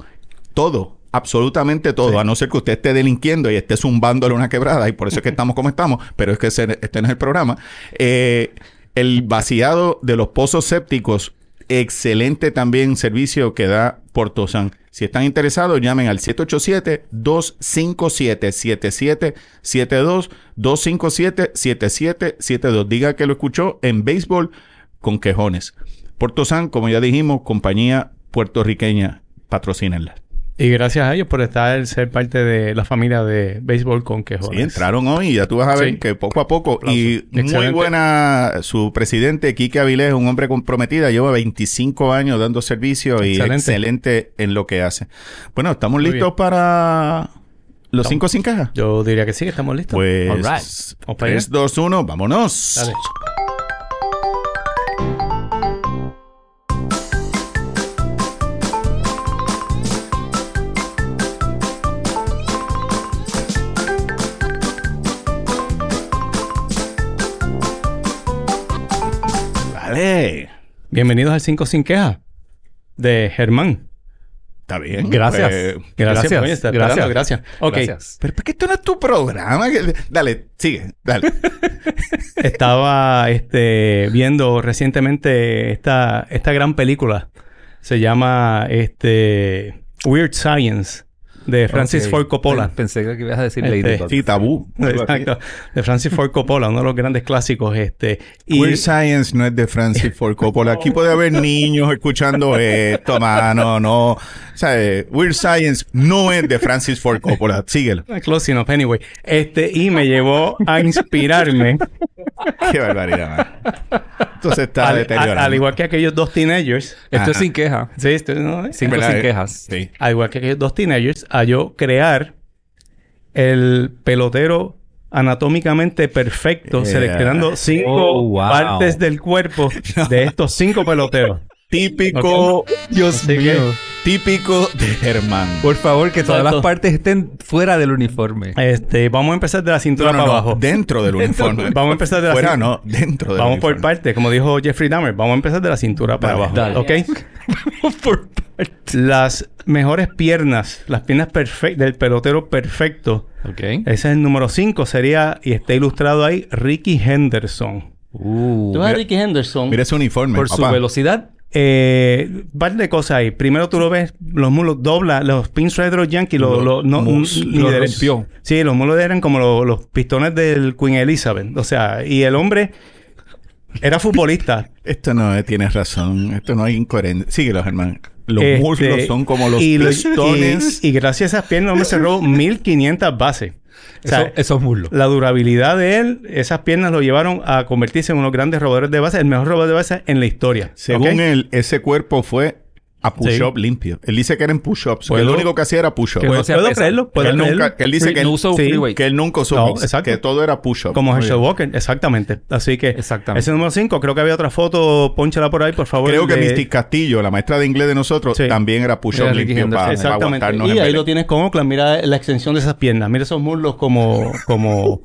[SPEAKER 1] todo, absolutamente todo, a no ser que usted esté delinquiendo y esté zumbándole una quebrada, y por eso es que estamos como estamos, pero es que ese- este no es el programa. Eh, el vaciado de los pozos sépticos, excelente también servicio que da Portosan. Si están interesados, llamen al 787-257-7772, 257-7772. Diga que lo escuchó en béisbol con quejones. Portosan, como ya dijimos, compañía puertorriqueña, patrocínenla.
[SPEAKER 2] Y gracias a ellos por estar, ser parte de la familia de béisbol con
[SPEAKER 1] Sí,
[SPEAKER 2] quejones.
[SPEAKER 1] entraron hoy y ya tú vas a ver
[SPEAKER 2] Sí.
[SPEAKER 1] que poco a poco. Y muy
[SPEAKER 2] Excelente.
[SPEAKER 1] buena su presidente, Quique Avilés, un hombre comprometida, lleva 25 años dando servicio y
[SPEAKER 2] Excelente.
[SPEAKER 1] excelente en lo que hace. Bueno, estamos
[SPEAKER 2] Muy
[SPEAKER 1] listos
[SPEAKER 2] bien.
[SPEAKER 1] para los 5 sin caja.
[SPEAKER 2] Yo diría que sí, que estamos listos. All right.
[SPEAKER 1] Pues
[SPEAKER 2] Vamos para allá.
[SPEAKER 1] 3, 2, 1, vámonos.
[SPEAKER 2] Dale.
[SPEAKER 1] Dale.
[SPEAKER 2] Bienvenidos al 5 sin queja de Germán.
[SPEAKER 1] Está bien.
[SPEAKER 3] Gracias.
[SPEAKER 1] Pues,
[SPEAKER 2] Gracias.
[SPEAKER 3] Gracias.
[SPEAKER 2] coño, está
[SPEAKER 3] Gracias.
[SPEAKER 2] esperando, gracias. Ok,
[SPEAKER 3] Gracias.
[SPEAKER 1] pero ¿por qué esto no es tu programa? Que- Dale, sigue, dale.
[SPEAKER 2] estaba este, viendo recientemente esta, esta gran película. Se llama este, Weird Science de Francis
[SPEAKER 3] Ok.
[SPEAKER 2] Ford Coppola.
[SPEAKER 3] Pen- Pensé que ibas a decir Lady
[SPEAKER 2] Este,
[SPEAKER 3] Gaga.
[SPEAKER 1] Sí, tabú.
[SPEAKER 2] Exacto. De Francis Ford Coppola, uno de los grandes clásicos. Este. Y
[SPEAKER 1] Queer Science no es de Francis Ford Coppola. Aquí puede haber niños escuchando esto, mano, no. O sea, eh, Weird Science no es de Francis Ford Coppola. Síguelo.
[SPEAKER 2] Close enough, anyway. Este, y me llevó a inspirarme,
[SPEAKER 1] Qué barbaridad, mano. Entonces está
[SPEAKER 2] al,
[SPEAKER 1] deteriorando.
[SPEAKER 2] al- al igual que aquellos dos teenagers.
[SPEAKER 3] Esto
[SPEAKER 1] Ajá.
[SPEAKER 3] es sin queja.
[SPEAKER 2] Sí, esto, ¿no?
[SPEAKER 3] Sin,
[SPEAKER 1] ¿Verdad,
[SPEAKER 3] sin
[SPEAKER 1] eh?
[SPEAKER 3] quejas.
[SPEAKER 1] Sí.
[SPEAKER 2] Al igual que aquellos dos teenagers, a yo crear el pelotero anatómicamente perfecto,
[SPEAKER 1] Yeah.
[SPEAKER 2] seleccionando cinco
[SPEAKER 3] Oh, wow.
[SPEAKER 2] partes del cuerpo de estos cinco peloteros.
[SPEAKER 1] Típico,
[SPEAKER 3] Dios
[SPEAKER 2] Así que,
[SPEAKER 1] típico de Germán.
[SPEAKER 3] Por favor, que todas
[SPEAKER 2] Exacto.
[SPEAKER 3] las partes estén fuera del uniforme.
[SPEAKER 2] este, vamos a empezar de la cintura
[SPEAKER 1] No, no,
[SPEAKER 2] para
[SPEAKER 1] no,
[SPEAKER 2] abajo.
[SPEAKER 1] Dentro del uniforme.
[SPEAKER 2] Vamos a empezar de la
[SPEAKER 1] Fuera,
[SPEAKER 2] cintura.
[SPEAKER 1] no, dentro del
[SPEAKER 2] Vamos por
[SPEAKER 1] uniforme.
[SPEAKER 2] parte, como dijo Jeffrey Dahmer, vamos a empezar de la cintura para
[SPEAKER 1] Dale,
[SPEAKER 2] abajo,
[SPEAKER 3] dale.
[SPEAKER 2] ¿ok? Vamos por partes. Las mejores piernas, las piernas perfectas del pelotero perfecto.
[SPEAKER 1] Eh,
[SPEAKER 3] Ok.
[SPEAKER 2] Ese es el número 5, sería y está ilustrado ahí Ricky Henderson.
[SPEAKER 3] Uh,
[SPEAKER 2] Tú ves a Ricky Henderson.
[SPEAKER 1] Mira ese uniforme.
[SPEAKER 3] por su
[SPEAKER 1] papá.
[SPEAKER 3] velocidad.
[SPEAKER 2] Eh, par de cosas ahí. Primero tú lo ves, los mulos dobla, los pinstripes de los Yankees, lo-
[SPEAKER 1] Los
[SPEAKER 2] lo- no,
[SPEAKER 1] mus-
[SPEAKER 2] ni
[SPEAKER 3] los
[SPEAKER 2] derecho.
[SPEAKER 3] rompió.
[SPEAKER 2] Sí, los mulos eran como lo- los pistones del Queen Elizabeth. O sea, y el hombre era futbolista.
[SPEAKER 1] Esto no, eh, tienes razón. Esto no hay incoherencia. Síguelo, Germán. Los
[SPEAKER 2] Este,
[SPEAKER 1] muslos son como los
[SPEAKER 2] y
[SPEAKER 1] pistones.
[SPEAKER 2] Y, y gracias a esas piernas, el hombre cerró 1500 bases. O sea,
[SPEAKER 3] Eso- esos muslos.
[SPEAKER 2] la durabilidad de él, esas piernas lo llevaron a convertirse en uno de los grandes robadores de bases, el mejor robador de bases en la historia.
[SPEAKER 1] Según
[SPEAKER 2] ¿ok?
[SPEAKER 1] él, ese cuerpo fue a push-up limpio. Él dice que era en push-ups. Que
[SPEAKER 2] Puedo-
[SPEAKER 1] lo único que hacía era push-up.
[SPEAKER 3] que
[SPEAKER 2] Puedo,
[SPEAKER 3] no sea
[SPEAKER 2] puedo
[SPEAKER 3] pesa.
[SPEAKER 2] creerlo, puedo
[SPEAKER 1] él,
[SPEAKER 2] creerlo.
[SPEAKER 1] nunca- que él dice que él,
[SPEAKER 3] No usó
[SPEAKER 2] sí.
[SPEAKER 3] free weight.
[SPEAKER 1] que él nunca usó
[SPEAKER 2] No,
[SPEAKER 1] mix,
[SPEAKER 2] exacto.
[SPEAKER 1] Que todo era push-up.
[SPEAKER 2] Como
[SPEAKER 1] Muy
[SPEAKER 2] Herschel
[SPEAKER 1] bien.
[SPEAKER 2] Walker, exactamente. Así que
[SPEAKER 3] Exactamente.
[SPEAKER 2] ese número 5, creo que había otra foto, pónchala por ahí, por favor.
[SPEAKER 1] Creo que
[SPEAKER 2] de-
[SPEAKER 1] Misty Castillo, la maestra de inglés de nosotros,
[SPEAKER 2] Sí.
[SPEAKER 1] también era push-up
[SPEAKER 3] Era Ricky
[SPEAKER 1] limpio
[SPEAKER 3] Henderson.
[SPEAKER 1] para, para
[SPEAKER 2] Exactamente.
[SPEAKER 1] aguantarnos
[SPEAKER 2] Y
[SPEAKER 1] en
[SPEAKER 2] ahí
[SPEAKER 1] pelea.
[SPEAKER 2] lo tienes con Oakland. Mira la extensión de esas piernas. Mira esos muslos como, como,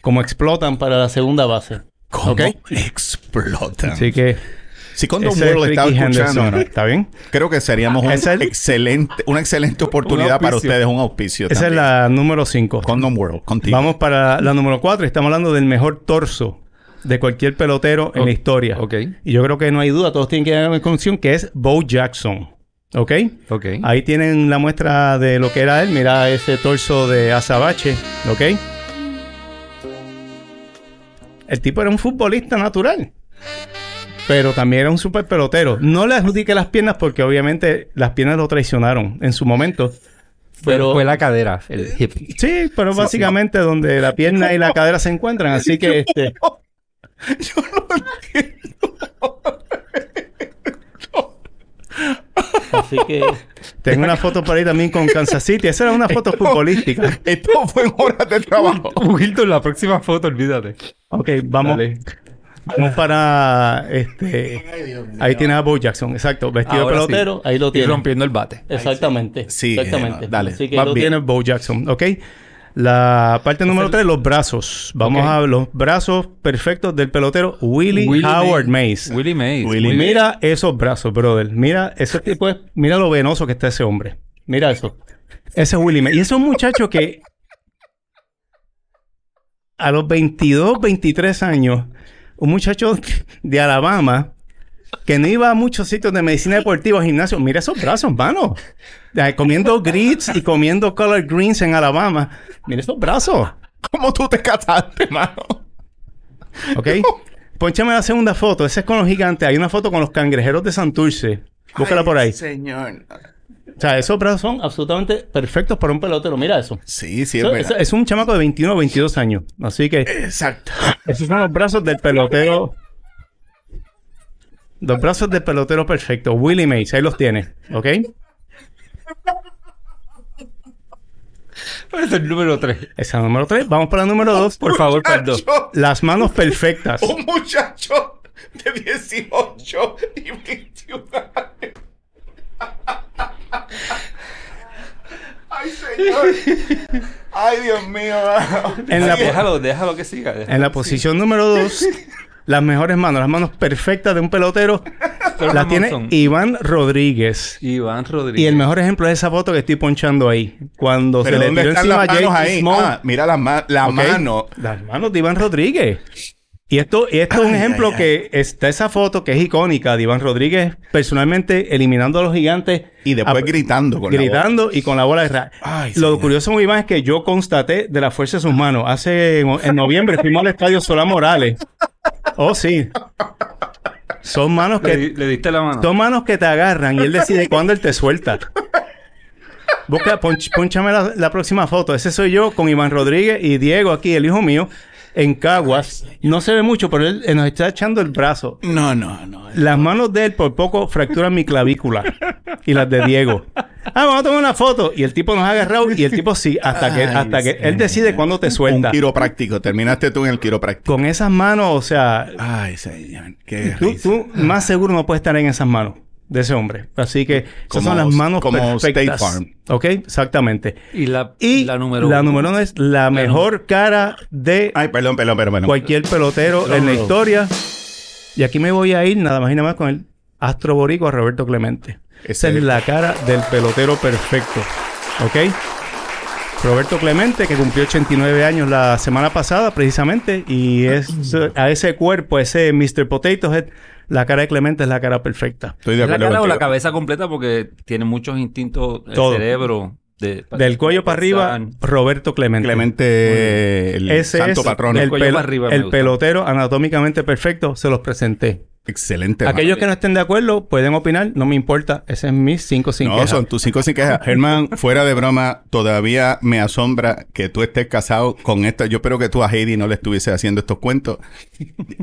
[SPEAKER 2] como explotan para la segunda base.
[SPEAKER 1] ¿Cómo
[SPEAKER 2] ¿Ok?
[SPEAKER 1] explotan?
[SPEAKER 2] Así que
[SPEAKER 1] Si Condom
[SPEAKER 2] ese
[SPEAKER 1] World
[SPEAKER 2] es
[SPEAKER 1] estaba
[SPEAKER 2] Ricky
[SPEAKER 1] escuchando,
[SPEAKER 2] Henderson.
[SPEAKER 1] ¿no?
[SPEAKER 2] ¿Está bien?
[SPEAKER 1] creo que seríamos un
[SPEAKER 2] Esa Ah, es-
[SPEAKER 1] excelente, una excelente oportunidad para
[SPEAKER 3] auspicio.
[SPEAKER 1] ustedes, un auspicio.
[SPEAKER 2] Esa es
[SPEAKER 1] también.
[SPEAKER 2] la número 5.
[SPEAKER 1] Condom World, contigo.
[SPEAKER 2] Vamos para la número 4. Estamos hablando del mejor torso de cualquier pelotero en
[SPEAKER 3] O-
[SPEAKER 2] la historia.
[SPEAKER 3] ok.
[SPEAKER 2] Y yo creo que no hay duda, todos tienen que dar en condición que es Bo Jackson. ¿Ok?
[SPEAKER 3] Ok.
[SPEAKER 2] Ahí tienen la muestra de lo que era él. Mira ese torso de azabache. ¿Ok? El tipo era un futbolista natural. Pero también era un super pelotero. No le adjudique las piernas porque obviamente las piernas lo traicionaron en su momento.
[SPEAKER 3] Fue-
[SPEAKER 2] pero-
[SPEAKER 3] fue la cadera, el hip.
[SPEAKER 2] Sí, pero básicamente donde la pierna y la cadera se encuentran, así que este. Así que tengo una foto por ahí también con Kansas City. Esa era una foto futbolística.
[SPEAKER 1] Esto fue en horas de trabajo.
[SPEAKER 3] Wilton, la próxima foto, olvídate.
[SPEAKER 2] Ok, vamos,
[SPEAKER 3] Dale.
[SPEAKER 2] vamos para este. Ahí tiene a Bo Jackson, exacto, vestido
[SPEAKER 3] Ahora
[SPEAKER 2] de pelotero.
[SPEAKER 3] sí.
[SPEAKER 2] Ahí lo
[SPEAKER 3] Y
[SPEAKER 2] tiene.
[SPEAKER 3] rompiendo el bate.
[SPEAKER 2] Exactamente.
[SPEAKER 1] Sí,
[SPEAKER 2] exactamente.
[SPEAKER 1] eh, dale.
[SPEAKER 2] Así que
[SPEAKER 1] Vas
[SPEAKER 2] ahí lo
[SPEAKER 1] bien.
[SPEAKER 2] tiene Bo Jackson, ¿ok? La parte número tres, los brazos. Vamos a ver los brazos perfectos del pelotero Willie,
[SPEAKER 3] Willie
[SPEAKER 2] Howard Mays.
[SPEAKER 3] Willie Mays.
[SPEAKER 1] Willie
[SPEAKER 3] Willie-
[SPEAKER 2] Mira esos brazos, brother. Mira ese tipo es, mira lo venoso que está ese hombre. Mira eso. Ese es Willie Mays. Y esos muchachos que a los 22, 23 años, un muchacho de Alabama que no iba a muchos sitios de medicina deportiva, gimnasio. Mira esos brazos, mano. Eh, Comiendo grits y comiendo color greens en Alabama. Mira esos brazos.
[SPEAKER 1] ¿Cómo tú te casaste, mano?
[SPEAKER 2] ¿Ok? Ponchame la segunda foto. Esa es con los gigantes. Hay una foto con los cangrejeros de Santurce. Búscala por ahí.
[SPEAKER 1] Señor.
[SPEAKER 2] O sea, esos brazos son absolutamente perfectos para un pelotero. Mira eso.
[SPEAKER 1] Sí, sí, es
[SPEAKER 2] Eso-
[SPEAKER 1] verdad.
[SPEAKER 2] eso- es un chamaco de 21 o 22 años. Así que
[SPEAKER 1] Exacto.
[SPEAKER 2] esos son los brazos del pelotero. Los brazos del pelotero perfecto. Willie Mays, ahí los tiene. ¿Ok?
[SPEAKER 3] Es Pues el número 3.
[SPEAKER 2] Esa es la número 3. Vamos para la número 2.
[SPEAKER 3] Por favor, perdón.
[SPEAKER 1] Muchacho, Oh,
[SPEAKER 2] Las manos perfectas.
[SPEAKER 1] Un muchacho de 18 y 21 años. Ay, señor. Ay, Dios mío.
[SPEAKER 2] En la,
[SPEAKER 3] Déjalo, déjalo que siga. déjalo.
[SPEAKER 2] en la posición número 2, las mejores manos. Las manos perfectas de un pelotero
[SPEAKER 3] Pero
[SPEAKER 2] las
[SPEAKER 3] Ramón
[SPEAKER 2] tiene
[SPEAKER 3] son
[SPEAKER 2] Iván Rodríguez.
[SPEAKER 3] Iván Rodríguez.
[SPEAKER 2] Y el mejor ejemplo es esa foto que estoy ponchando ahí. Cuando
[SPEAKER 1] Pero
[SPEAKER 2] se le
[SPEAKER 1] ¿dónde
[SPEAKER 2] tiró
[SPEAKER 1] están
[SPEAKER 2] encima
[SPEAKER 1] las
[SPEAKER 2] a
[SPEAKER 1] manos
[SPEAKER 2] Jason
[SPEAKER 1] ahí?
[SPEAKER 2] Small.
[SPEAKER 1] Ah, mira las ma- la
[SPEAKER 2] ¿ok?
[SPEAKER 1] mano.
[SPEAKER 2] Las manos de Iván Rodríguez. Y esto, y esto es un
[SPEAKER 1] Ay,
[SPEAKER 2] ejemplo
[SPEAKER 1] ay, ay.
[SPEAKER 2] que está esa foto que es icónica de Iván Rodríguez personalmente eliminando a los gigantes.
[SPEAKER 1] Y después
[SPEAKER 2] a-
[SPEAKER 1] gritando con la
[SPEAKER 2] Ah, pues, gritando y con la bola de ra-
[SPEAKER 1] Ay,
[SPEAKER 2] Lo
[SPEAKER 1] señor.
[SPEAKER 2] curioso con Iván es que yo constaté de la fuerza de sus manos. Hace en, en noviembre fuimos al estadio Solá Morales. Oh, sí. Son manos
[SPEAKER 3] Le,
[SPEAKER 2] que
[SPEAKER 3] di- le diste la mano.
[SPEAKER 2] Dos manos que te agarran y él decide cuándo él te suelta. Busca, ponch- ponchame la, la próxima foto. Ese soy yo con Iván Rodríguez y Diego aquí, el hijo mío, en Caguas. No se ve mucho, pero él eh, nos está echando el brazo.
[SPEAKER 1] No, no, no.
[SPEAKER 2] Las manos de él por poco fracturan mi clavícula y las de Diego. Ah, vamos a tomar una foto. Y el tipo nos ha agarrado y el tipo sí, hasta que,
[SPEAKER 1] Ay,
[SPEAKER 2] hasta que él
[SPEAKER 1] sí.
[SPEAKER 2] decide cuándo te
[SPEAKER 1] Un
[SPEAKER 2] suelta.
[SPEAKER 1] quiropráctico. Terminaste tú en el quiropráctico.
[SPEAKER 2] Con esas manos, o sea,
[SPEAKER 1] Ay, señor. Qué
[SPEAKER 2] Tú,
[SPEAKER 1] risa.
[SPEAKER 2] tú más seguro no puedes estar en esas manos de ese hombre. Así que esas
[SPEAKER 1] Como-
[SPEAKER 2] son las manos
[SPEAKER 1] como
[SPEAKER 2] perfectas.
[SPEAKER 1] State Farm.
[SPEAKER 2] Ok, exactamente.
[SPEAKER 3] Y la,
[SPEAKER 2] Y
[SPEAKER 3] la número
[SPEAKER 2] la
[SPEAKER 3] uno.
[SPEAKER 2] número uno es la mejor cara de
[SPEAKER 1] Ay, perdón, perdón, perdón. perdón.
[SPEAKER 2] cualquier pelotero en la historia. Y aquí me voy a ir nada más y nada más con el astro boricua Roberto Clemente. Esa
[SPEAKER 1] Ese-
[SPEAKER 2] es la cara del pelotero perfecto. ¿Ok? Roberto Clemente, que cumplió 89 años la semana pasada, precisamente, y es a ese cuerpo, ese Mr. Potato Head, la cara de Clemente es la cara perfecta.
[SPEAKER 1] Estoy de
[SPEAKER 3] ¿Es la
[SPEAKER 1] acuerdo
[SPEAKER 3] cara o la
[SPEAKER 1] contigo.
[SPEAKER 3] cabeza completa? Porque tiene muchos instintos del
[SPEAKER 2] Todo.
[SPEAKER 3] cerebro. de-
[SPEAKER 2] Del cuello para arriba,
[SPEAKER 3] Pensar.
[SPEAKER 2] Roberto Clemente.
[SPEAKER 1] Clemente, el
[SPEAKER 2] Ese
[SPEAKER 1] santo
[SPEAKER 2] es
[SPEAKER 1] patrón.
[SPEAKER 2] el,
[SPEAKER 3] Del cuello
[SPEAKER 2] pel-
[SPEAKER 3] para arriba me
[SPEAKER 2] el
[SPEAKER 3] gusta.
[SPEAKER 2] pelotero anatómicamente perfecto, se los presenté.
[SPEAKER 1] Excelente. mano.
[SPEAKER 2] Aquellos que no estén de acuerdo pueden opinar, no me importa. Ese es mis cinco sin
[SPEAKER 1] No,
[SPEAKER 2] queja.
[SPEAKER 1] son tus cinco sin quejas. Germán, fuera de broma, todavía me asombra que tú estés casado con esta. Yo espero que tú a Heidi no le estuviese haciendo estos cuentos.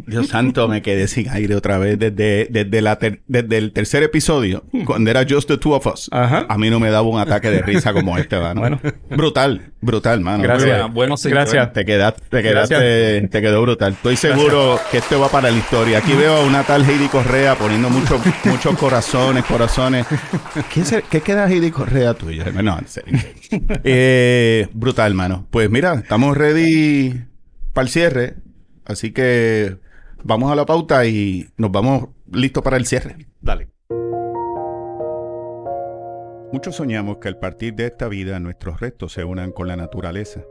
[SPEAKER 1] Dios santo, me quedé sin aire otra vez desde, desde, la ter- desde el tercer episodio, cuando era Just the Two of Us.
[SPEAKER 2] Ajá.
[SPEAKER 1] A mí no me daba un ataque de risa como este, mano.
[SPEAKER 2] Bueno.
[SPEAKER 1] Brutal, brutal, mano.
[SPEAKER 2] Gracias.
[SPEAKER 3] Muy buena, bueno, señor.
[SPEAKER 2] Gracias.
[SPEAKER 1] Te quedaste, te quedaste, te quedó brutal. Estoy seguro que esto va para la historia. Aquí veo a una tal Heidi Correa poniendo muchos muchos corazones, corazones. ¿Quién se- ¿Qué queda Heidi Correa tuya? No, en serio. Eh, brutal, mano. Pues mira, estamos ready para el cierre. Así que vamos a la pauta y nos vamos listos para el cierre. Dale. Muchos soñamos que al partir de esta vida nuestros restos se unan con la naturaleza.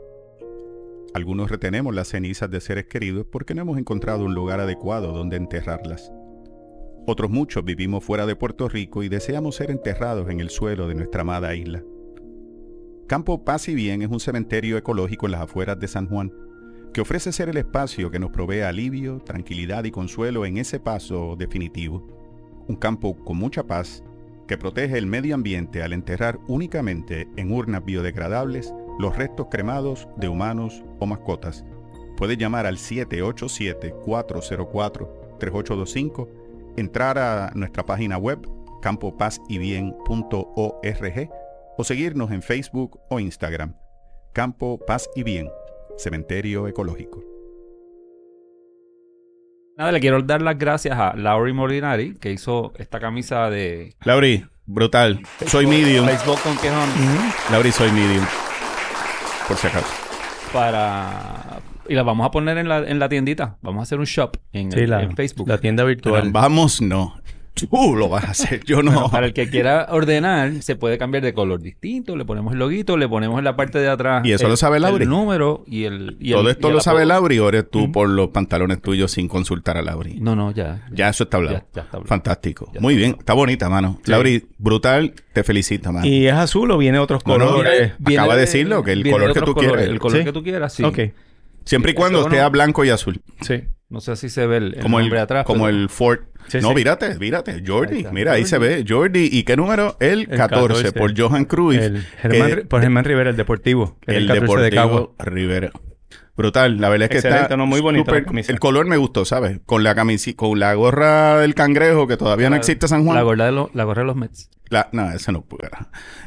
[SPEAKER 1] Algunos retenemos las cenizas de seres queridos porque no hemos encontrado un lugar adecuado donde enterrarlas. Otros muchos vivimos fuera de Puerto Rico y deseamos ser enterrados en el suelo de nuestra amada isla. Campo Paz y Bien es un cementerio ecológico en las afueras de San Juan, que ofrece ser el espacio que nos provee alivio, tranquilidad y consuelo en ese paso definitivo. Un campo con mucha paz que protege el medio ambiente al enterrar únicamente en urnas biodegradables los restos cremados de humanos o mascotas. Puede llamar al 787-404-3825, entrar a nuestra página web campopazybien.org o seguirnos en Facebook o Instagram. Campo Paz y Bien, Cementerio Ecológico.
[SPEAKER 3] Nada, le quiero dar las gracias a Lauri Molinari, que hizo esta camisa de...
[SPEAKER 1] Lauri, brutal. Soy medium.
[SPEAKER 3] Baseball con quejón.
[SPEAKER 1] Lauri, soy medium. Por si acaso.
[SPEAKER 3] para... Y la vamos a poner en la, en la tiendita. Vamos a hacer un shop en,
[SPEAKER 2] Sí, la,
[SPEAKER 3] en Facebook.
[SPEAKER 2] la tienda virtual.
[SPEAKER 1] Vamos, no. Tú lo vas a hacer, yo no.
[SPEAKER 3] Para el que quiera ordenar, se puede cambiar de color distinto. Le ponemos el loguito, le ponemos en la parte de atrás.
[SPEAKER 1] Y eso
[SPEAKER 3] el-
[SPEAKER 1] lo sabe Lauri.
[SPEAKER 3] El número y el. y el-
[SPEAKER 1] Todo esto
[SPEAKER 3] y el
[SPEAKER 1] lo sabe
[SPEAKER 3] apodo.
[SPEAKER 1] Lauri o eres tú por los pantalones tuyos sin consultar a Lauri.
[SPEAKER 3] No, no, ya.
[SPEAKER 1] Ya eso está hablado.
[SPEAKER 3] Ya- ya está hablado.
[SPEAKER 1] Fantástico.
[SPEAKER 3] Ya
[SPEAKER 1] Muy
[SPEAKER 3] está
[SPEAKER 1] bien. Está bonita, mano. Lauri, brutal. Te felicito, mano.
[SPEAKER 2] ¿Y es azul o viene otros
[SPEAKER 1] No, no,
[SPEAKER 2] colores?
[SPEAKER 1] eh, acaba de decirlo, que el
[SPEAKER 3] viene
[SPEAKER 1] color
[SPEAKER 3] de
[SPEAKER 1] que
[SPEAKER 3] otros
[SPEAKER 1] tú
[SPEAKER 3] colores,
[SPEAKER 1] quieras.
[SPEAKER 3] El color
[SPEAKER 2] Sí.
[SPEAKER 3] que tú quieras,
[SPEAKER 1] eh,
[SPEAKER 3] sí.
[SPEAKER 2] Ok,
[SPEAKER 1] Siempre y cuando
[SPEAKER 3] eso no-
[SPEAKER 1] esté a blanco y azul.
[SPEAKER 2] sí.
[SPEAKER 3] No sé si se ve el, el
[SPEAKER 1] como el,
[SPEAKER 3] nombre atrás.
[SPEAKER 1] como
[SPEAKER 3] pero-
[SPEAKER 1] el Ford.
[SPEAKER 2] Sí,
[SPEAKER 1] no,
[SPEAKER 2] sí.
[SPEAKER 1] mírate, mírate. Jordi.
[SPEAKER 3] Ahí está.
[SPEAKER 1] Mira, ahí se ve. Jordi. ¿Y qué número? El 14,
[SPEAKER 2] 14,
[SPEAKER 1] por Johan Cruyff.
[SPEAKER 2] El Germán,
[SPEAKER 1] que-
[SPEAKER 2] Ri- por Germán Rivera, el deportivo. que es
[SPEAKER 1] eh, el
[SPEAKER 2] 14 de Cagua.
[SPEAKER 1] Deportivo Rivera. Brutal, la verdad es que
[SPEAKER 2] Excelente,
[SPEAKER 1] está
[SPEAKER 2] ¿no? Muy bonita
[SPEAKER 1] súper-
[SPEAKER 2] la camisa.
[SPEAKER 1] El color me gustó, ¿sabes? Con la camisi- con la gorra del cangrejo que todavía no existe San
[SPEAKER 3] La
[SPEAKER 1] Juan.
[SPEAKER 3] gorra de, lo- la gorra de los Mets.
[SPEAKER 1] La- no, ese no pude.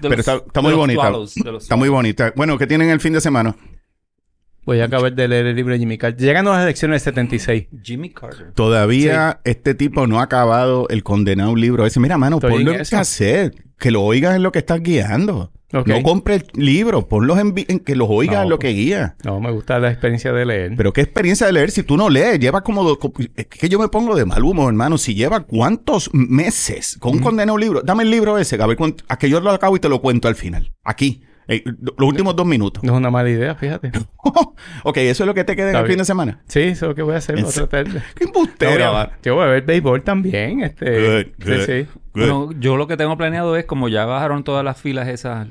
[SPEAKER 3] De
[SPEAKER 1] Pero
[SPEAKER 3] los-
[SPEAKER 1] está, está
[SPEAKER 3] de
[SPEAKER 1] muy
[SPEAKER 3] los
[SPEAKER 1] bonita.
[SPEAKER 3] Swallows, de los
[SPEAKER 1] está muy bonita. Bueno, ¿qué tienen el fin de semana?
[SPEAKER 2] Voy a acabar de leer el libro de Jimmy Carter. Llegando a las elecciones del 76.
[SPEAKER 3] Jimmy Carter.
[SPEAKER 1] Todavía este tipo no ha acabado el condenado libro ese. Mira, mano,
[SPEAKER 2] Estoy
[SPEAKER 1] ponlo
[SPEAKER 2] en
[SPEAKER 1] en
[SPEAKER 2] eso.
[SPEAKER 1] cassette. Que lo oigas en lo que estás guiando.
[SPEAKER 2] Ok.
[SPEAKER 1] No compres libros, ponlos en, vi- en que los oigas
[SPEAKER 2] No,
[SPEAKER 1] en lo
[SPEAKER 2] pues.
[SPEAKER 1] que guías.
[SPEAKER 2] No, me gusta la experiencia de leer.
[SPEAKER 1] Pero qué experiencia de leer si tú no lees. Llevas como... dos- co- es que yo me pongo de mal humor, hermano. Si lleva cuántos meses con un condenado libro. Dame el libro ese, a ver, cuánto- a que yo lo acabo y te lo cuento al final. Aquí. Eh, los últimos dos minutos.
[SPEAKER 2] no es una mala idea, fíjate.
[SPEAKER 1] ok, eso es lo que te queda en
[SPEAKER 2] Está
[SPEAKER 1] el fin
[SPEAKER 2] bien.
[SPEAKER 1] de semana.
[SPEAKER 2] Sí, eso es lo que voy a hacer. Voy a
[SPEAKER 1] Eso-
[SPEAKER 2] tratar de-
[SPEAKER 1] ¡Qué
[SPEAKER 2] No,
[SPEAKER 1] embustero!
[SPEAKER 2] voy a- Yo voy a ver béisbol también. Este,
[SPEAKER 1] Good,
[SPEAKER 2] sí,
[SPEAKER 1] good.
[SPEAKER 2] sí.
[SPEAKER 1] Good.
[SPEAKER 3] Bueno, yo lo que tengo planeado es, como ya bajaron todas las filas esas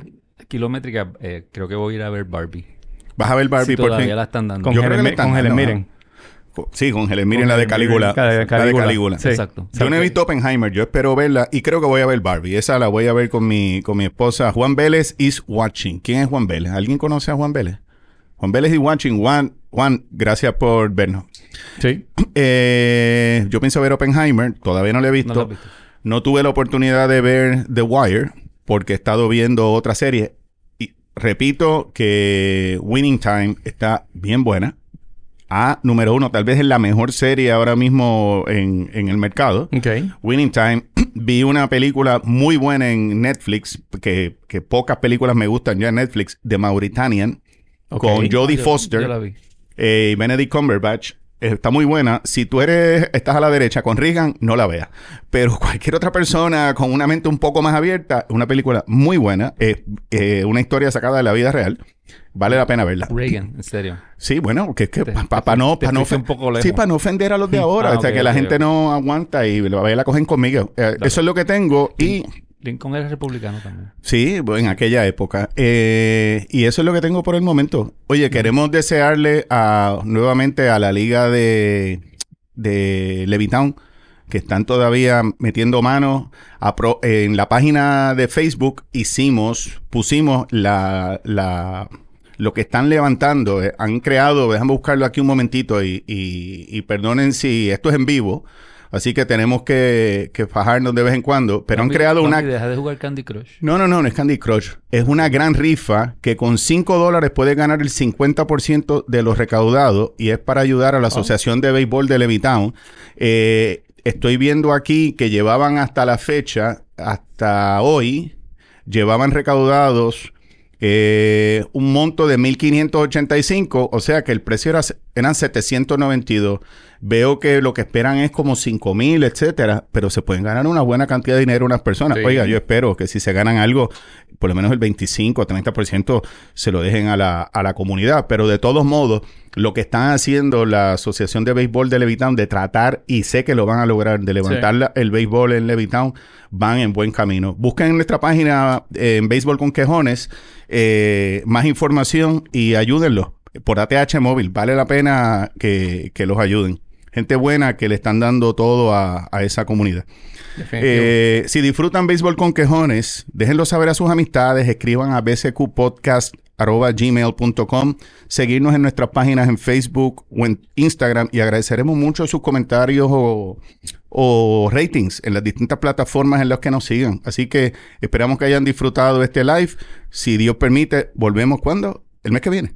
[SPEAKER 3] kilométricas, eh, creo que voy a ir a ver Barbie.
[SPEAKER 1] Vas a ver Barbie
[SPEAKER 3] Si
[SPEAKER 1] por
[SPEAKER 3] todavía
[SPEAKER 1] fin.
[SPEAKER 3] la están dando.
[SPEAKER 2] Con
[SPEAKER 1] Yo creo que
[SPEAKER 2] Helen,
[SPEAKER 1] le
[SPEAKER 2] Mi-
[SPEAKER 1] están
[SPEAKER 2] con Helen
[SPEAKER 1] dando,
[SPEAKER 2] Miren.
[SPEAKER 1] Co- Sí, con Helen. Miren
[SPEAKER 2] Con
[SPEAKER 1] la de
[SPEAKER 2] Helen Mirren,
[SPEAKER 1] Calígula.
[SPEAKER 2] la de Calígula.
[SPEAKER 1] Calígula.
[SPEAKER 2] Sí.
[SPEAKER 3] Exacto.
[SPEAKER 1] Yo no he visto Oppenheimer, yo espero verla y creo que voy a ver Barbie. Esa la voy a ver con mi, con mi esposa. Juan Vélez is watching. ¿Quién es Juan Vélez? ¿Alguien conoce a Juan Vélez? Juan Vélez is watching. Juan, Juan gracias por vernos.
[SPEAKER 2] Sí.
[SPEAKER 1] Eh, yo pienso ver Oppenheimer, todavía no lo he visto.
[SPEAKER 3] No
[SPEAKER 1] No,
[SPEAKER 3] lo he visto.
[SPEAKER 1] tuve la oportunidad de ver The Wire porque he estado viendo otra serie. Y repito que Winning Time está bien buena. A número uno, tal vez es la mejor serie ahora mismo en, en el mercado.
[SPEAKER 2] Ok.
[SPEAKER 1] Winning Time. Vi una película muy buena en Netflix, que, que pocas películas me gustan ya en Netflix, de Mauritanian,
[SPEAKER 2] Ok.
[SPEAKER 1] con Jodie
[SPEAKER 3] Ah, Yo-
[SPEAKER 1] Foster
[SPEAKER 3] yo la vi.
[SPEAKER 1] eh, y Benedict Cumberbatch. Eh, Está muy buena. Si tú eres, estás a la derecha con Reagan, no la veas. Pero cualquier otra persona con una mente un poco más abierta, una película muy buena, eh, eh, una historia sacada de la vida real, vale la pena verla.
[SPEAKER 3] Reagan, en serio.
[SPEAKER 1] Sí, bueno, que es que
[SPEAKER 3] Te-
[SPEAKER 1] para
[SPEAKER 3] te fui-
[SPEAKER 1] no,
[SPEAKER 3] te
[SPEAKER 1] pa no,
[SPEAKER 3] fuiste
[SPEAKER 1] ofen-
[SPEAKER 3] un poco lejos.
[SPEAKER 1] sí, pa no ofender a los de ahora,
[SPEAKER 3] Ah,
[SPEAKER 1] o sea,
[SPEAKER 3] ok,
[SPEAKER 1] que la
[SPEAKER 3] ok,
[SPEAKER 1] gente
[SPEAKER 3] ok.
[SPEAKER 1] no aguanta y la, la cogen conmigo. Eh, eso es lo que tengo y
[SPEAKER 3] Lincoln era republicano también.
[SPEAKER 1] sí, bueno, en aquella época. Eh, y eso es lo que tengo por el momento. Oye, queremos desearle a nuevamente a la liga de de Levitown que están todavía metiendo manos a pro- en la página de Facebook hicimos pusimos la, la lo que están levantando eh, han creado déjame buscarlo aquí un momentito y, y- y perdonen si esto es en vivo así que tenemos que, que fajarnos de vez en cuando pero han
[SPEAKER 3] Papi,
[SPEAKER 1] creado
[SPEAKER 3] papi,
[SPEAKER 1] una
[SPEAKER 3] Deja de jugar Candy Crush.
[SPEAKER 1] no, no, no, no es Candy Crush. Es una gran rifa que con 5 dólares puedes ganar el 50% de lo recaudado y es para ayudar a la Asociación de Béisbol de Levittown. Eh, estoy viendo aquí que llevaban hasta la fecha, hasta hoy, llevaban recaudados eh, un monto de 1.585, o sea que el precio era, eran 792. Veo que lo que esperan es como 5.000, etcétera, pero se pueden ganar una buena cantidad de dinero unas personas.
[SPEAKER 2] Sí.
[SPEAKER 1] Oiga, yo espero que si se ganan algo, por lo menos el 25 o 30% se lo dejen a la, a la comunidad. Pero de todos modos, lo que están haciendo la Asociación de Béisbol de Levittown de tratar, y sé que lo van a lograr, de levantar la- el béisbol en Levittown, van en buen camino. Busquen en nuestra página eh, en Béisbol con Quejones eh, más información y ayúdenlos por ATH Móvil. Vale la pena que, que los ayuden. Gente buena que le están dando todo a- a esa comunidad.
[SPEAKER 2] Definitivo.
[SPEAKER 1] Eh, si disfrutan béisbol con quejones, déjenlo saber a sus amistades, escriban a bcqpodcast.gmail.com, seguirnos en nuestras páginas en Facebook o en Instagram y agradeceremos mucho sus comentarios o, o ratings en las distintas plataformas en las que nos sigan. Así que esperamos que hayan disfrutado este live. Si Dios permite, volvemos cuando? El mes que viene.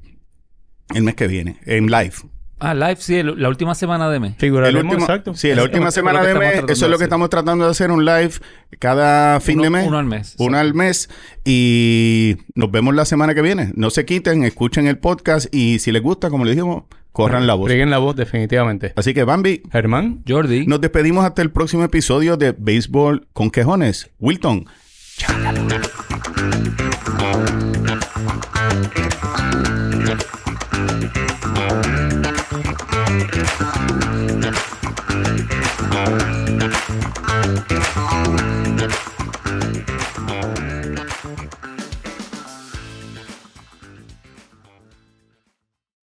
[SPEAKER 1] El mes que viene, en live.
[SPEAKER 3] Ah, live, sí, el- la última semana de mes.
[SPEAKER 1] El
[SPEAKER 2] Figuraremos,
[SPEAKER 1] último-
[SPEAKER 2] exacto.
[SPEAKER 1] Sí, la
[SPEAKER 3] Eso
[SPEAKER 1] última
[SPEAKER 3] es lo que
[SPEAKER 1] semana de
[SPEAKER 3] estamos
[SPEAKER 1] mes. Eso
[SPEAKER 3] tratando
[SPEAKER 1] es
[SPEAKER 3] de
[SPEAKER 1] lo que
[SPEAKER 3] hacer.
[SPEAKER 1] estamos tratando de hacer, un live cada fin
[SPEAKER 3] Uno-
[SPEAKER 1] de mes.
[SPEAKER 3] Uno al mes.
[SPEAKER 1] Uno
[SPEAKER 3] exacto.
[SPEAKER 1] al mes y nos vemos la semana que viene. No se quiten, escuchen el podcast y si les gusta, como le dijimos, corran la voz.
[SPEAKER 2] Rieguen la voz, definitivamente.
[SPEAKER 1] Así que Bambi,
[SPEAKER 2] Germán.
[SPEAKER 3] Jordi.
[SPEAKER 1] nos despedimos hasta el próximo episodio de Béisbol con Quejones. Wilton.